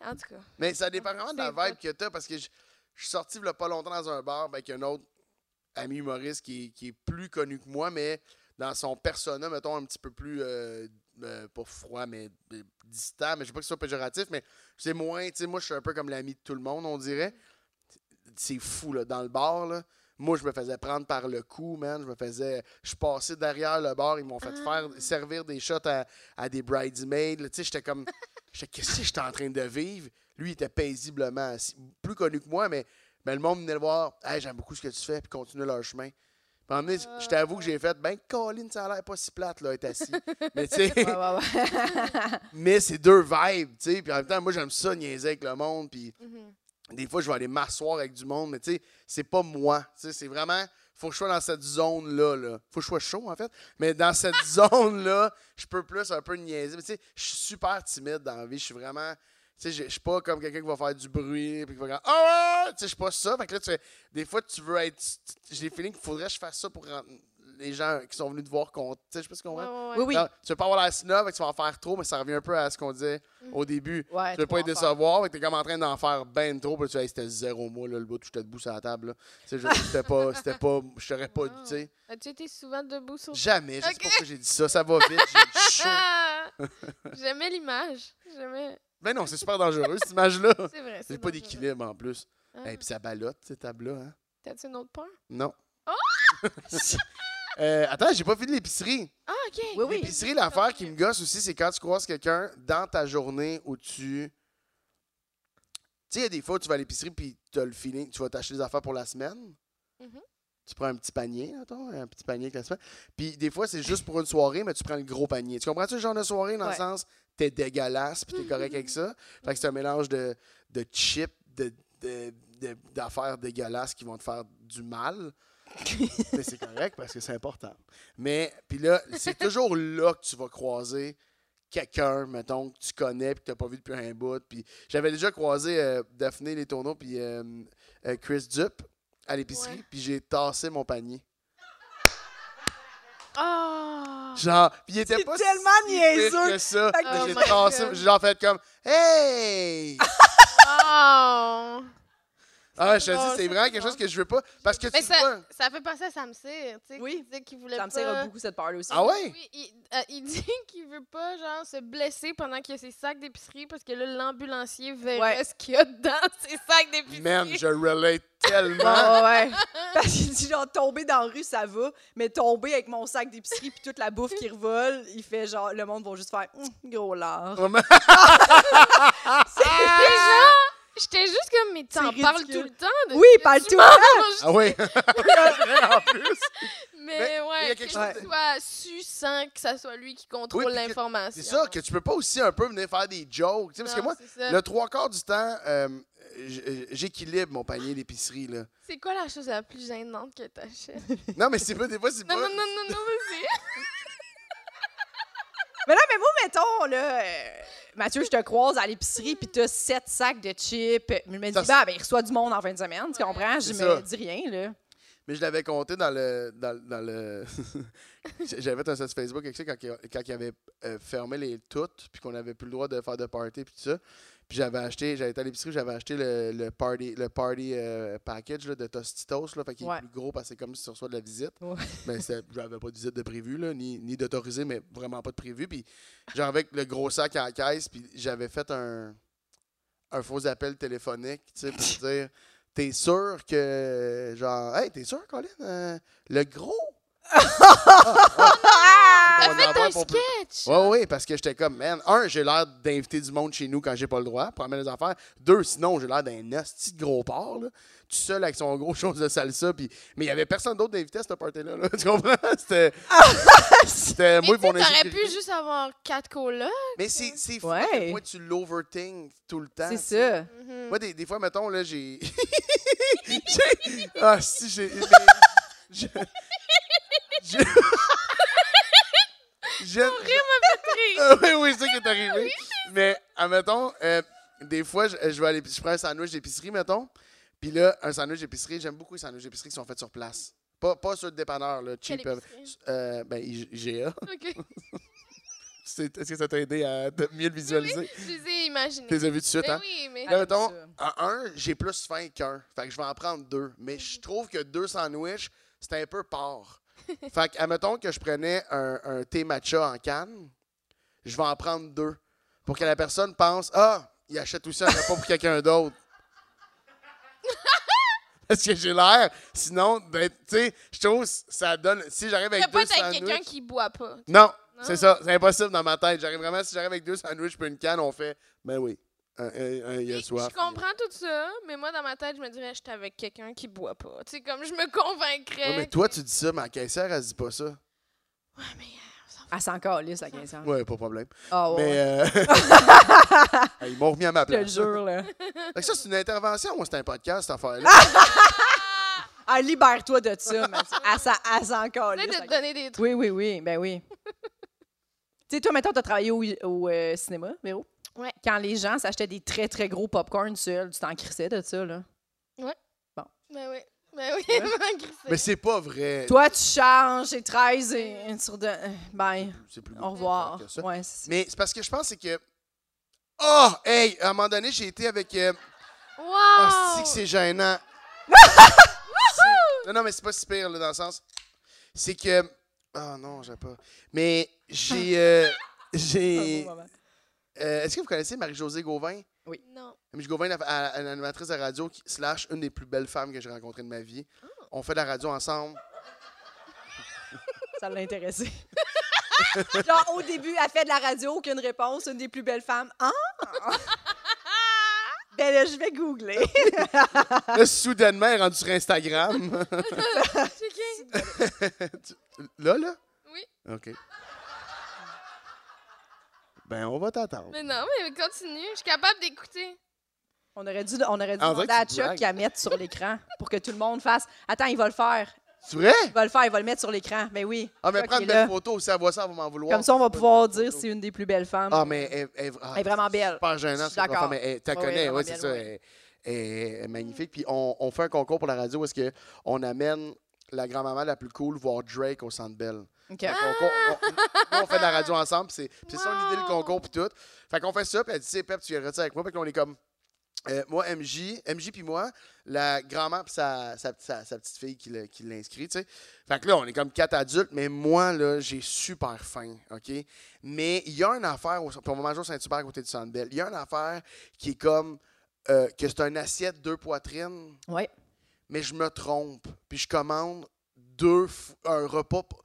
[SPEAKER 3] en tout cas,
[SPEAKER 4] Mais ça dépend vraiment de la
[SPEAKER 3] C'est pas-
[SPEAKER 4] vibe que t'as, parce que je je suis sorti il y a pas longtemps dans un bar avec un autre ami humoriste qui, est- qui est plus connu que moi, mais dans son persona, mettons, un petit peu plus. euh, euh, pas froid, mais euh, distant, mais je sais pas que ce soit péjoratif, mais c'est moins. Tu sais, moi, je suis un peu comme l'ami de tout le monde, on dirait. C'est fou, là. Dans le bar, là. Moi, je me faisais prendre par le cou, man. Je me faisais. Je passais derrière le bar. Ils m'ont fait faire servir des shots à, à des bridesmaids. là. Tu sais, j'étais comme. J'étais, qu'est-ce que j'étais en train de vivre? Lui, il était paisiblement assis. Plus connu que moi, mais, mais le monde venait le voir. Hey, j'aime beaucoup ce que tu fais, puis continue leur chemin. Puis, à un moment donné, je t'avoue que j'ai fait, ben, Colin, ça a l'air pas si plate, là, être assis. mais tu sais,
[SPEAKER 2] Ouais, ouais, ouais.
[SPEAKER 4] mais c'est deux vibes, tu sais. Puis en même temps, moi, j'aime ça, niaiser avec le monde. Puis des fois, je vais aller m'asseoir avec du monde, mais tu sais, c'est pas moi. Tu sais, c'est vraiment, faut que je sois dans cette zone-là. Là. Faut que je sois chaud, en fait. Mais dans cette zone-là, je peux plus un peu niaiser. Mais tu sais, je suis super timide dans la vie. Je suis vraiment. Tu sais, je- je suis pas comme quelqu'un qui va faire du bruit puis qui va dire Ah! Tu sais, je suis pas ça. Fait que là, tu fais- des fois, tu veux être. J'ai le feeling qu'il faudrait que je fasse ça pour rendre les gens qui sont venus te voir compte. Tu sais, je sais pas ce qu'on
[SPEAKER 3] ouais, ouais,
[SPEAKER 2] Oui,
[SPEAKER 3] ouais.
[SPEAKER 2] oui.
[SPEAKER 4] non, tu veux pas avoir la snob, fait que tu vas en faire trop, mais ça revient un peu à ce qu'on disait
[SPEAKER 3] Mm.
[SPEAKER 4] au début.
[SPEAKER 2] Ouais,
[SPEAKER 4] tu veux
[SPEAKER 2] trop
[SPEAKER 4] pas
[SPEAKER 2] en
[SPEAKER 4] être décevoir, fait que t'es comme en train d'en faire ben trop, puis tu fais, Hey, c'était zéro mois, là, le bout, où j'étais debout sur la table. là. Tu sais, je- C'était pas, c'était pas, je t'aurais pas dû, tu sais.
[SPEAKER 3] as-tu été souvent debout sur
[SPEAKER 4] Jamais, je sais
[SPEAKER 3] Ok.
[SPEAKER 4] pas pourquoi j'ai dit ça, ça va vite, j'ai du chaud.
[SPEAKER 3] Ah! J'aimais l'image. J'aimais.
[SPEAKER 4] Ben non, c'est super dangereux, cette image-là.
[SPEAKER 3] C'est vrai.
[SPEAKER 4] J'ai
[SPEAKER 3] c'est
[SPEAKER 4] pas
[SPEAKER 3] dangereux.
[SPEAKER 4] d'équilibre en plus.
[SPEAKER 3] Ah.
[SPEAKER 4] Et puis ça ballotte, cette table-là, hein?
[SPEAKER 3] T'as-tu une autre peur?
[SPEAKER 4] Non. Euh, attends, j'ai pas fini l'épicerie.
[SPEAKER 3] Ah, ok.
[SPEAKER 2] Oui, oui.
[SPEAKER 4] L'épicerie, l'affaire qui me gosse aussi, c'est quand tu croises quelqu'un dans ta journée où tu. Tu sais, il y a des fois où tu vas à l'épicerie puis tu as le feeling, tu vas t'acheter des affaires pour la semaine.
[SPEAKER 3] Mhm.
[SPEAKER 2] Mm-hmm.
[SPEAKER 4] Tu prends un petit panier, attends, un petit panier avec la semaine. Puis des fois, c'est juste pour une soirée, mais tu prends le gros panier. Tu comprends-tu le genre de soirée dans le
[SPEAKER 2] Ouais.
[SPEAKER 4] sens, t'es dégueulasse puis t'es correct avec ça? Fait que c'est un mélange de, de chips, de- de- de- d'affaires dégueulasses qui vont te faire du mal. mais c'est correct parce que c'est important. Mais, puis là, c'est toujours là que tu vas croiser quelqu'un, mettons, que tu connais puis que tu n'as pas vu depuis un bout. Puis j'avais déjà croisé euh, Daphné Les Tourneaux puis euh, euh, Chris Dup à l'épicerie,
[SPEAKER 3] Ouais.
[SPEAKER 4] puis j'ai tassé mon panier.
[SPEAKER 3] Ah.
[SPEAKER 4] Genre, puis il était
[SPEAKER 2] C'est
[SPEAKER 4] pas
[SPEAKER 2] tellement
[SPEAKER 4] si pire
[SPEAKER 2] niaiseux.
[SPEAKER 4] que ça.
[SPEAKER 2] Fait que-
[SPEAKER 4] Mais
[SPEAKER 3] Oh
[SPEAKER 4] j'ai
[SPEAKER 3] my
[SPEAKER 4] tassé,
[SPEAKER 3] God.
[SPEAKER 4] j'ai genre fait comme Hey!
[SPEAKER 3] Oh.
[SPEAKER 4] Ah, je te dis,
[SPEAKER 3] drôle,
[SPEAKER 4] c'est
[SPEAKER 3] c'est
[SPEAKER 4] vraiment quelque
[SPEAKER 3] drôle.
[SPEAKER 4] chose que je veux pas. Parce que
[SPEAKER 3] Mais
[SPEAKER 4] tu vois.
[SPEAKER 3] ça, ça fait penser à Samsir, tu sais,
[SPEAKER 2] Oui.
[SPEAKER 3] qui disait qu'il voulait
[SPEAKER 2] Ça me
[SPEAKER 3] pas...
[SPEAKER 2] sert à beaucoup cette part aussi.
[SPEAKER 4] Ah ouais?
[SPEAKER 3] Oui, il, euh, il dit qu'il veut pas, genre, se blesser pendant qu'il y a ses sacs d'épicerie parce que là, l'ambulancier verrait
[SPEAKER 2] Ouais.
[SPEAKER 3] ce qu'il y a dedans ses sacs d'épicerie.
[SPEAKER 4] Man, je relate tellement.
[SPEAKER 2] Ah ouais. Parce qu'il dit genre tomber dans la rue, ça va, mais tomber avec mon sac d'épicerie puis toute la bouffe qui revole, il fait genre le monde va juste faire Hum, gros lard.
[SPEAKER 4] Ah,
[SPEAKER 3] C'est genre... Ah! J'étais juste comme, mais t'en
[SPEAKER 2] C'est
[SPEAKER 3] parles tout
[SPEAKER 2] ridicule.
[SPEAKER 3] le temps. de-
[SPEAKER 2] Oui, il
[SPEAKER 3] que
[SPEAKER 2] parle
[SPEAKER 3] tu
[SPEAKER 2] tout le
[SPEAKER 3] manges.
[SPEAKER 4] Ah oui. en plus.
[SPEAKER 3] Mais,
[SPEAKER 4] Mais-
[SPEAKER 3] ouais,
[SPEAKER 4] mais il y a
[SPEAKER 3] que
[SPEAKER 4] quelque
[SPEAKER 3] ça
[SPEAKER 2] chose de-
[SPEAKER 3] soit succinct, que ça soit lui qui contrôle
[SPEAKER 4] puis que-
[SPEAKER 3] l'information.
[SPEAKER 4] C'est ça, que tu peux pas aussi un peu venir faire des jokes. tu sais, Parce que
[SPEAKER 3] Non,
[SPEAKER 4] moi,
[SPEAKER 3] c'est ça.
[SPEAKER 4] le trois quarts du temps, euh, j- j'équilibre mon panier d'épicerie. là.
[SPEAKER 3] C'est quoi la chose la plus gênante que t'achètes?
[SPEAKER 4] Non, mais c'est pas des fois, c'est pas.
[SPEAKER 3] non, non, non, non, non, vas-y.
[SPEAKER 4] Ah,
[SPEAKER 2] Mais là, mais vous, mettons, là, euh, Mathieu, je te croise à l'épicerie, puis t'as sept sacs de chips. Je me dis,
[SPEAKER 4] Ça, c'est-
[SPEAKER 2] bah, ben, il reçoit du monde en fin de semaine, tu
[SPEAKER 3] Ouais.
[SPEAKER 2] comprends? Je
[SPEAKER 4] C'est
[SPEAKER 2] me
[SPEAKER 4] ça.
[SPEAKER 2] dis rien, là.
[SPEAKER 4] Mais je l'avais compté dans le. Dans, le- dans le J'avais fait un site Facebook avec ça quand, il- quand il avait euh, fermé les toutes, puis qu'on n'avait plus le droit de faire de party, puis tout ça. Puis j'avais acheté, j'avais été à l'épicerie, j'avais acheté le, le party, le party euh, package là, de Tostitos, là, fait qu'il
[SPEAKER 2] Ouais.
[SPEAKER 4] est plus gros parce que c'est comme si tu reçois de la visite.
[SPEAKER 2] Ouais.
[SPEAKER 4] Mais c'était- j'avais pas de visite de prévu, là, ni, ni d'autorisé, mais vraiment pas de prévu. Puis genre avec le gros sac en caisse, puis j'avais fait un, un faux appel téléphonique, tu sais, pour dire T'es sûr que. Genre, hey, t'es sûr, Colin? euh, le gros?
[SPEAKER 2] Ah!
[SPEAKER 4] On en
[SPEAKER 3] Faites
[SPEAKER 4] parle
[SPEAKER 3] un
[SPEAKER 4] pour plus-
[SPEAKER 3] sketch!
[SPEAKER 4] Ouais, ouais, parce que j'étais comme, man, un, j'ai l'air d'inviter du monde chez nous quand j'ai pas le droit pour amener les affaires. Deux, sinon, j'ai l'air d'un hostie de gros porc, là. Tout seul avec son gros chose de salsa. Puis... Mais il y avait personne d'autre d'invité à cette party-là, là. Tu comprends? C'était. C'était
[SPEAKER 3] Mais
[SPEAKER 4] moi
[SPEAKER 3] tu
[SPEAKER 4] pour
[SPEAKER 3] sais, t'aurais pu juste avoir quatre colas.
[SPEAKER 4] Mais c'est c'est fou
[SPEAKER 2] Ouais.
[SPEAKER 4] à quel point tu l'overthink tout le temps.
[SPEAKER 2] C'est
[SPEAKER 4] tu sais.
[SPEAKER 2] ça.
[SPEAKER 3] Mhm.
[SPEAKER 4] Moi, des, des fois, mettons, là, j'ai. j'ai- Ah, si, j'ai. mais- Je. Je. Je. Ah oui, oui, c'est ça qui est arrivé. Mais, admettons, euh, des fois, je, je vais aller, je prends un sandwich d'épicerie, mettons. Puis là, un sandwich d'épicerie, j'aime beaucoup les sandwichs d'épicerie qui sont faits sur place. Pas, pas sur le dépanneur, là, cheap.
[SPEAKER 3] Quelle
[SPEAKER 4] euh,
[SPEAKER 3] épicerie?
[SPEAKER 4] euh, ben, I- IGA.
[SPEAKER 3] Ok.
[SPEAKER 4] C'est- Est-ce que ça t'a aidé à te mieux le visualiser?
[SPEAKER 3] Je les ai imaginés.
[SPEAKER 4] T'es vu tout de suite,
[SPEAKER 3] Ben
[SPEAKER 4] hein?
[SPEAKER 3] oui, mais.
[SPEAKER 4] Là, mettons,
[SPEAKER 2] ça.
[SPEAKER 4] à un, j'ai plus faim qu'un. Fait que je vais en prendre deux. Mais je
[SPEAKER 3] Mhm.
[SPEAKER 4] trouve que deux sandwichs, c'est un peu port. fait que, admettons que je prenais un, un thé matcha en canne, je vais en prendre deux. Pour que la personne pense Ah, il achète aussi un repas pour quelqu'un d'autre. Parce que j'ai l'air, sinon, ben, tu sais, je trouve que ça donne. Si j'arrive
[SPEAKER 3] Tu peux
[SPEAKER 4] avec
[SPEAKER 3] pas
[SPEAKER 4] deux
[SPEAKER 3] être avec quelqu'un
[SPEAKER 4] sandwichs.
[SPEAKER 3] qui boit pas.
[SPEAKER 4] Non, c'est ça, c'est impossible dans ma tête. J'arrive vraiment, si j'arrive avec deux sandwichs puis une canne, on fait Ben oui, un, un- un, il a
[SPEAKER 3] Puis,
[SPEAKER 4] soif.
[SPEAKER 3] Je comprends tout ça, mais moi, dans ma tête, je me dirais, j'étais avec quelqu'un qui boit pas. Tu sais, comme je me convaincrais.
[SPEAKER 4] Ouais, mais toi, tu dis ça, mais la caissière, elle se dit pas ça.
[SPEAKER 2] Elle s'en calisse, la quinzaine.
[SPEAKER 4] Ouais, pas de problème.
[SPEAKER 2] Ah ouais.
[SPEAKER 4] Mais. euh, Ils m'ont remis à ma
[SPEAKER 2] Je te le
[SPEAKER 4] place.
[SPEAKER 2] jure, là.
[SPEAKER 4] Fait que ça, c'est une intervention ou c'est un podcast, cette affaire-là?
[SPEAKER 2] Ah, libère-toi de ça, ah, Mathieu. Elle s'en- Elle s'en
[SPEAKER 3] J'essaie
[SPEAKER 2] calisse.
[SPEAKER 3] de
[SPEAKER 2] la
[SPEAKER 3] te donner des trucs.
[SPEAKER 2] Oui, oui, oui, ben oui. tu sais, toi, maintenant, t'as travaillé au, au, euh, cinéma, Véro.
[SPEAKER 3] Ouais.
[SPEAKER 2] Quand les gens s'achetaient des très, très gros popcorn seuls, tu t'en crissais de ça, là.
[SPEAKER 3] Ben oui. Ben oui,
[SPEAKER 2] Ouais.
[SPEAKER 3] m'en crissais.
[SPEAKER 4] Mais c'est pas vrai.
[SPEAKER 2] Toi, tu changes, c'est 13 et sur de. euh, Bye.
[SPEAKER 4] C'est plus
[SPEAKER 2] Au revoir.
[SPEAKER 4] que ça.
[SPEAKER 2] Ouais, c'est-
[SPEAKER 4] Mais c'est parce que je pense c'est que. Oh, hey, à un moment donné, j'ai été avec. euh, Oh,
[SPEAKER 2] Ah.
[SPEAKER 4] c'est que
[SPEAKER 3] Wow!
[SPEAKER 4] c'est gênant. C'est- non, non, mais c'est pas si pire, là, dans le sens. C'est que. Oh non, j'ai pas. Mais j'ai. euh,
[SPEAKER 2] un
[SPEAKER 4] j'ai.
[SPEAKER 2] beau moment.
[SPEAKER 4] euh, Est-ce que vous connaissez Marie-Josée Gauvin?
[SPEAKER 3] Non.
[SPEAKER 4] Amiche Gauvin, la- à- à- une
[SPEAKER 2] Oh.
[SPEAKER 4] animatrice de radio, qui- slash, une des plus belles femmes que j'ai rencontrées de ma vie. On fait de la radio ensemble.
[SPEAKER 2] Ça l'a intéressé. Genre, au début, elle fait de la radio, aucune réponse. Une des plus belles femmes. Ah! ben là, je vais googler.
[SPEAKER 4] Là, soudainement, elle est rendue sur Instagram. Ah,
[SPEAKER 3] C'est qui?
[SPEAKER 4] là, là?
[SPEAKER 3] Oui.
[SPEAKER 4] OK. Ben, on va t'attendre.
[SPEAKER 3] Mais non, mais continue. Je suis capable d'écouter.
[SPEAKER 2] On aurait dû, on aurait dû
[SPEAKER 4] En vrai
[SPEAKER 2] demander à
[SPEAKER 4] que tu
[SPEAKER 2] Chuck
[SPEAKER 4] bragues.
[SPEAKER 2] qu'il la mette sur l'écran pour que tout le monde fasse. Attends, il va le faire.
[SPEAKER 4] C'est vrai?
[SPEAKER 2] Il va le faire, il va le mettre sur l'écran. Ben oui.
[SPEAKER 4] Ah, mais
[SPEAKER 2] Chuck
[SPEAKER 4] prendre
[SPEAKER 2] est
[SPEAKER 4] une
[SPEAKER 2] là.
[SPEAKER 4] belle photo, si elle voit ça, elle va m'en vouloir.
[SPEAKER 2] Comme ça, on va pouvoir dire si c'est une des plus belles femmes.
[SPEAKER 4] Ah, mais elle, elle- ah,
[SPEAKER 2] Elle est vraiment belle.
[SPEAKER 4] Super gênante,
[SPEAKER 2] Je suis
[SPEAKER 4] cette
[SPEAKER 2] d'accord.
[SPEAKER 4] femme. mais elle- t'as
[SPEAKER 2] Oui, oui,
[SPEAKER 4] connais,
[SPEAKER 2] vraiment
[SPEAKER 4] ouais,
[SPEAKER 2] belle,
[SPEAKER 4] c'est ça.
[SPEAKER 2] oui.
[SPEAKER 4] Elle, elle- elle est magnifique. Puis on, on fait un concours pour la radio où est-ce que on amène la grand-maman la plus cool voir Drake au Centre Bell.
[SPEAKER 2] OK.
[SPEAKER 3] Ah.
[SPEAKER 4] Fait qu'on- qu'on- on, nous, on fait de la radio ensemble, puis c'est puis c'est ça l'idée, le
[SPEAKER 3] Wow!
[SPEAKER 4] concours, puis tout. Fait qu'on fait ça, puis elle dit, c'est Pep, tu viendras avec moi, puis qu'on est comme. euh, moi, MJ, MJ puis moi, la grand-mère puis sa, sa, sa- sa petite fille qui le- qui l'inscrit, tu sais. Fait que là, on est comme quatre adultes, mais moi, là, j'ai super faim, OK? Mais il y a une affaire, au- puis on va manger au Saint-Hubert à côté du Sandbell, il y a une affaire qui est comme euh, que c'est une assiette, deux poitrines,
[SPEAKER 2] Ouais.
[SPEAKER 4] mais je me trompe. Puis je commande deux f- un repas p-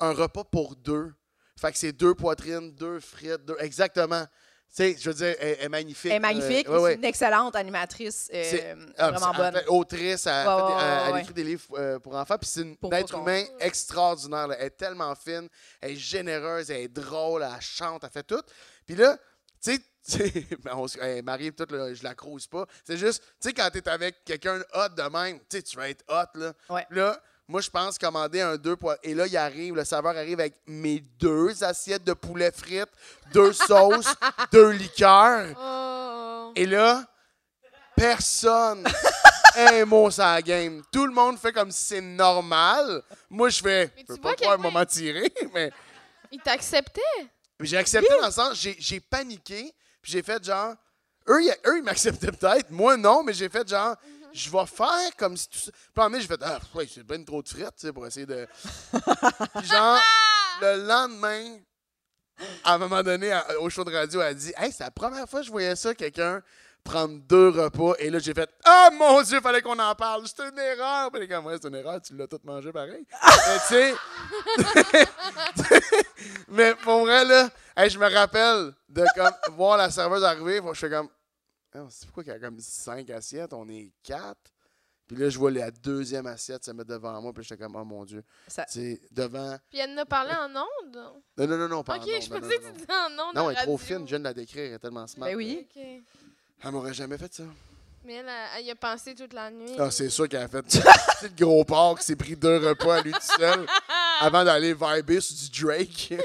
[SPEAKER 4] un repas pour deux. Fait que c'est deux poitrines, deux frites, deux exactement. Tu sais, je veux dire, elle, elle est magnifique.
[SPEAKER 2] Elle est magnifique.
[SPEAKER 4] Euh, ouais, ouais.
[SPEAKER 2] C'est une excellente animatrice. euh,
[SPEAKER 4] C'est- Ah,
[SPEAKER 2] vraiment
[SPEAKER 4] c'est- elle
[SPEAKER 2] bonne.
[SPEAKER 4] fait- autrice, elle,
[SPEAKER 2] Ouais,
[SPEAKER 4] fait des-
[SPEAKER 2] ouais,
[SPEAKER 4] elle- elle
[SPEAKER 2] ouais,
[SPEAKER 4] écrit des livres euh, pour enfants, puis c'est une-
[SPEAKER 2] Pour
[SPEAKER 4] un être
[SPEAKER 2] pas qu'on-
[SPEAKER 4] humain extraordinaire. là. Elle est tellement fine, elle est généreuse, elle est drôle, elle chante, elle fait tout. Puis là, tu sais, tu sais, ben, on se- elle m'arrive toute, là, je la crouse pas. C'est juste, tu sais, quand t'es avec quelqu'un de hot de même, tu sais, tu vas être hot, là.
[SPEAKER 2] Ouais.
[SPEAKER 4] Là, moi, je pense commander un deux pois- Et là, il arrive, le saveur arrive avec mes deux assiettes de poulet frites, deux sauces, deux liqueurs.
[SPEAKER 3] Oh.
[SPEAKER 4] Et là, personne un mot sur la game. Tout le monde fait comme si c'est normal. Moi, je fais.
[SPEAKER 3] Mais
[SPEAKER 4] Je peux
[SPEAKER 3] tu
[SPEAKER 4] pas
[SPEAKER 3] vois
[SPEAKER 4] croire un
[SPEAKER 3] quelqu'un-
[SPEAKER 4] moment tiré, mais.
[SPEAKER 3] Il t'acceptait?
[SPEAKER 4] mais j'ai accepté dans le sens, j'ai, j'ai paniqué, puis j'ai fait genre. Eux, ils- eux, ils m'acceptaient peut-être. Moi, non, mais j'ai fait genre. Je vais faire comme si tout ça. Puis en mai, j'ai fait. Ah, ouais, c'est bien trop de frites, tu sais, pour essayer de. Puis genre, le lendemain. À un moment donné, à- au show de radio, elle dit Hey, c'est la première fois que je voyais ça, quelqu'un prendre deux repas. Et là, j'ai fait Ah mon Dieu, fallait qu'on en parle. C'est une erreur. Puis elle est comme, Ouais, c'est une erreur, tu l'as tout mangé pareil. mais tu sais. mais pour vrai, là, hey, je me rappelle de comme, voir la serveuse arriver. Je fais comme Ah, C'est pourquoi qu'il y a comme cinq assiettes On est quatre. Puis là, je vois la deuxième assiette se mettre devant moi. Puis j'étais comme Oh mon Dieu.
[SPEAKER 2] Ça-
[SPEAKER 4] Tu sais, devant.
[SPEAKER 3] Puis elle en a parlé en ondes?
[SPEAKER 4] Non, non, non, non, pas
[SPEAKER 3] ok,
[SPEAKER 4] non,
[SPEAKER 3] je
[SPEAKER 4] ben, non,
[SPEAKER 3] pensais
[SPEAKER 4] non, non,
[SPEAKER 3] que tu disais en ondes.
[SPEAKER 4] non,
[SPEAKER 3] à
[SPEAKER 4] elle est
[SPEAKER 3] radio.
[SPEAKER 4] trop fine, je viens de la décrire, elle est tellement smart.
[SPEAKER 2] Ben oui.
[SPEAKER 3] Ok.
[SPEAKER 4] Elle m'aurait jamais fait ça.
[SPEAKER 3] Mais elle, a- elle y a pensé toute la nuit.
[SPEAKER 4] Ah, c'est sûr qu'elle a fait un petit gros porc qui s'est pris deux repas à lui tout seul avant d'aller vibrer sur du Drake.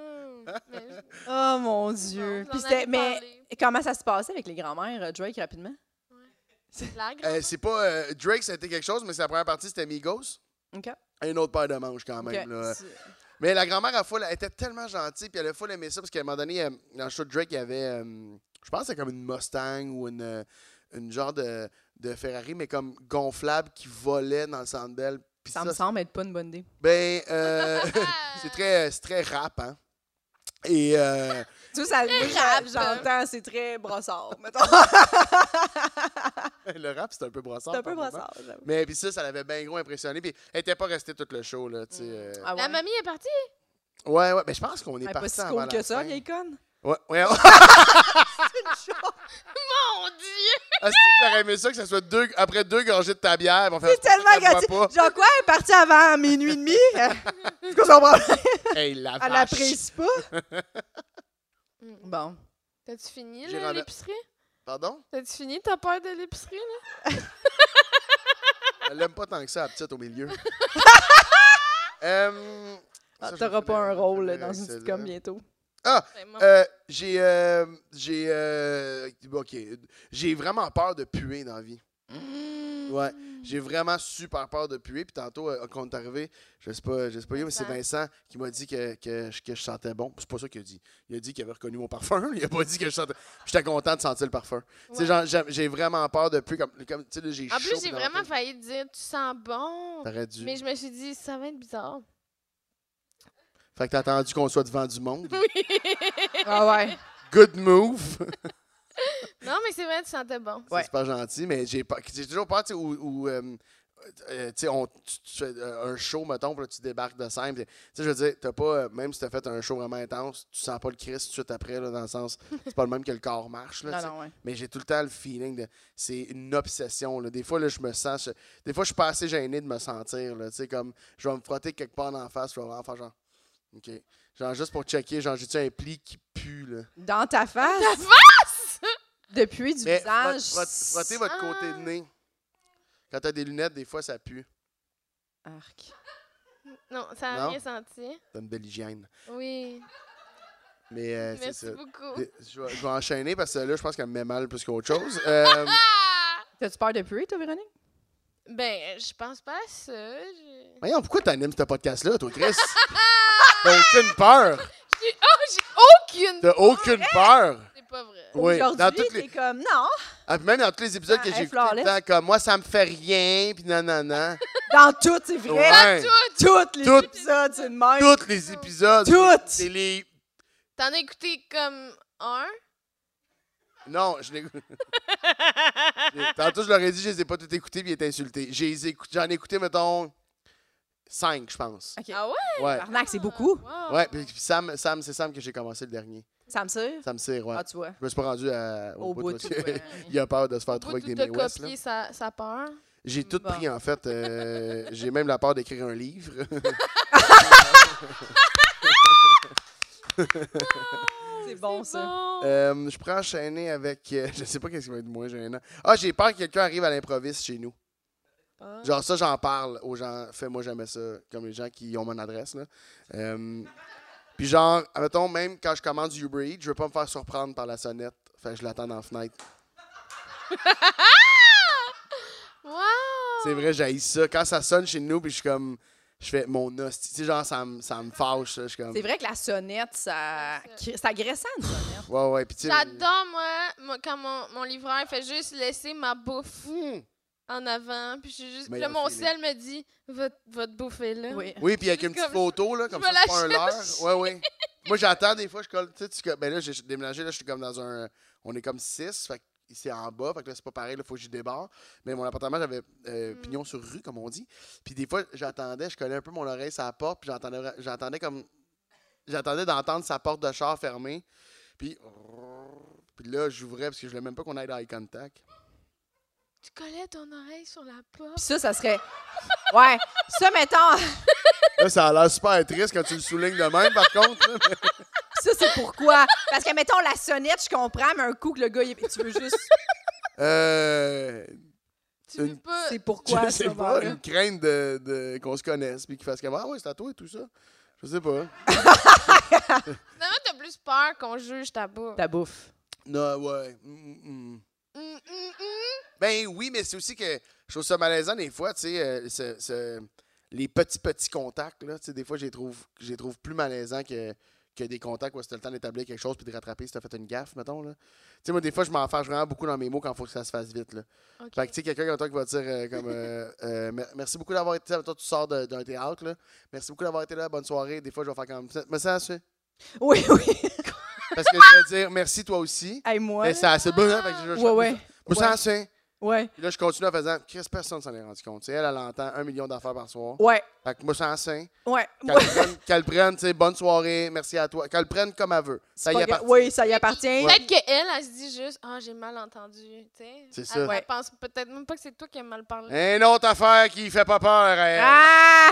[SPEAKER 3] Hum, mais je-
[SPEAKER 2] Oh mon Dieu.
[SPEAKER 3] vous en
[SPEAKER 2] Puis c'était-
[SPEAKER 3] avez
[SPEAKER 2] mais
[SPEAKER 3] parlé.
[SPEAKER 2] comment ça se passait avec les grands-mères, euh, Drake, rapidement?
[SPEAKER 3] c'est de la grande-
[SPEAKER 4] Euh, c'est pas. euh, Drake, ça a été quelque chose, mais sa première partie, c'était Migos.
[SPEAKER 2] OK.
[SPEAKER 4] Un autre paire de manches quand même.
[SPEAKER 2] Ok.
[SPEAKER 4] Ben, là.
[SPEAKER 2] C'est-
[SPEAKER 4] Mais la grand-mère, elle, full- elle était tellement gentille, puis elle a full aimé ça, parce qu'à un moment donné, euh, dans le show de Drake, il y avait, euh, je pense que c'était comme une Mustang ou une, euh, une genre de, de Ferrari, mais comme gonflable qui volait dans le sandel. Puis
[SPEAKER 2] Ça me semble être pas une bonne idée.
[SPEAKER 4] Ben, euh, c'est très, c'est très rap, hein. Et euh,
[SPEAKER 2] Tu sais, ça,
[SPEAKER 3] rap.
[SPEAKER 2] j'entends, c'est très brossard. mettons.
[SPEAKER 4] le rap, c'est un peu brossard.
[SPEAKER 2] C'est un peu
[SPEAKER 4] par moment.
[SPEAKER 2] brossard, j'avoue.
[SPEAKER 4] Mais puis ça, ça l'avait bien gros impressionné. Puis elle était pas restée tout le show, là, tu sais. euh.
[SPEAKER 2] Ah ouais.
[SPEAKER 3] La mamie est partie?
[SPEAKER 4] Ouais, ouais, mais je pense qu'on est
[SPEAKER 2] Elle est
[SPEAKER 4] parti
[SPEAKER 2] pas si
[SPEAKER 4] avant
[SPEAKER 2] cool
[SPEAKER 4] la
[SPEAKER 2] que ça,
[SPEAKER 4] fin.
[SPEAKER 2] vieille conne.
[SPEAKER 4] Ouais, ouais. Ah,
[SPEAKER 3] Mon Dieu!
[SPEAKER 4] Ah, si, j'aurais aimé ça que ça soit deux, après deux gorgées de ta bière. on fait, Ah,
[SPEAKER 2] C'est tellement
[SPEAKER 4] elle boit
[SPEAKER 2] gâté.
[SPEAKER 4] pas.
[SPEAKER 2] Genre quoi, elle est partie avant minuit et demi? C'est quoi son problème?
[SPEAKER 4] Hey, la
[SPEAKER 2] Elle
[SPEAKER 4] vache.
[SPEAKER 2] l'apprécie pas? Bon.
[SPEAKER 3] Hmm. T'as-tu fini,
[SPEAKER 4] J'ai
[SPEAKER 3] là,
[SPEAKER 4] rendu-
[SPEAKER 3] l'épicerie?
[SPEAKER 4] Pardon?
[SPEAKER 3] T'as-tu fini ta peur de l'épicerie, là?
[SPEAKER 4] Elle l'aime pas tant que ça, la petite au milieu. euh,
[SPEAKER 2] Ah,
[SPEAKER 4] ça, je
[SPEAKER 2] T'auras
[SPEAKER 4] vais
[SPEAKER 2] pas un
[SPEAKER 4] finir-
[SPEAKER 2] rôle
[SPEAKER 4] je vais
[SPEAKER 2] là, dans
[SPEAKER 4] finir avec
[SPEAKER 2] une
[SPEAKER 4] celle-là.
[SPEAKER 2] sitcom bientôt.
[SPEAKER 3] Vraiment.
[SPEAKER 4] Euh, j'ai euh, j'ai euh, ok j'ai vraiment peur de puer dans la vie ouais
[SPEAKER 2] Hmm.
[SPEAKER 4] j'ai vraiment super peur de puer puis tantôt euh, quand on est arrivé je sais pas je sais pas lui, mais c'est Vincent qui m'a dit que, que, je- que je sentais bon c'est pas ça qu'il a dit il a dit qu'il avait reconnu mon parfum il a pas dit que je sentais j'étais content de sentir le parfum Tu sais,
[SPEAKER 3] Ouais.
[SPEAKER 4] genre, j'ai- j'ai vraiment peur de puer comme, comme tu sais là, j'ai
[SPEAKER 3] En
[SPEAKER 4] chaud,
[SPEAKER 3] plus, j'ai
[SPEAKER 4] puis dans
[SPEAKER 3] vraiment
[SPEAKER 4] la tête.
[SPEAKER 3] failli te dire, tu sens bon.
[SPEAKER 4] T'aurais dû.
[SPEAKER 3] Mais je me suis dit, ça va être bizarre.
[SPEAKER 4] Fait que t'as attendu qu'on soit devant du monde.
[SPEAKER 2] Ah ouais.
[SPEAKER 4] Good move.
[SPEAKER 3] Non, mais c'est vrai, tu sentais bon.
[SPEAKER 2] Ouais.
[SPEAKER 4] C'est pas gentil, mais j'ai pas- j'ai toujours peur, tu sais, où, où, euh, euh, tu sais, on- tu- tu fais euh, un show, mettons, puis là, tu débarques de scène. puis, Tu sais, je veux dire, t'as pas, euh, même si t'as fait un show vraiment intense, tu sens pas le Christ tout de suite après, là, dans le sens, c'est pas le même que le corps marche. Là, tu
[SPEAKER 2] Non,
[SPEAKER 4] sais.
[SPEAKER 2] non, ouais.
[SPEAKER 4] Mais j'ai tout le temps le feeling de. C'est une obsession. Là. Des fois, là, je me sens. je- des fois, je suis pas assez gêné de me sentir. Là. Tu sais, comme, je vais me frotter quelque part en face. Je vais vraiment faire genre. OK. Genre, juste pour checker, genre, j'ai-tu un pli qui pue, là?
[SPEAKER 2] Dans ta face.
[SPEAKER 3] ta
[SPEAKER 2] Depuis du
[SPEAKER 4] Mais frot-
[SPEAKER 2] visage.
[SPEAKER 4] frot- frottez votre
[SPEAKER 3] Ah.
[SPEAKER 4] côté de nez. Quand t'as des lunettes, des fois, ça pue.
[SPEAKER 2] Arc.
[SPEAKER 3] Non, ça
[SPEAKER 4] Non?
[SPEAKER 3] a rien senti.
[SPEAKER 4] T'as une belle hygiène.
[SPEAKER 3] Oui.
[SPEAKER 4] Mais euh, c'est
[SPEAKER 3] Merci
[SPEAKER 4] ça.
[SPEAKER 3] beaucoup.
[SPEAKER 4] Des- Je vais, je vais enchaîner parce que là, je pense qu'elle me met mal plus qu'autre chose. Euh,
[SPEAKER 3] Ah!
[SPEAKER 2] T'as-tu peur de puer, toi, Véronique?
[SPEAKER 3] Ben, je pense pas à ça. Je-
[SPEAKER 4] voyons, pourquoi t'animes ce podcast-là, toi, Chris? T'as aucune peur.
[SPEAKER 3] J'ai oh, j'ai aucune.
[SPEAKER 4] T'as aucune peur.
[SPEAKER 3] C'est pas vrai.
[SPEAKER 4] Oui, dans
[SPEAKER 2] Aujourd'hui,
[SPEAKER 4] toutes les,
[SPEAKER 2] t'es comme, non,
[SPEAKER 4] Ah, puis même dans tous les épisodes
[SPEAKER 2] Ah,
[SPEAKER 4] que j'ai
[SPEAKER 2] elle
[SPEAKER 4] écoutés, tout le temps,
[SPEAKER 2] flawless.
[SPEAKER 4] comme moi, ça me fait rien, puis nanana.
[SPEAKER 2] dans tout, c'est vrai.
[SPEAKER 4] Ouais.
[SPEAKER 3] Tout!
[SPEAKER 2] Toutes les
[SPEAKER 4] Toutes.
[SPEAKER 2] épisodes, c'est de même.
[SPEAKER 4] Tous les épisodes.
[SPEAKER 2] Toutes.
[SPEAKER 4] C'est les.
[SPEAKER 3] T'en as écouté comme un?
[SPEAKER 4] Non, je l'ai. Tantôt, je leur ai dit, je les ai pas tous écoutés, puis ils étaient insultés. J'ai les écout- J'en ai écouté, mettons, cinq, je pense.
[SPEAKER 2] OK.
[SPEAKER 3] Ah ouais?
[SPEAKER 4] Ouais.
[SPEAKER 2] Arnaque, c'est beaucoup.
[SPEAKER 3] Wow.
[SPEAKER 4] Ouais, puis puis Sam, Sam c'est Sam que j'ai commencé le dernier.
[SPEAKER 2] Ça me sert?
[SPEAKER 4] Sam Cyr, ouais.
[SPEAKER 2] Ah, tu vois.
[SPEAKER 4] Je me suis pas rendu à-
[SPEAKER 2] Au bout
[SPEAKER 4] parce
[SPEAKER 2] de-
[SPEAKER 4] que
[SPEAKER 2] ouais.
[SPEAKER 4] Il a peur de se faire
[SPEAKER 3] Au bout,
[SPEAKER 4] trouver avec des
[SPEAKER 3] tout a
[SPEAKER 4] Mae West, là.
[SPEAKER 3] copié sa, sa peur.
[SPEAKER 4] J'ai tout
[SPEAKER 2] Bon.
[SPEAKER 4] pris, en fait. euh, j'ai même la peur d'écrire un livre.
[SPEAKER 2] C'est bon, ça.
[SPEAKER 3] Bon.
[SPEAKER 4] Euh, je pourrais enchaîner avec. euh, je sais pas qu'est-ce qui va être moins gênant. Ah, j'ai peur que quelqu'un arrive à l'improviste chez nous.
[SPEAKER 3] Ah.
[SPEAKER 4] Genre, ça, j'en parle aux gens. Fais-moi jamais ça. Comme les gens qui ont mon adresse, là. Euh, Puis, genre, mettons, même quand je commande du Uber Eats, je veux pas me faire surprendre par la sonnette. Fait que je l'attends dans la fenêtre.
[SPEAKER 3] Wow!
[SPEAKER 4] C'est vrai, j'haïs ça. Quand ça sonne chez nous, puis je suis comme. Je fais mon hostie. Tu sais, genre, ça me ça me fâche, là. Je suis comme.
[SPEAKER 2] C'est vrai que la sonnette, ça. C'est agressant, une sonnette.
[SPEAKER 4] Ouais, ouais. Puis, tu sais.
[SPEAKER 3] J'adore, moi, moi, quand mon, mon livreur fait juste laisser ma bouffe
[SPEAKER 4] Hmm.
[SPEAKER 3] en avant. Puis je suis juste. puis là,
[SPEAKER 4] Meilleur
[SPEAKER 3] mon
[SPEAKER 4] feeling.
[SPEAKER 3] ciel me dit votre, votre bouffe est là.
[SPEAKER 2] Oui.
[SPEAKER 4] Oui, puis avec
[SPEAKER 3] Juste
[SPEAKER 4] une petite
[SPEAKER 3] comme-
[SPEAKER 4] photo, là, comme
[SPEAKER 3] me
[SPEAKER 4] ça,
[SPEAKER 3] la
[SPEAKER 4] c'est pas un
[SPEAKER 3] cherche.
[SPEAKER 4] leurre. Ouais, oui. Moi, j'attends des fois, je colle. Tu sais, tu co- ben là, j'ai j'ai déménagé, là, je suis comme dans un. On est comme 6, fait que c'est en bas, fait que là, c'est pas pareil, là, faut que j'y débarre. Mais mon appartement, j'avais euh,
[SPEAKER 3] Mm.
[SPEAKER 4] pignon sur rue, comme on dit. Puis des fois, j'attendais, je collais un peu mon oreille sur la porte, puis j'entendais, vra- j'entendais comme. J'attendais d'entendre sa porte de char fermée. Puis. Puis là, j'ouvrais parce que je voulais même pas qu'on aille dans eye contact.
[SPEAKER 3] Tu collais ton oreille sur la
[SPEAKER 2] Puis
[SPEAKER 3] porte.
[SPEAKER 2] ça, ça serait. Ouais. Ça, mettons.
[SPEAKER 4] Là, ça a l'air super triste quand tu le soulignes de même, par contre. là.
[SPEAKER 2] Ça, c'est pourquoi. Parce que, mettons, la sonnette, je comprends, mais un coup que le gars, il est- tu veux juste.
[SPEAKER 4] Euh.
[SPEAKER 3] Tu veux
[SPEAKER 4] Une-
[SPEAKER 3] pas.
[SPEAKER 2] C'est pourquoi,
[SPEAKER 4] je
[SPEAKER 2] à ce
[SPEAKER 4] sais pas,
[SPEAKER 2] moment-là.
[SPEAKER 4] une crainte de, de- qu'on se connaisse, puis qu'il fasse comme Ah ouais, c'est à toi et tout ça. Je sais pas.
[SPEAKER 3] Finalement, t'as plus peur qu'on juge ta bouffe.
[SPEAKER 2] Ta bouffe.
[SPEAKER 4] Non, ouais. mm, mm.
[SPEAKER 3] Hum, hum, hum.
[SPEAKER 4] Ben oui, mais c'est aussi que je trouve ça malaisant des fois, tu sais, euh, ce- ce- les petits, petits contacts, là, tu sais, des fois, je les trouve, je les trouve plus malaisants que, que des contacts où c'était le temps d'établir quelque chose puis de rattraper si t'as fait une gaffe, mettons, là. Tu sais, moi, des fois, je m'en fâche vraiment beaucoup dans mes mots quand il faut que ça se fasse vite, là.
[SPEAKER 3] Ok.
[SPEAKER 4] Fait que, tu sais, quelqu'un comme toi qui va dire euh, comme euh, euh, Mer- Merci beaucoup d'avoir été là. Toi, tu sors de- d'un théâtre, là. Merci beaucoup d'avoir été là. Bonne soirée. Des fois, je vais faire comme ça. Mais ça, c'est.
[SPEAKER 2] Oui, oui.
[SPEAKER 4] Parce que je vais dire merci toi aussi.
[SPEAKER 2] Hey, moi.
[SPEAKER 4] Mais ça, c'est bon, hein? Fait que je- je-
[SPEAKER 2] Ouais, ouais.
[SPEAKER 4] Mais ça, c'est.
[SPEAKER 2] Ouais.
[SPEAKER 4] Puis là, je continue en faisant Chris, personne s'en est rendu compte. Tu sais, elle, elle entend un million d'affaires par soir.
[SPEAKER 2] Ouais.
[SPEAKER 4] Fait que moi, ça, c'est.
[SPEAKER 2] Ouais.
[SPEAKER 4] Qu'elle
[SPEAKER 2] Ouais.
[SPEAKER 4] le prenne, qu'elle le prenne, tu sais, bonne soirée, merci à toi. Qu'elle le prenne comme elle veut. Ça y
[SPEAKER 2] Pas
[SPEAKER 4] est,
[SPEAKER 2] gra- Oui, ça y appartient.
[SPEAKER 3] Peut-être qu'elle, elle se dit juste Ah, j'ai mal entendu. Tu sais.
[SPEAKER 4] C'est
[SPEAKER 3] Elle-
[SPEAKER 4] ça.
[SPEAKER 3] Elle
[SPEAKER 2] Ouais.
[SPEAKER 3] pense peut-être même pas que c'est toi qui as mal parlé.
[SPEAKER 4] Une autre affaire qui fait pas peur, elle.
[SPEAKER 2] Ah!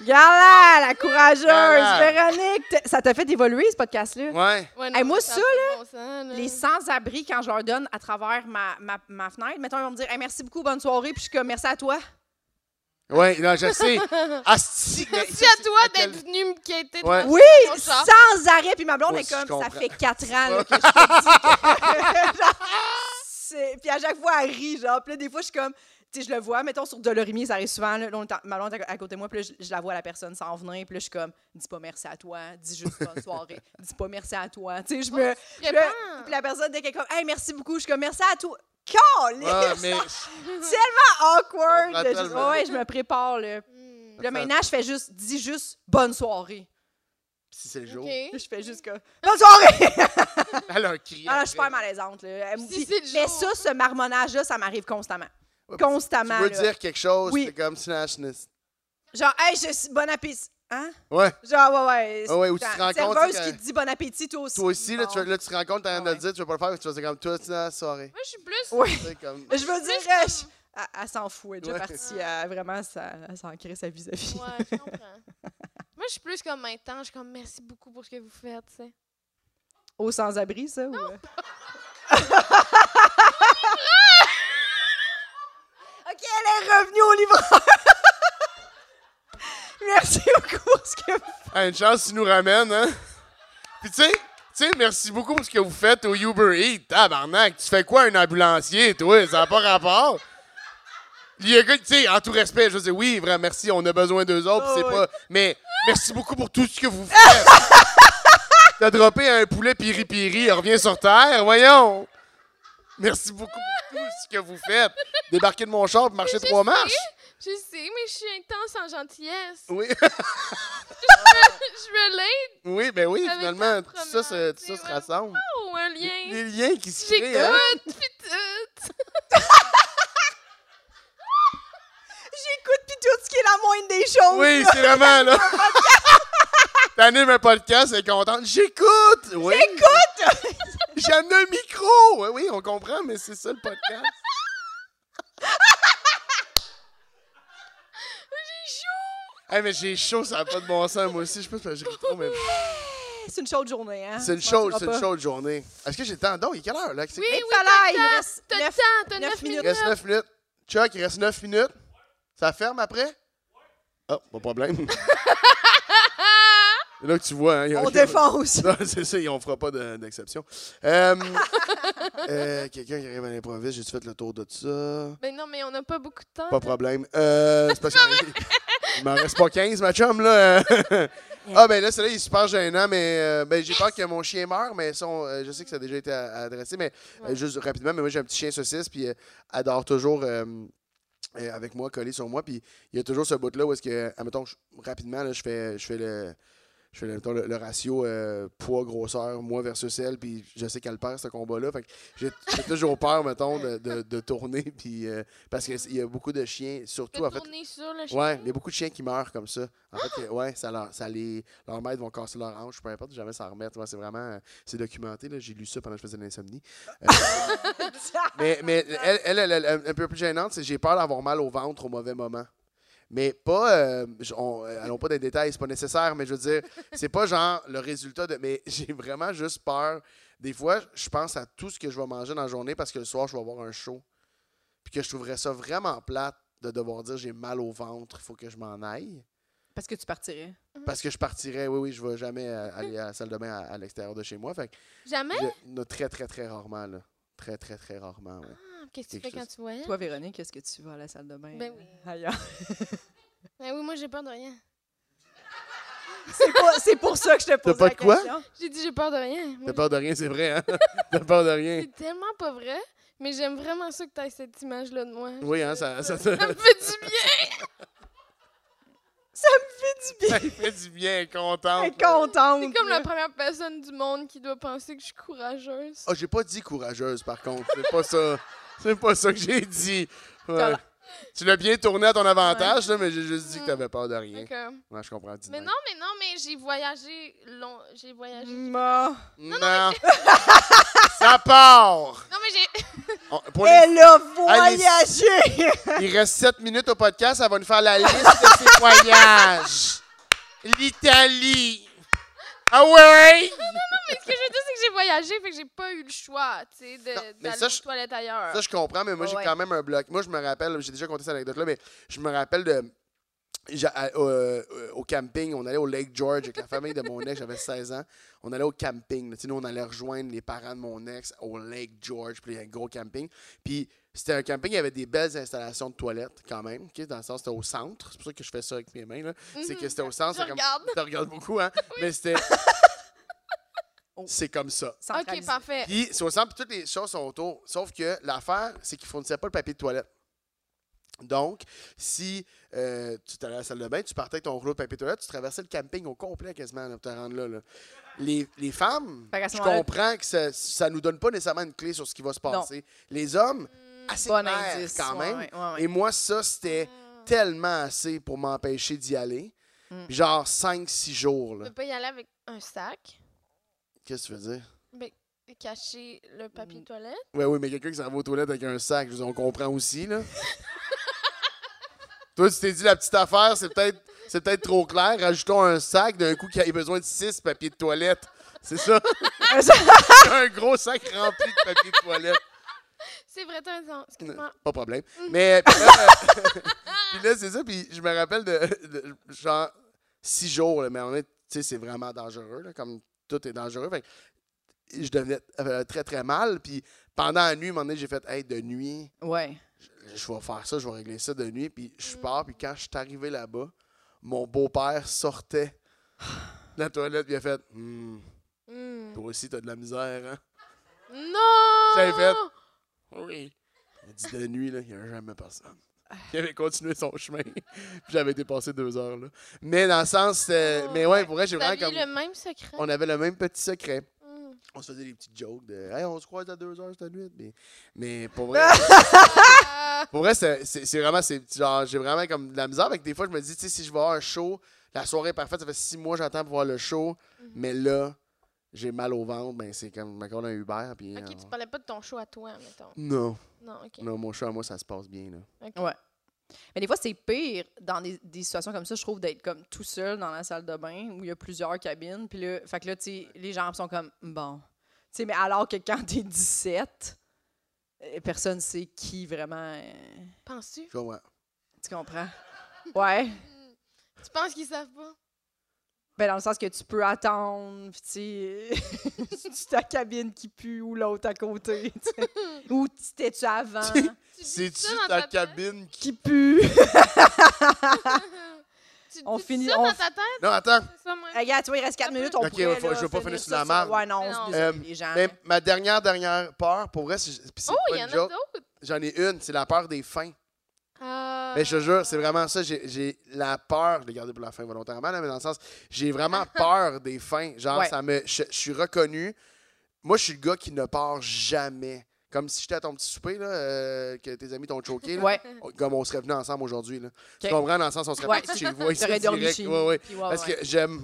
[SPEAKER 2] Regarde là, la courageuse,
[SPEAKER 4] Regarde
[SPEAKER 2] Véronique! T'es- Ça t'a fait évoluer, ce podcast-là?
[SPEAKER 4] Ouais.
[SPEAKER 3] Ouais,
[SPEAKER 2] Hey, moi,
[SPEAKER 3] a
[SPEAKER 2] ça,
[SPEAKER 3] pas de bon sens, là.
[SPEAKER 2] Les sans-abri, quand je leur donne à travers ma, ma, ma fenêtre, mettons, ils vont me dire Hey, merci beaucoup, bonne soirée », puis je suis comme « merci à toi
[SPEAKER 4] Ouais, là, je sais. Asti, mais-
[SPEAKER 3] Merci à toi
[SPEAKER 4] quel-
[SPEAKER 3] d'être venu me quitter. de
[SPEAKER 4] Ouais. ».
[SPEAKER 2] Oui,
[SPEAKER 3] Mon chat.
[SPEAKER 2] sans arrêt, puis ma blonde
[SPEAKER 4] Moi
[SPEAKER 2] est
[SPEAKER 4] aussi, je
[SPEAKER 2] comme « ça
[SPEAKER 4] comprends.
[SPEAKER 2] fait quatre ans là, que je te dis que- C'est- Puis à chaque fois, elle rit, genre, puis là, des fois, je suis comme... Tu sais, je le vois, mettons, sur Dolorimier, ça arrive souvent. Là, là, on est en- ma blonde est à, à côté de moi, puis là, je, je la vois, la personne s'en venir, puis là, je suis comme, dis pas merci à toi, dis juste bonne soirée, dis pas merci à toi. Tu sais, je me.
[SPEAKER 3] Très
[SPEAKER 2] je me-
[SPEAKER 3] bon.
[SPEAKER 2] Puis la personne, dès qu'elle est comme, hey, merci beaucoup, je suis comme, merci à toi. Calisse!
[SPEAKER 4] Ouais, mais.
[SPEAKER 2] awkward.
[SPEAKER 4] On
[SPEAKER 2] de
[SPEAKER 4] prend
[SPEAKER 2] juste-
[SPEAKER 4] tellement.
[SPEAKER 2] ouais, je me prépare là. Puis
[SPEAKER 3] Hmm.
[SPEAKER 2] là, maintenant, je fais juste dis juste bonne soirée.
[SPEAKER 4] Si c'est le jour.
[SPEAKER 3] OK.
[SPEAKER 2] Là, Je fais juste comme bonne soirée.
[SPEAKER 4] Elle a un cri.
[SPEAKER 2] Ah, là, je
[SPEAKER 4] après.
[SPEAKER 2] suis pas malaisante là. Elle me
[SPEAKER 3] Si
[SPEAKER 2] dit-
[SPEAKER 3] c'est le
[SPEAKER 2] mais
[SPEAKER 3] jour.
[SPEAKER 2] ça, ce marmonnage là, ça m'arrive constamment.
[SPEAKER 4] Ouais, parce
[SPEAKER 2] constamment.
[SPEAKER 4] Bah, Tu
[SPEAKER 2] là.
[SPEAKER 4] veux dire quelque chose,
[SPEAKER 2] Oui.
[SPEAKER 4] c'est comme snashness.
[SPEAKER 2] Genre, hey, je suis bon appétit. Hein?
[SPEAKER 4] Ouais.
[SPEAKER 2] Genre, ouais, ouais.
[SPEAKER 4] Ah ouais, ou tu te
[SPEAKER 2] Ta
[SPEAKER 4] rends compte,
[SPEAKER 2] serveuse
[SPEAKER 4] tu sais,
[SPEAKER 2] qui
[SPEAKER 4] quand-
[SPEAKER 2] te dit bon appétit, toi aussi.
[SPEAKER 4] Toi aussi, là, tu,
[SPEAKER 2] Bon.
[SPEAKER 4] là, tu te rends compte, t'as rien de
[SPEAKER 2] Ah, Ouais.
[SPEAKER 4] le dire, tu veux pas le faire, parce que tu vas dire comme toi, tu la soirée.
[SPEAKER 3] Moi, je suis plus.
[SPEAKER 2] Oui.
[SPEAKER 4] Tu sais, comme.
[SPEAKER 2] Je veux dire, euh, je- elle, elle s'en fout. Elle est déjà
[SPEAKER 4] Ouais.
[SPEAKER 2] partie. Elle, vraiment, ça, elle s'en crée sa vis-à-vis.
[SPEAKER 3] Ouais, je comprends. Moi, je suis plus comme maintenant. Je suis comme merci beaucoup pour ce que vous faites, tu sais.
[SPEAKER 2] Au sans-abri, ça? Ou... euh? OK, elle est revenue au livreur. Merci beaucoup pour ce que vous
[SPEAKER 4] Ah, une chance, tu nous ramènes, hein? Puis tu sais, tu sais, merci beaucoup pour ce que vous faites au Uber Eats. Tabarnak, tu fais quoi un ambulancier, toi? Ça n'a pas rapport. Il y a que, tu sais, en tout respect, je dis oui, vraiment, merci, on a besoin d'eux autres, puis
[SPEAKER 2] Ah,
[SPEAKER 4] c'est
[SPEAKER 2] ouais.
[SPEAKER 4] pas... Mais merci beaucoup pour tout ce que vous faites. T'as droppé un poulet piri-piri, il revient sur Terre, voyons. Merci beaucoup pour tout ce que vous faites. Débarquer de mon char puis marcher
[SPEAKER 3] je
[SPEAKER 4] trois
[SPEAKER 3] sais.
[SPEAKER 4] marches.
[SPEAKER 3] Je sais, mais je suis intense en gentillesse.
[SPEAKER 4] Oui,
[SPEAKER 3] Je relate
[SPEAKER 4] oui, ben oui,
[SPEAKER 3] Avec
[SPEAKER 4] finalement,
[SPEAKER 3] ta
[SPEAKER 4] tout ça, se-
[SPEAKER 3] promenade,
[SPEAKER 4] tout ça se
[SPEAKER 3] ouais.
[SPEAKER 4] rassemble.
[SPEAKER 3] ou un lien.
[SPEAKER 4] Les liens qui se créent, hein?
[SPEAKER 3] J'écoute, pis tout.
[SPEAKER 2] j'écoute, puis tout ce qui est la moindre des choses.
[SPEAKER 4] Oui,
[SPEAKER 2] là.
[SPEAKER 4] c'est vraiment, là. T'animes un podcast, elle est contente. J'écoute! Oui.
[SPEAKER 2] Écoute!
[SPEAKER 4] J'ai amené un micro! Oui, oui, on comprend, mais c'est ça le podcast.
[SPEAKER 3] J'ai chaud.
[SPEAKER 4] hey, mais j'ai chaud, ça n'a pas de bon sens, moi aussi. Je sais pas si je ris trop, mais.
[SPEAKER 2] Eh, C'est une chaude journée, hein?
[SPEAKER 4] C'est une chaude, c'est une chaude journée. Est-ce que j'ai le temps? Donc, il est quelle heure, là?
[SPEAKER 3] Oui,
[SPEAKER 2] Et
[SPEAKER 3] oui,
[SPEAKER 2] voilà,
[SPEAKER 3] t'as
[SPEAKER 2] il
[SPEAKER 3] le temps,
[SPEAKER 2] reste
[SPEAKER 3] T'as le
[SPEAKER 2] neuf-
[SPEAKER 3] temps, t'as
[SPEAKER 2] neuf
[SPEAKER 3] 9
[SPEAKER 2] minutes.
[SPEAKER 4] Il
[SPEAKER 3] minutes.
[SPEAKER 4] reste 9 minutes. Chuck, il reste 9 minutes. Ça ferme après? Ah, pas de problème. C'est là que tu vois, hein. il y a-
[SPEAKER 2] On défonce.
[SPEAKER 4] Non, c'est ça, on fera pas de- d'exception. Euh, euh, Quelqu'un qui arrive à l'improviste, j'ai fait le tour de ça.
[SPEAKER 3] Ben non, mais on n'a pas beaucoup de temps.
[SPEAKER 4] Pas de problème. Euh, c'est parce que- Il m'en reste pas 15, ma chum, là. ah, ben là, celui-là, il est super gênant, mais euh, ben, j'ai peur que mon chien meure, mais ça, on- euh, je sais que ça a déjà été a- adressé, mais euh,
[SPEAKER 3] Ouais.
[SPEAKER 4] juste rapidement, mais moi, j'ai un petit chien saucisse, puis euh, elle dort toujours... euh, euh, avec moi, collé sur moi, puis il y a toujours ce bout-là où est-ce que, admettons, je- rapidement, là, je fais, je fais le... Je fais le, mettons, le- le ratio euh, poids-grosseur, moi versus elle, puis je sais qu'elle perd ce combat-là. Fait que j'ai j'ai toujours peur, mettons, de, de- de tourner, puis euh, parce qu'il y a beaucoup de chiens, surtout
[SPEAKER 3] T'as
[SPEAKER 4] en fait,
[SPEAKER 3] tourné sur le
[SPEAKER 4] Ouais,
[SPEAKER 3] chemin.
[SPEAKER 4] il y a beaucoup de chiens qui meurent comme ça. En fait, que- ouais, ça leur, ça les, leurs maîtres vont casser leur hanche, peu importe, jamais s'en remettre. Ouais, c'est vraiment, euh, c'est documenté. Là. J'ai lu ça pendant que je faisais de l'insomnie. Euh, mais mais elle, elle, elle, elle, un peu plus gênante, c'est j'ai peur d'avoir mal au ventre au mauvais moment. Mais pas, euh, je- on- euh, allons pas dans les détails, c'est pas nécessaire, mais je veux dire, c'est pas genre le résultat de. Mais j'ai vraiment juste peur. Des fois, je pense à tout ce que je vais manger dans la journée parce que le soir, je vais avoir un show. Puis que je trouverais ça vraiment plate de devoir dire j'ai mal au ventre, il faut que je m'en aille.
[SPEAKER 2] Parce que tu partirais.
[SPEAKER 4] Parce que je partirais, oui, oui, je ne vais jamais euh, aller à la salle de bain à, à l'extérieur de chez moi. Fait que
[SPEAKER 3] Jamais?
[SPEAKER 4] je- non, très, très, très rarement, là. Très, très, très rarement, ouais.
[SPEAKER 3] Ah, Qu'est-ce que tu
[SPEAKER 4] Quelque
[SPEAKER 3] fais quand tu voyages?
[SPEAKER 2] Toi, Véronique, est-ce que tu vas à la salle de bain?
[SPEAKER 3] Ben oui.
[SPEAKER 2] euh, Ailleurs.
[SPEAKER 3] Ben oui, moi, j'ai peur de rien.
[SPEAKER 2] C'est pas- c'est pour ça que je te pose
[SPEAKER 4] pas
[SPEAKER 2] la
[SPEAKER 4] de quoi?
[SPEAKER 2] question.
[SPEAKER 3] J'ai dit, j'ai peur de rien. Moi,
[SPEAKER 4] T'as peur de rien, c'est vrai, hein? T'as peur de rien.
[SPEAKER 3] C'est tellement pas vrai, mais j'aime vraiment ça que tu cette image-là de moi.
[SPEAKER 4] Oui, hein, ça, ça,
[SPEAKER 3] Ça
[SPEAKER 4] te
[SPEAKER 3] me fait du bien!
[SPEAKER 2] Ça me fait du bien.
[SPEAKER 4] ça te fait du bien, content.
[SPEAKER 2] Elle est contente.
[SPEAKER 3] C'est comme
[SPEAKER 2] là.
[SPEAKER 3] la première personne du monde qui doit penser que je suis courageuse.
[SPEAKER 4] Ah, j'ai pas dit courageuse, par contre. C'est pas ça. C'est pas ça que j'ai dit. Ouais.
[SPEAKER 2] T'as l'air-
[SPEAKER 4] Tu l'as bien tourné à ton avantage, là, mais j'ai juste dit que t'avais peur de rien.
[SPEAKER 3] Fait que-
[SPEAKER 4] Ouais, je comprends. dis
[SPEAKER 3] Mais
[SPEAKER 4] de
[SPEAKER 3] non, mais non, mais j'ai voyagé long. J'ai voyagé.
[SPEAKER 2] Ma-
[SPEAKER 4] même. Non. ça part!
[SPEAKER 3] Non, mais j'ai.
[SPEAKER 4] On- pour les
[SPEAKER 2] Elle a
[SPEAKER 4] Allez.
[SPEAKER 2] voyagé.
[SPEAKER 4] Il reste 7 minutes au podcast. Elle va nous faire la liste de ses voyages. L'Italie. Ah ouais?
[SPEAKER 3] Mais ce que je veux dire, c'est que j'ai voyagé, fait que j'ai pas eu le choix, tu sais, de-
[SPEAKER 4] Non, mais
[SPEAKER 3] d'aller
[SPEAKER 4] ça,
[SPEAKER 3] aux
[SPEAKER 4] je-
[SPEAKER 3] toilettes ailleurs.
[SPEAKER 4] Ça, je comprends, mais moi, j'ai
[SPEAKER 2] Ouais.
[SPEAKER 4] quand même un bloc. Moi, je me rappelle, j'ai déjà conté cette anecdote-là, mais je me rappelle de. j'a- à- euh, euh, au camping, on allait au Lake George avec la famille de mon ex, j'avais 16 ans. On allait au camping. là. Tu sais, nous, on allait rejoindre les parents de mon ex au Lake George, puis il y a un gros camping. Puis c'était un camping, il y avait des belles installations de toilettes quand même, ok, dans le sens c'était au centre. C'est pour ça que je fais ça avec mes mains. là. C'est que c'était au centre.
[SPEAKER 3] Je
[SPEAKER 4] c'est comme-
[SPEAKER 3] regarde.
[SPEAKER 4] Tu regardes beaucoup, hein? Mais c'était. c'est comme ça.
[SPEAKER 3] Ok, parfait.
[SPEAKER 4] Puis, c'est au centre, puis toutes les choses sont autour. Sauf que l'affaire, c'est qu'ils ne fournissaient pas le papier de toilette. Donc, si euh, tu t'allais à la salle de bain, tu partais avec ton rouleau de papier de toilette, tu traversais le camping au complet quasiment là, pour te rendre là. là. Les, les femmes,
[SPEAKER 2] Fait qu'à ce
[SPEAKER 4] je
[SPEAKER 2] moment-là-
[SPEAKER 4] comprends que ça ne nous donne pas nécessairement une clé sur ce qui va se passer. Les hommes, assez
[SPEAKER 2] Hmm, Bon
[SPEAKER 4] clair,
[SPEAKER 2] indice.
[SPEAKER 4] quand
[SPEAKER 2] ouais,
[SPEAKER 4] même.
[SPEAKER 2] ouais, ouais, Hmm. ouais.
[SPEAKER 4] Et moi, ça, c'était tellement assez pour m'empêcher d'y aller.
[SPEAKER 2] Hmm.
[SPEAKER 4] Genre 5-6 jours.
[SPEAKER 3] Tu
[SPEAKER 4] là.
[SPEAKER 3] peux pas y aller avec un sac
[SPEAKER 4] Qu'est-ce que tu veux dire?
[SPEAKER 3] mais cacher le papier
[SPEAKER 4] Mm.
[SPEAKER 3] de toilette.
[SPEAKER 4] Ouais, oui, mais quelqu'un qui s'en va aux toilettes avec un sac, je veux dire, on comprend aussi, là. Toi, tu t'es dit la petite affaire, c'est peut-être c'est peut-être trop clair. Rajoutons un sac d'un coup qui a besoin de 6 papiers de toilette. C'est ça? un gros sac rempli de papier de toilette.
[SPEAKER 3] C'est vrai, t'as raison. Excuse-moi.
[SPEAKER 4] Pas de problème. Mais puis là, euh, puis là, c'est ça. Puis je me rappelle de, de- genre six jours, là, mais on est, tu sais, c'est vraiment dangereux, là, comme tout est dangereux. Fait que je devenais euh, très, très mal. Puis pendant la nuit, à un moment donné, j'ai fait, hey, de nuit,
[SPEAKER 2] Ouais.
[SPEAKER 4] je- je vais faire ça, je vais régler ça de nuit. Puis je pars. Puis quand je suis arrivé là-bas, mon beau-père sortait de la toilette. Puis il a fait, Hmm,
[SPEAKER 3] Hmm.
[SPEAKER 4] toi aussi, t'as de la misère, hein?
[SPEAKER 3] Non!
[SPEAKER 4] J'avais fait. Oui. Il dit de nuit, là, il n'y a jamais personne. Il avait continué son chemin. Puis j'avais dépassé deux heures, là. Mais dans le sens. euh,
[SPEAKER 3] Oh,
[SPEAKER 4] mais ouais, pour vrai, j'ai
[SPEAKER 3] T'as
[SPEAKER 4] vraiment
[SPEAKER 3] eu
[SPEAKER 4] comme.
[SPEAKER 3] le même secret.
[SPEAKER 4] On avait le même petit secret.
[SPEAKER 3] Hmm.
[SPEAKER 4] On se faisait des petites jokes de. Hey, on se croise à deux heures cette nuit. Mais, mais pour vrai.
[SPEAKER 3] Ah,
[SPEAKER 4] Pour vrai, c'est- c'est c'est vraiment. c'est Genre, j'ai vraiment comme de la misère. Fait que des fois, je me dis, tu sais, si je vais avoir un show, la soirée est parfaite, ça fait six mois j'attends pour voir le show.
[SPEAKER 3] Mm-hmm.
[SPEAKER 4] Mais là, j'ai mal au ventre. Ben, c'est comme. Je m'accorde un Uber. Puis.
[SPEAKER 3] ok, tu
[SPEAKER 4] on-
[SPEAKER 3] parlais pas de ton choix à toi, mettons.
[SPEAKER 4] Non,
[SPEAKER 3] Non, ok.
[SPEAKER 4] non, mon show à moi, ça se passe bien, là.
[SPEAKER 3] ok.
[SPEAKER 2] Ouais. Mais des fois, c'est pire dans des, des situations comme ça, je trouve, d'être comme tout seul dans la salle de bain où il y a plusieurs cabines. Puis là, fait que là, tu sais, les gens sont comme bon. Tu sais, mais alors que quand t'es 17, euh, personne sait qui vraiment. euh,
[SPEAKER 3] Penses-tu?
[SPEAKER 4] Je vois.
[SPEAKER 2] Tu comprends? Ouais.
[SPEAKER 3] Tu penses qu'ils savent pas?
[SPEAKER 2] Ben, dans le sens que tu peux attendre, puis tu sais, c'est ta cabine qui pue ou l'autre à côté. tu sais. ou t'étais-tu avant
[SPEAKER 3] Tu dis
[SPEAKER 4] C'est-tu
[SPEAKER 3] ça dans
[SPEAKER 4] ta
[SPEAKER 3] ta tête?
[SPEAKER 4] cabine qui.
[SPEAKER 2] qui pue?
[SPEAKER 3] Tu
[SPEAKER 2] On
[SPEAKER 3] dis
[SPEAKER 2] finit-
[SPEAKER 3] ça
[SPEAKER 2] on
[SPEAKER 3] dans
[SPEAKER 2] f-
[SPEAKER 3] ta tête?
[SPEAKER 4] Non, attends.
[SPEAKER 3] C'est ça, moi?
[SPEAKER 2] Regarde, tu vois, il reste 4 minutes, on
[SPEAKER 4] Ok,
[SPEAKER 2] pourrait,
[SPEAKER 4] ouais, faut-
[SPEAKER 2] là,
[SPEAKER 4] je veux pas finir sur la
[SPEAKER 2] ça.
[SPEAKER 4] marde.
[SPEAKER 2] Ouais, non,
[SPEAKER 3] Mais
[SPEAKER 2] c'est
[SPEAKER 3] non.
[SPEAKER 2] désolé,
[SPEAKER 4] Euh,
[SPEAKER 2] les gens.
[SPEAKER 4] Mais ma dernière, dernière peur, pour vrai, c'est c'est
[SPEAKER 3] Oh,
[SPEAKER 4] pas
[SPEAKER 3] il y en
[SPEAKER 4] une
[SPEAKER 3] a
[SPEAKER 4] joke.
[SPEAKER 3] d'autres!
[SPEAKER 4] J'en ai une, c'est la peur des fins.
[SPEAKER 3] Ah.
[SPEAKER 4] Mais je te jure, c'est vraiment ça. J'ai j'ai la peur, je l'ai gardé pour la fin volontairement, là, mais dans le sens, j'ai vraiment peur des fins. Genre,
[SPEAKER 2] Ouais.
[SPEAKER 4] ça me. Je, je suis reconnu. Moi, je suis le gars qui ne part jamais. Comme si j'étais à ton petit souper, là, euh, que tes amis t'ont choqué. là.
[SPEAKER 2] Ouais.
[SPEAKER 4] On- Comme on serait venus ensemble aujourd'hui. là. Tu
[SPEAKER 2] Ok.
[SPEAKER 4] comprends? Dans le sens, on serait
[SPEAKER 2] Ouais.
[SPEAKER 4] partis chez vous. ici,
[SPEAKER 2] T'aurais dormi
[SPEAKER 4] direct.
[SPEAKER 2] chez
[SPEAKER 4] Ouais,
[SPEAKER 2] nous,
[SPEAKER 4] ouais.
[SPEAKER 2] puis ouais,
[SPEAKER 4] Parce
[SPEAKER 2] ouais.
[SPEAKER 4] que j'aime.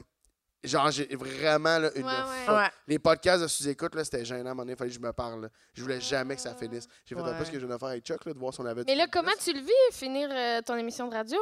[SPEAKER 4] Genre, j'ai vraiment là, une
[SPEAKER 3] Ouais, ouais.
[SPEAKER 4] phobie.
[SPEAKER 2] Ouais.
[SPEAKER 4] Les podcasts de sous-écoute, là, c'était gênant. À un moment donné, fallait que je me parle. là. Je voulais jamais que ça finisse. J'ai fait un
[SPEAKER 2] Ah. Ouais.
[SPEAKER 4] peu ce que je viens de faire avec Chuck, là, de voir si on avait...
[SPEAKER 3] Mais là, comment tu le vis, finir euh, ton émission de radio?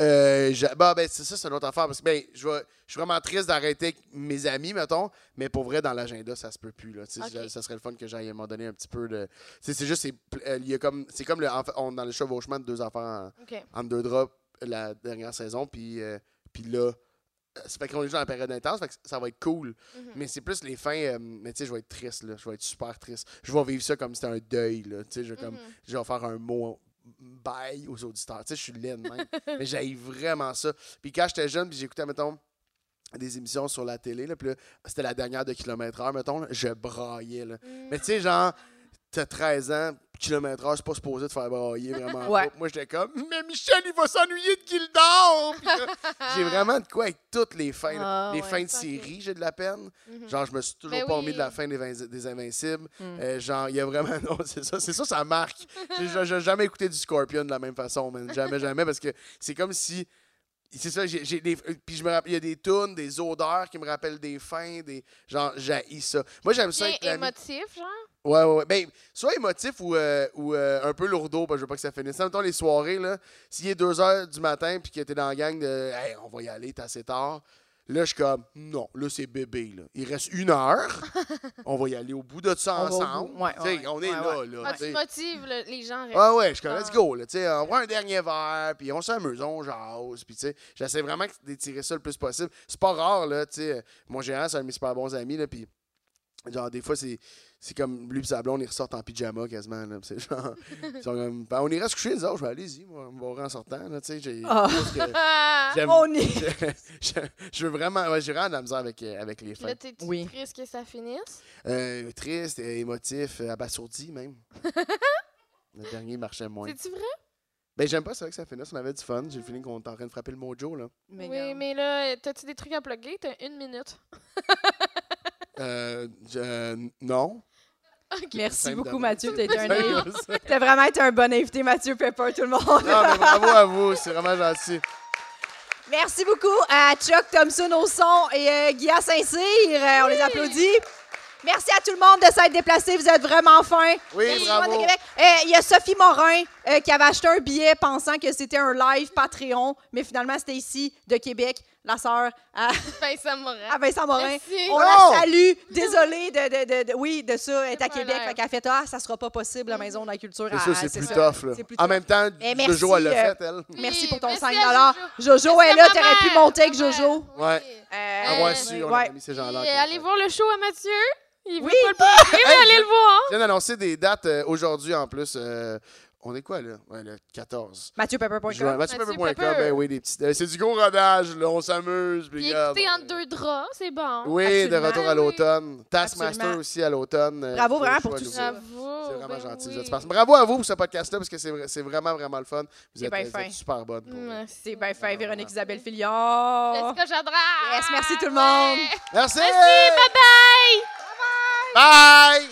[SPEAKER 4] Euh, j'a- bah, ben, c'est ça, c'est une autre affaire. Parce que, ben, je vais- je suis vraiment triste d'arrêter avec mes amis, mettons. Mais pour vrai, dans l'agenda, ça se peut plus, là. Tu sais,
[SPEAKER 3] Ok.
[SPEAKER 4] j'a- Ça serait le fun que j'aille à un moment donné un petit peu de... Tu sais, c'est juste... c'est pl- euh, il y a comme... C'est comme le, en fait, on, dans le chevauchement de deux enfants
[SPEAKER 3] OK.
[SPEAKER 4] en, entre deux drops la dernière saison. Puis, euh, puis là... euh, Ça fait qu'on est juste dans la période intense, fait que ça va être cool.
[SPEAKER 3] Mhm.
[SPEAKER 4] Mais c'est plus les fins. euh, mais tu sais, je vais être triste, là. Je vais être super triste. Je vais vivre ça comme si c'était un deuil, là. Tu sais, je vais comme.
[SPEAKER 3] Mhm.
[SPEAKER 4] Je vais faire un mot bail aux auditeurs. Tu sais, je suis laine, même. mais j'aille vraiment ça. Puis quand j'étais jeune, puis j'écoutais, mettons, des émissions sur la télé, là. Puis là, c'était la dernière de Kilomètre Heure, mettons, là, Je braillais, là.
[SPEAKER 3] Mm.
[SPEAKER 4] Mais tu sais, genre. T'as 13 ans, kilomètre heure, c'est pas supposé te faire brailler vraiment.
[SPEAKER 2] Ouais.
[SPEAKER 4] pas. Moi, j'étais comme, mais Michel, il va s'ennuyer de Gildor! Puis là, J'ai vraiment de quoi avec toutes les fins.
[SPEAKER 3] Ah,
[SPEAKER 4] là. les
[SPEAKER 3] ouais,
[SPEAKER 4] fins de
[SPEAKER 3] ça, ok.
[SPEAKER 4] série, j'ai de la peine.
[SPEAKER 3] Mhm.
[SPEAKER 4] Genre, je me suis toujours
[SPEAKER 3] Ben
[SPEAKER 4] pas
[SPEAKER 3] oui. Mm.
[SPEAKER 4] remis de la fin des, Vin- des Invincibles. Euh, genre, il y a vraiment. Non, c'est ça, c'est ça, ça marque. J'ai- j'ai- J'ai jamais écouté du Scorpion de la même façon, man. Jamais, jamais, parce que c'est comme si. C'est ça, j'ai j'ai des. euh, Puis je me rappelle, il y a des tunes, des odeurs qui me rappellent des fins, des. Genre, j'haïs ça. Moi, j'aime ça
[SPEAKER 3] Bien
[SPEAKER 4] avec l'ami-
[SPEAKER 3] émotif, genre?
[SPEAKER 4] Ouais, ouais, ouais. Ben, soit émotif ou, euh, ou euh, un peu lourdeau, parce que je veux pas que ça finisse. Mettons, les soirées, là, s'il est 2 heures du matin puis que t'es dans la gang de Hey, on va y aller, t'es assez tard. Là, je suis comme, non, là, c'est bébé, là. Il reste une heure. on va y aller au bout de ça
[SPEAKER 2] On va au
[SPEAKER 4] ensemble.
[SPEAKER 2] bout. Ouais,
[SPEAKER 4] Tu sais,
[SPEAKER 2] ouais,
[SPEAKER 4] on est
[SPEAKER 2] ouais,
[SPEAKER 4] là,
[SPEAKER 2] ouais.
[SPEAKER 4] là.
[SPEAKER 3] Ah,
[SPEAKER 4] tu
[SPEAKER 3] tu
[SPEAKER 4] sais.
[SPEAKER 3] motives le- les gens.
[SPEAKER 4] Ouais, ouais, je suis comme,
[SPEAKER 3] Ah.
[SPEAKER 4] let's go, là, tu sais, on prend un dernier verre, puis on s'amuse, on jase, puis tu sais, j'essaie vraiment que- d'étirer ça le plus possible. C'est pas rare, là, tu sais, mon gérant, c'est un de mes super bons amis, là, puis genre, des fois, c'est c'est comme lui et sa blonde, ils ressortent en pyjama quasiment, là, puis c'est genre, ils sont comme, Ben, on ira se coucher, les autres, je vais allez-y, moi, on va voir en sortant, là, tu sais, j'ai...
[SPEAKER 2] Ah. Oh,
[SPEAKER 4] je pense que
[SPEAKER 3] Ah!
[SPEAKER 4] j'aime-
[SPEAKER 2] On est.
[SPEAKER 4] je, je veux vraiment, ouais, j'ai vraiment de la misère avec, euh, avec les
[SPEAKER 3] Puis là,
[SPEAKER 4] fêtes.
[SPEAKER 3] t'es
[SPEAKER 2] Oui.
[SPEAKER 3] triste que ça finisse?
[SPEAKER 4] Euh, triste, euh, émotif, euh, abasourdi même. le dernier marchait moins.
[SPEAKER 3] C'est-tu vrai?
[SPEAKER 4] Ben, j'aime pas ça que ça finisse. On avait du fun. J'ai le feeling qu'on est en train de frapper le mojo, là.
[SPEAKER 2] Mais
[SPEAKER 3] oui,
[SPEAKER 2] regarde.
[SPEAKER 3] mais là, euh, t'as-tu des trucs à plugger? T'as une minute.
[SPEAKER 4] Euh, je- euh, non.
[SPEAKER 2] Merci
[SPEAKER 4] Simple
[SPEAKER 2] beaucoup,
[SPEAKER 4] d'abord.
[SPEAKER 2] Mathieu. T'as été un
[SPEAKER 4] Simple,
[SPEAKER 2] invité. T'as vraiment été un bon invité, Mathieu Pepper, tout le monde.
[SPEAKER 4] Non, mais bravo à vous, c'est vraiment gentil.
[SPEAKER 2] Merci beaucoup à Chuck Thompson au son et euh, Guilla Saint-Cyr. Euh, on les applaudit. Merci à tout le monde de s'être déplacé. Vous êtes vraiment fins.
[SPEAKER 4] Oui,
[SPEAKER 2] Merci,
[SPEAKER 4] bravo.
[SPEAKER 2] Monde de Québec. Euh, Il y a Sophie Morin euh, qui avait acheté un billet pensant que c'était un live Patreon, mais finalement, c'était ici, de Québec, la sœur euh, à,
[SPEAKER 3] Vincent Morin.
[SPEAKER 2] à Ah, Vincent Morin.
[SPEAKER 3] Merci.
[SPEAKER 2] On
[SPEAKER 4] Non!
[SPEAKER 2] la salue. Désolée de, de- de- de- oui, de ça, elle est à
[SPEAKER 3] pas
[SPEAKER 2] Québec.
[SPEAKER 3] l'air.
[SPEAKER 2] Fait qu'elle a fait Ah, ça sera pas possible, la Maison de la Culture.
[SPEAKER 4] C'est
[SPEAKER 2] à-
[SPEAKER 4] ça,
[SPEAKER 2] à-
[SPEAKER 4] c'est plus
[SPEAKER 2] ça.
[SPEAKER 4] tough. là.
[SPEAKER 2] Ah, C'est plus
[SPEAKER 4] En
[SPEAKER 2] tough.
[SPEAKER 4] même temps,
[SPEAKER 2] Mais
[SPEAKER 4] Jojo, elle l'a
[SPEAKER 2] merci, euh,
[SPEAKER 4] fait, elle.
[SPEAKER 2] Merci pour ton
[SPEAKER 3] merci
[SPEAKER 2] 5
[SPEAKER 3] à
[SPEAKER 2] Jojo, est
[SPEAKER 3] Merci à
[SPEAKER 2] là,
[SPEAKER 3] ma
[SPEAKER 2] t'aurais pu
[SPEAKER 3] mère,
[SPEAKER 2] monter avec
[SPEAKER 3] ma
[SPEAKER 2] Jojo.
[SPEAKER 3] mère.
[SPEAKER 4] Ah, Ouais.
[SPEAKER 3] Oui.
[SPEAKER 2] Euh,
[SPEAKER 4] À
[SPEAKER 3] ouais,
[SPEAKER 4] voir si on
[SPEAKER 2] ouais.
[SPEAKER 4] a mis ces
[SPEAKER 3] Et
[SPEAKER 4] gens-là. en
[SPEAKER 3] allez
[SPEAKER 4] contact.
[SPEAKER 3] voir le show à Mathieu. Il veut
[SPEAKER 2] Oui.
[SPEAKER 3] pas le perdre.
[SPEAKER 4] Hey,
[SPEAKER 3] allez le voir.
[SPEAKER 4] Je viens d'annoncer des dates euh, aujourd'hui en plus. Euh, on est quoi là? Ouais, le 14. Juin.
[SPEAKER 2] MathieuPepper.com.
[SPEAKER 4] MathieuPepper.com,
[SPEAKER 3] Pepper.
[SPEAKER 4] ben oui, des petites. euh, c'est du gros rodage, là, on s'amuse. puis
[SPEAKER 3] Puis
[SPEAKER 4] regarde,
[SPEAKER 3] écoutez
[SPEAKER 4] on-
[SPEAKER 3] entre deux draps, c'est bon.
[SPEAKER 4] euh, Oui, de
[SPEAKER 2] Absolument.
[SPEAKER 4] retour à
[SPEAKER 2] Absolument.
[SPEAKER 4] l'automne. Taskmaster aussi à l'automne. euh,
[SPEAKER 2] Bravo
[SPEAKER 4] vos
[SPEAKER 2] vraiment pour
[SPEAKER 4] choix
[SPEAKER 2] tout
[SPEAKER 4] nouveaux.
[SPEAKER 2] ça.
[SPEAKER 3] Bravo.
[SPEAKER 4] C'est vraiment
[SPEAKER 3] ben
[SPEAKER 4] gentil.
[SPEAKER 3] oui.
[SPEAKER 4] je te passe. Bravo à vous pour ce podcast-là, parce que c'est vrai- c'est vraiment, vraiment le fun. Vous
[SPEAKER 2] C'est
[SPEAKER 3] Eh
[SPEAKER 4] êtes,
[SPEAKER 3] ben,
[SPEAKER 2] bien
[SPEAKER 4] vous
[SPEAKER 2] fin.
[SPEAKER 4] êtes super bonne. pour vrai.
[SPEAKER 3] Merci.
[SPEAKER 2] C'est bien fait, Véronique Isabelle
[SPEAKER 3] Est-ce
[SPEAKER 2] Filion.
[SPEAKER 3] que j'adore?
[SPEAKER 2] Yes, merci tout le monde.
[SPEAKER 4] Merci!
[SPEAKER 3] Merci, bye bye.
[SPEAKER 4] Bye!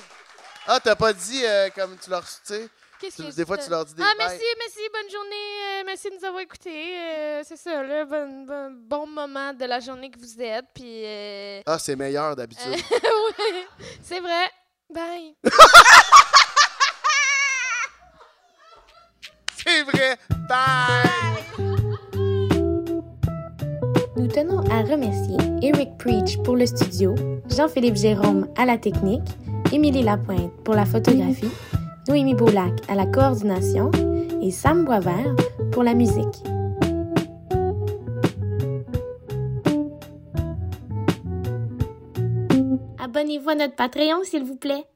[SPEAKER 4] Ah, t'as pas dit euh, comme tu leur. Tu sais,
[SPEAKER 3] Qu'est-ce
[SPEAKER 4] tu-
[SPEAKER 3] que
[SPEAKER 4] des fois tu leur dis des.
[SPEAKER 3] Ah,
[SPEAKER 4] bye.
[SPEAKER 3] merci, merci, bonne journée. euh, merci de nous avoir écoutés. euh, c'est ça, le bon, bon, bon moment de la journée que vous êtes. Puis. euh,
[SPEAKER 4] Ah, c'est meilleur d'habitude.
[SPEAKER 3] ouais, c'est vrai. Bye.
[SPEAKER 4] c'est vrai! Bye!
[SPEAKER 5] Nous tenons à remercier Eric Preach pour le studio, Jean-Philippe Jérôme à la technique, Émilie Lapointe pour la photographie, Noémie Boulac à la coordination et Sam Boisvert pour la musique. Abonnez-vous à notre Patreon, s'il vous plaît.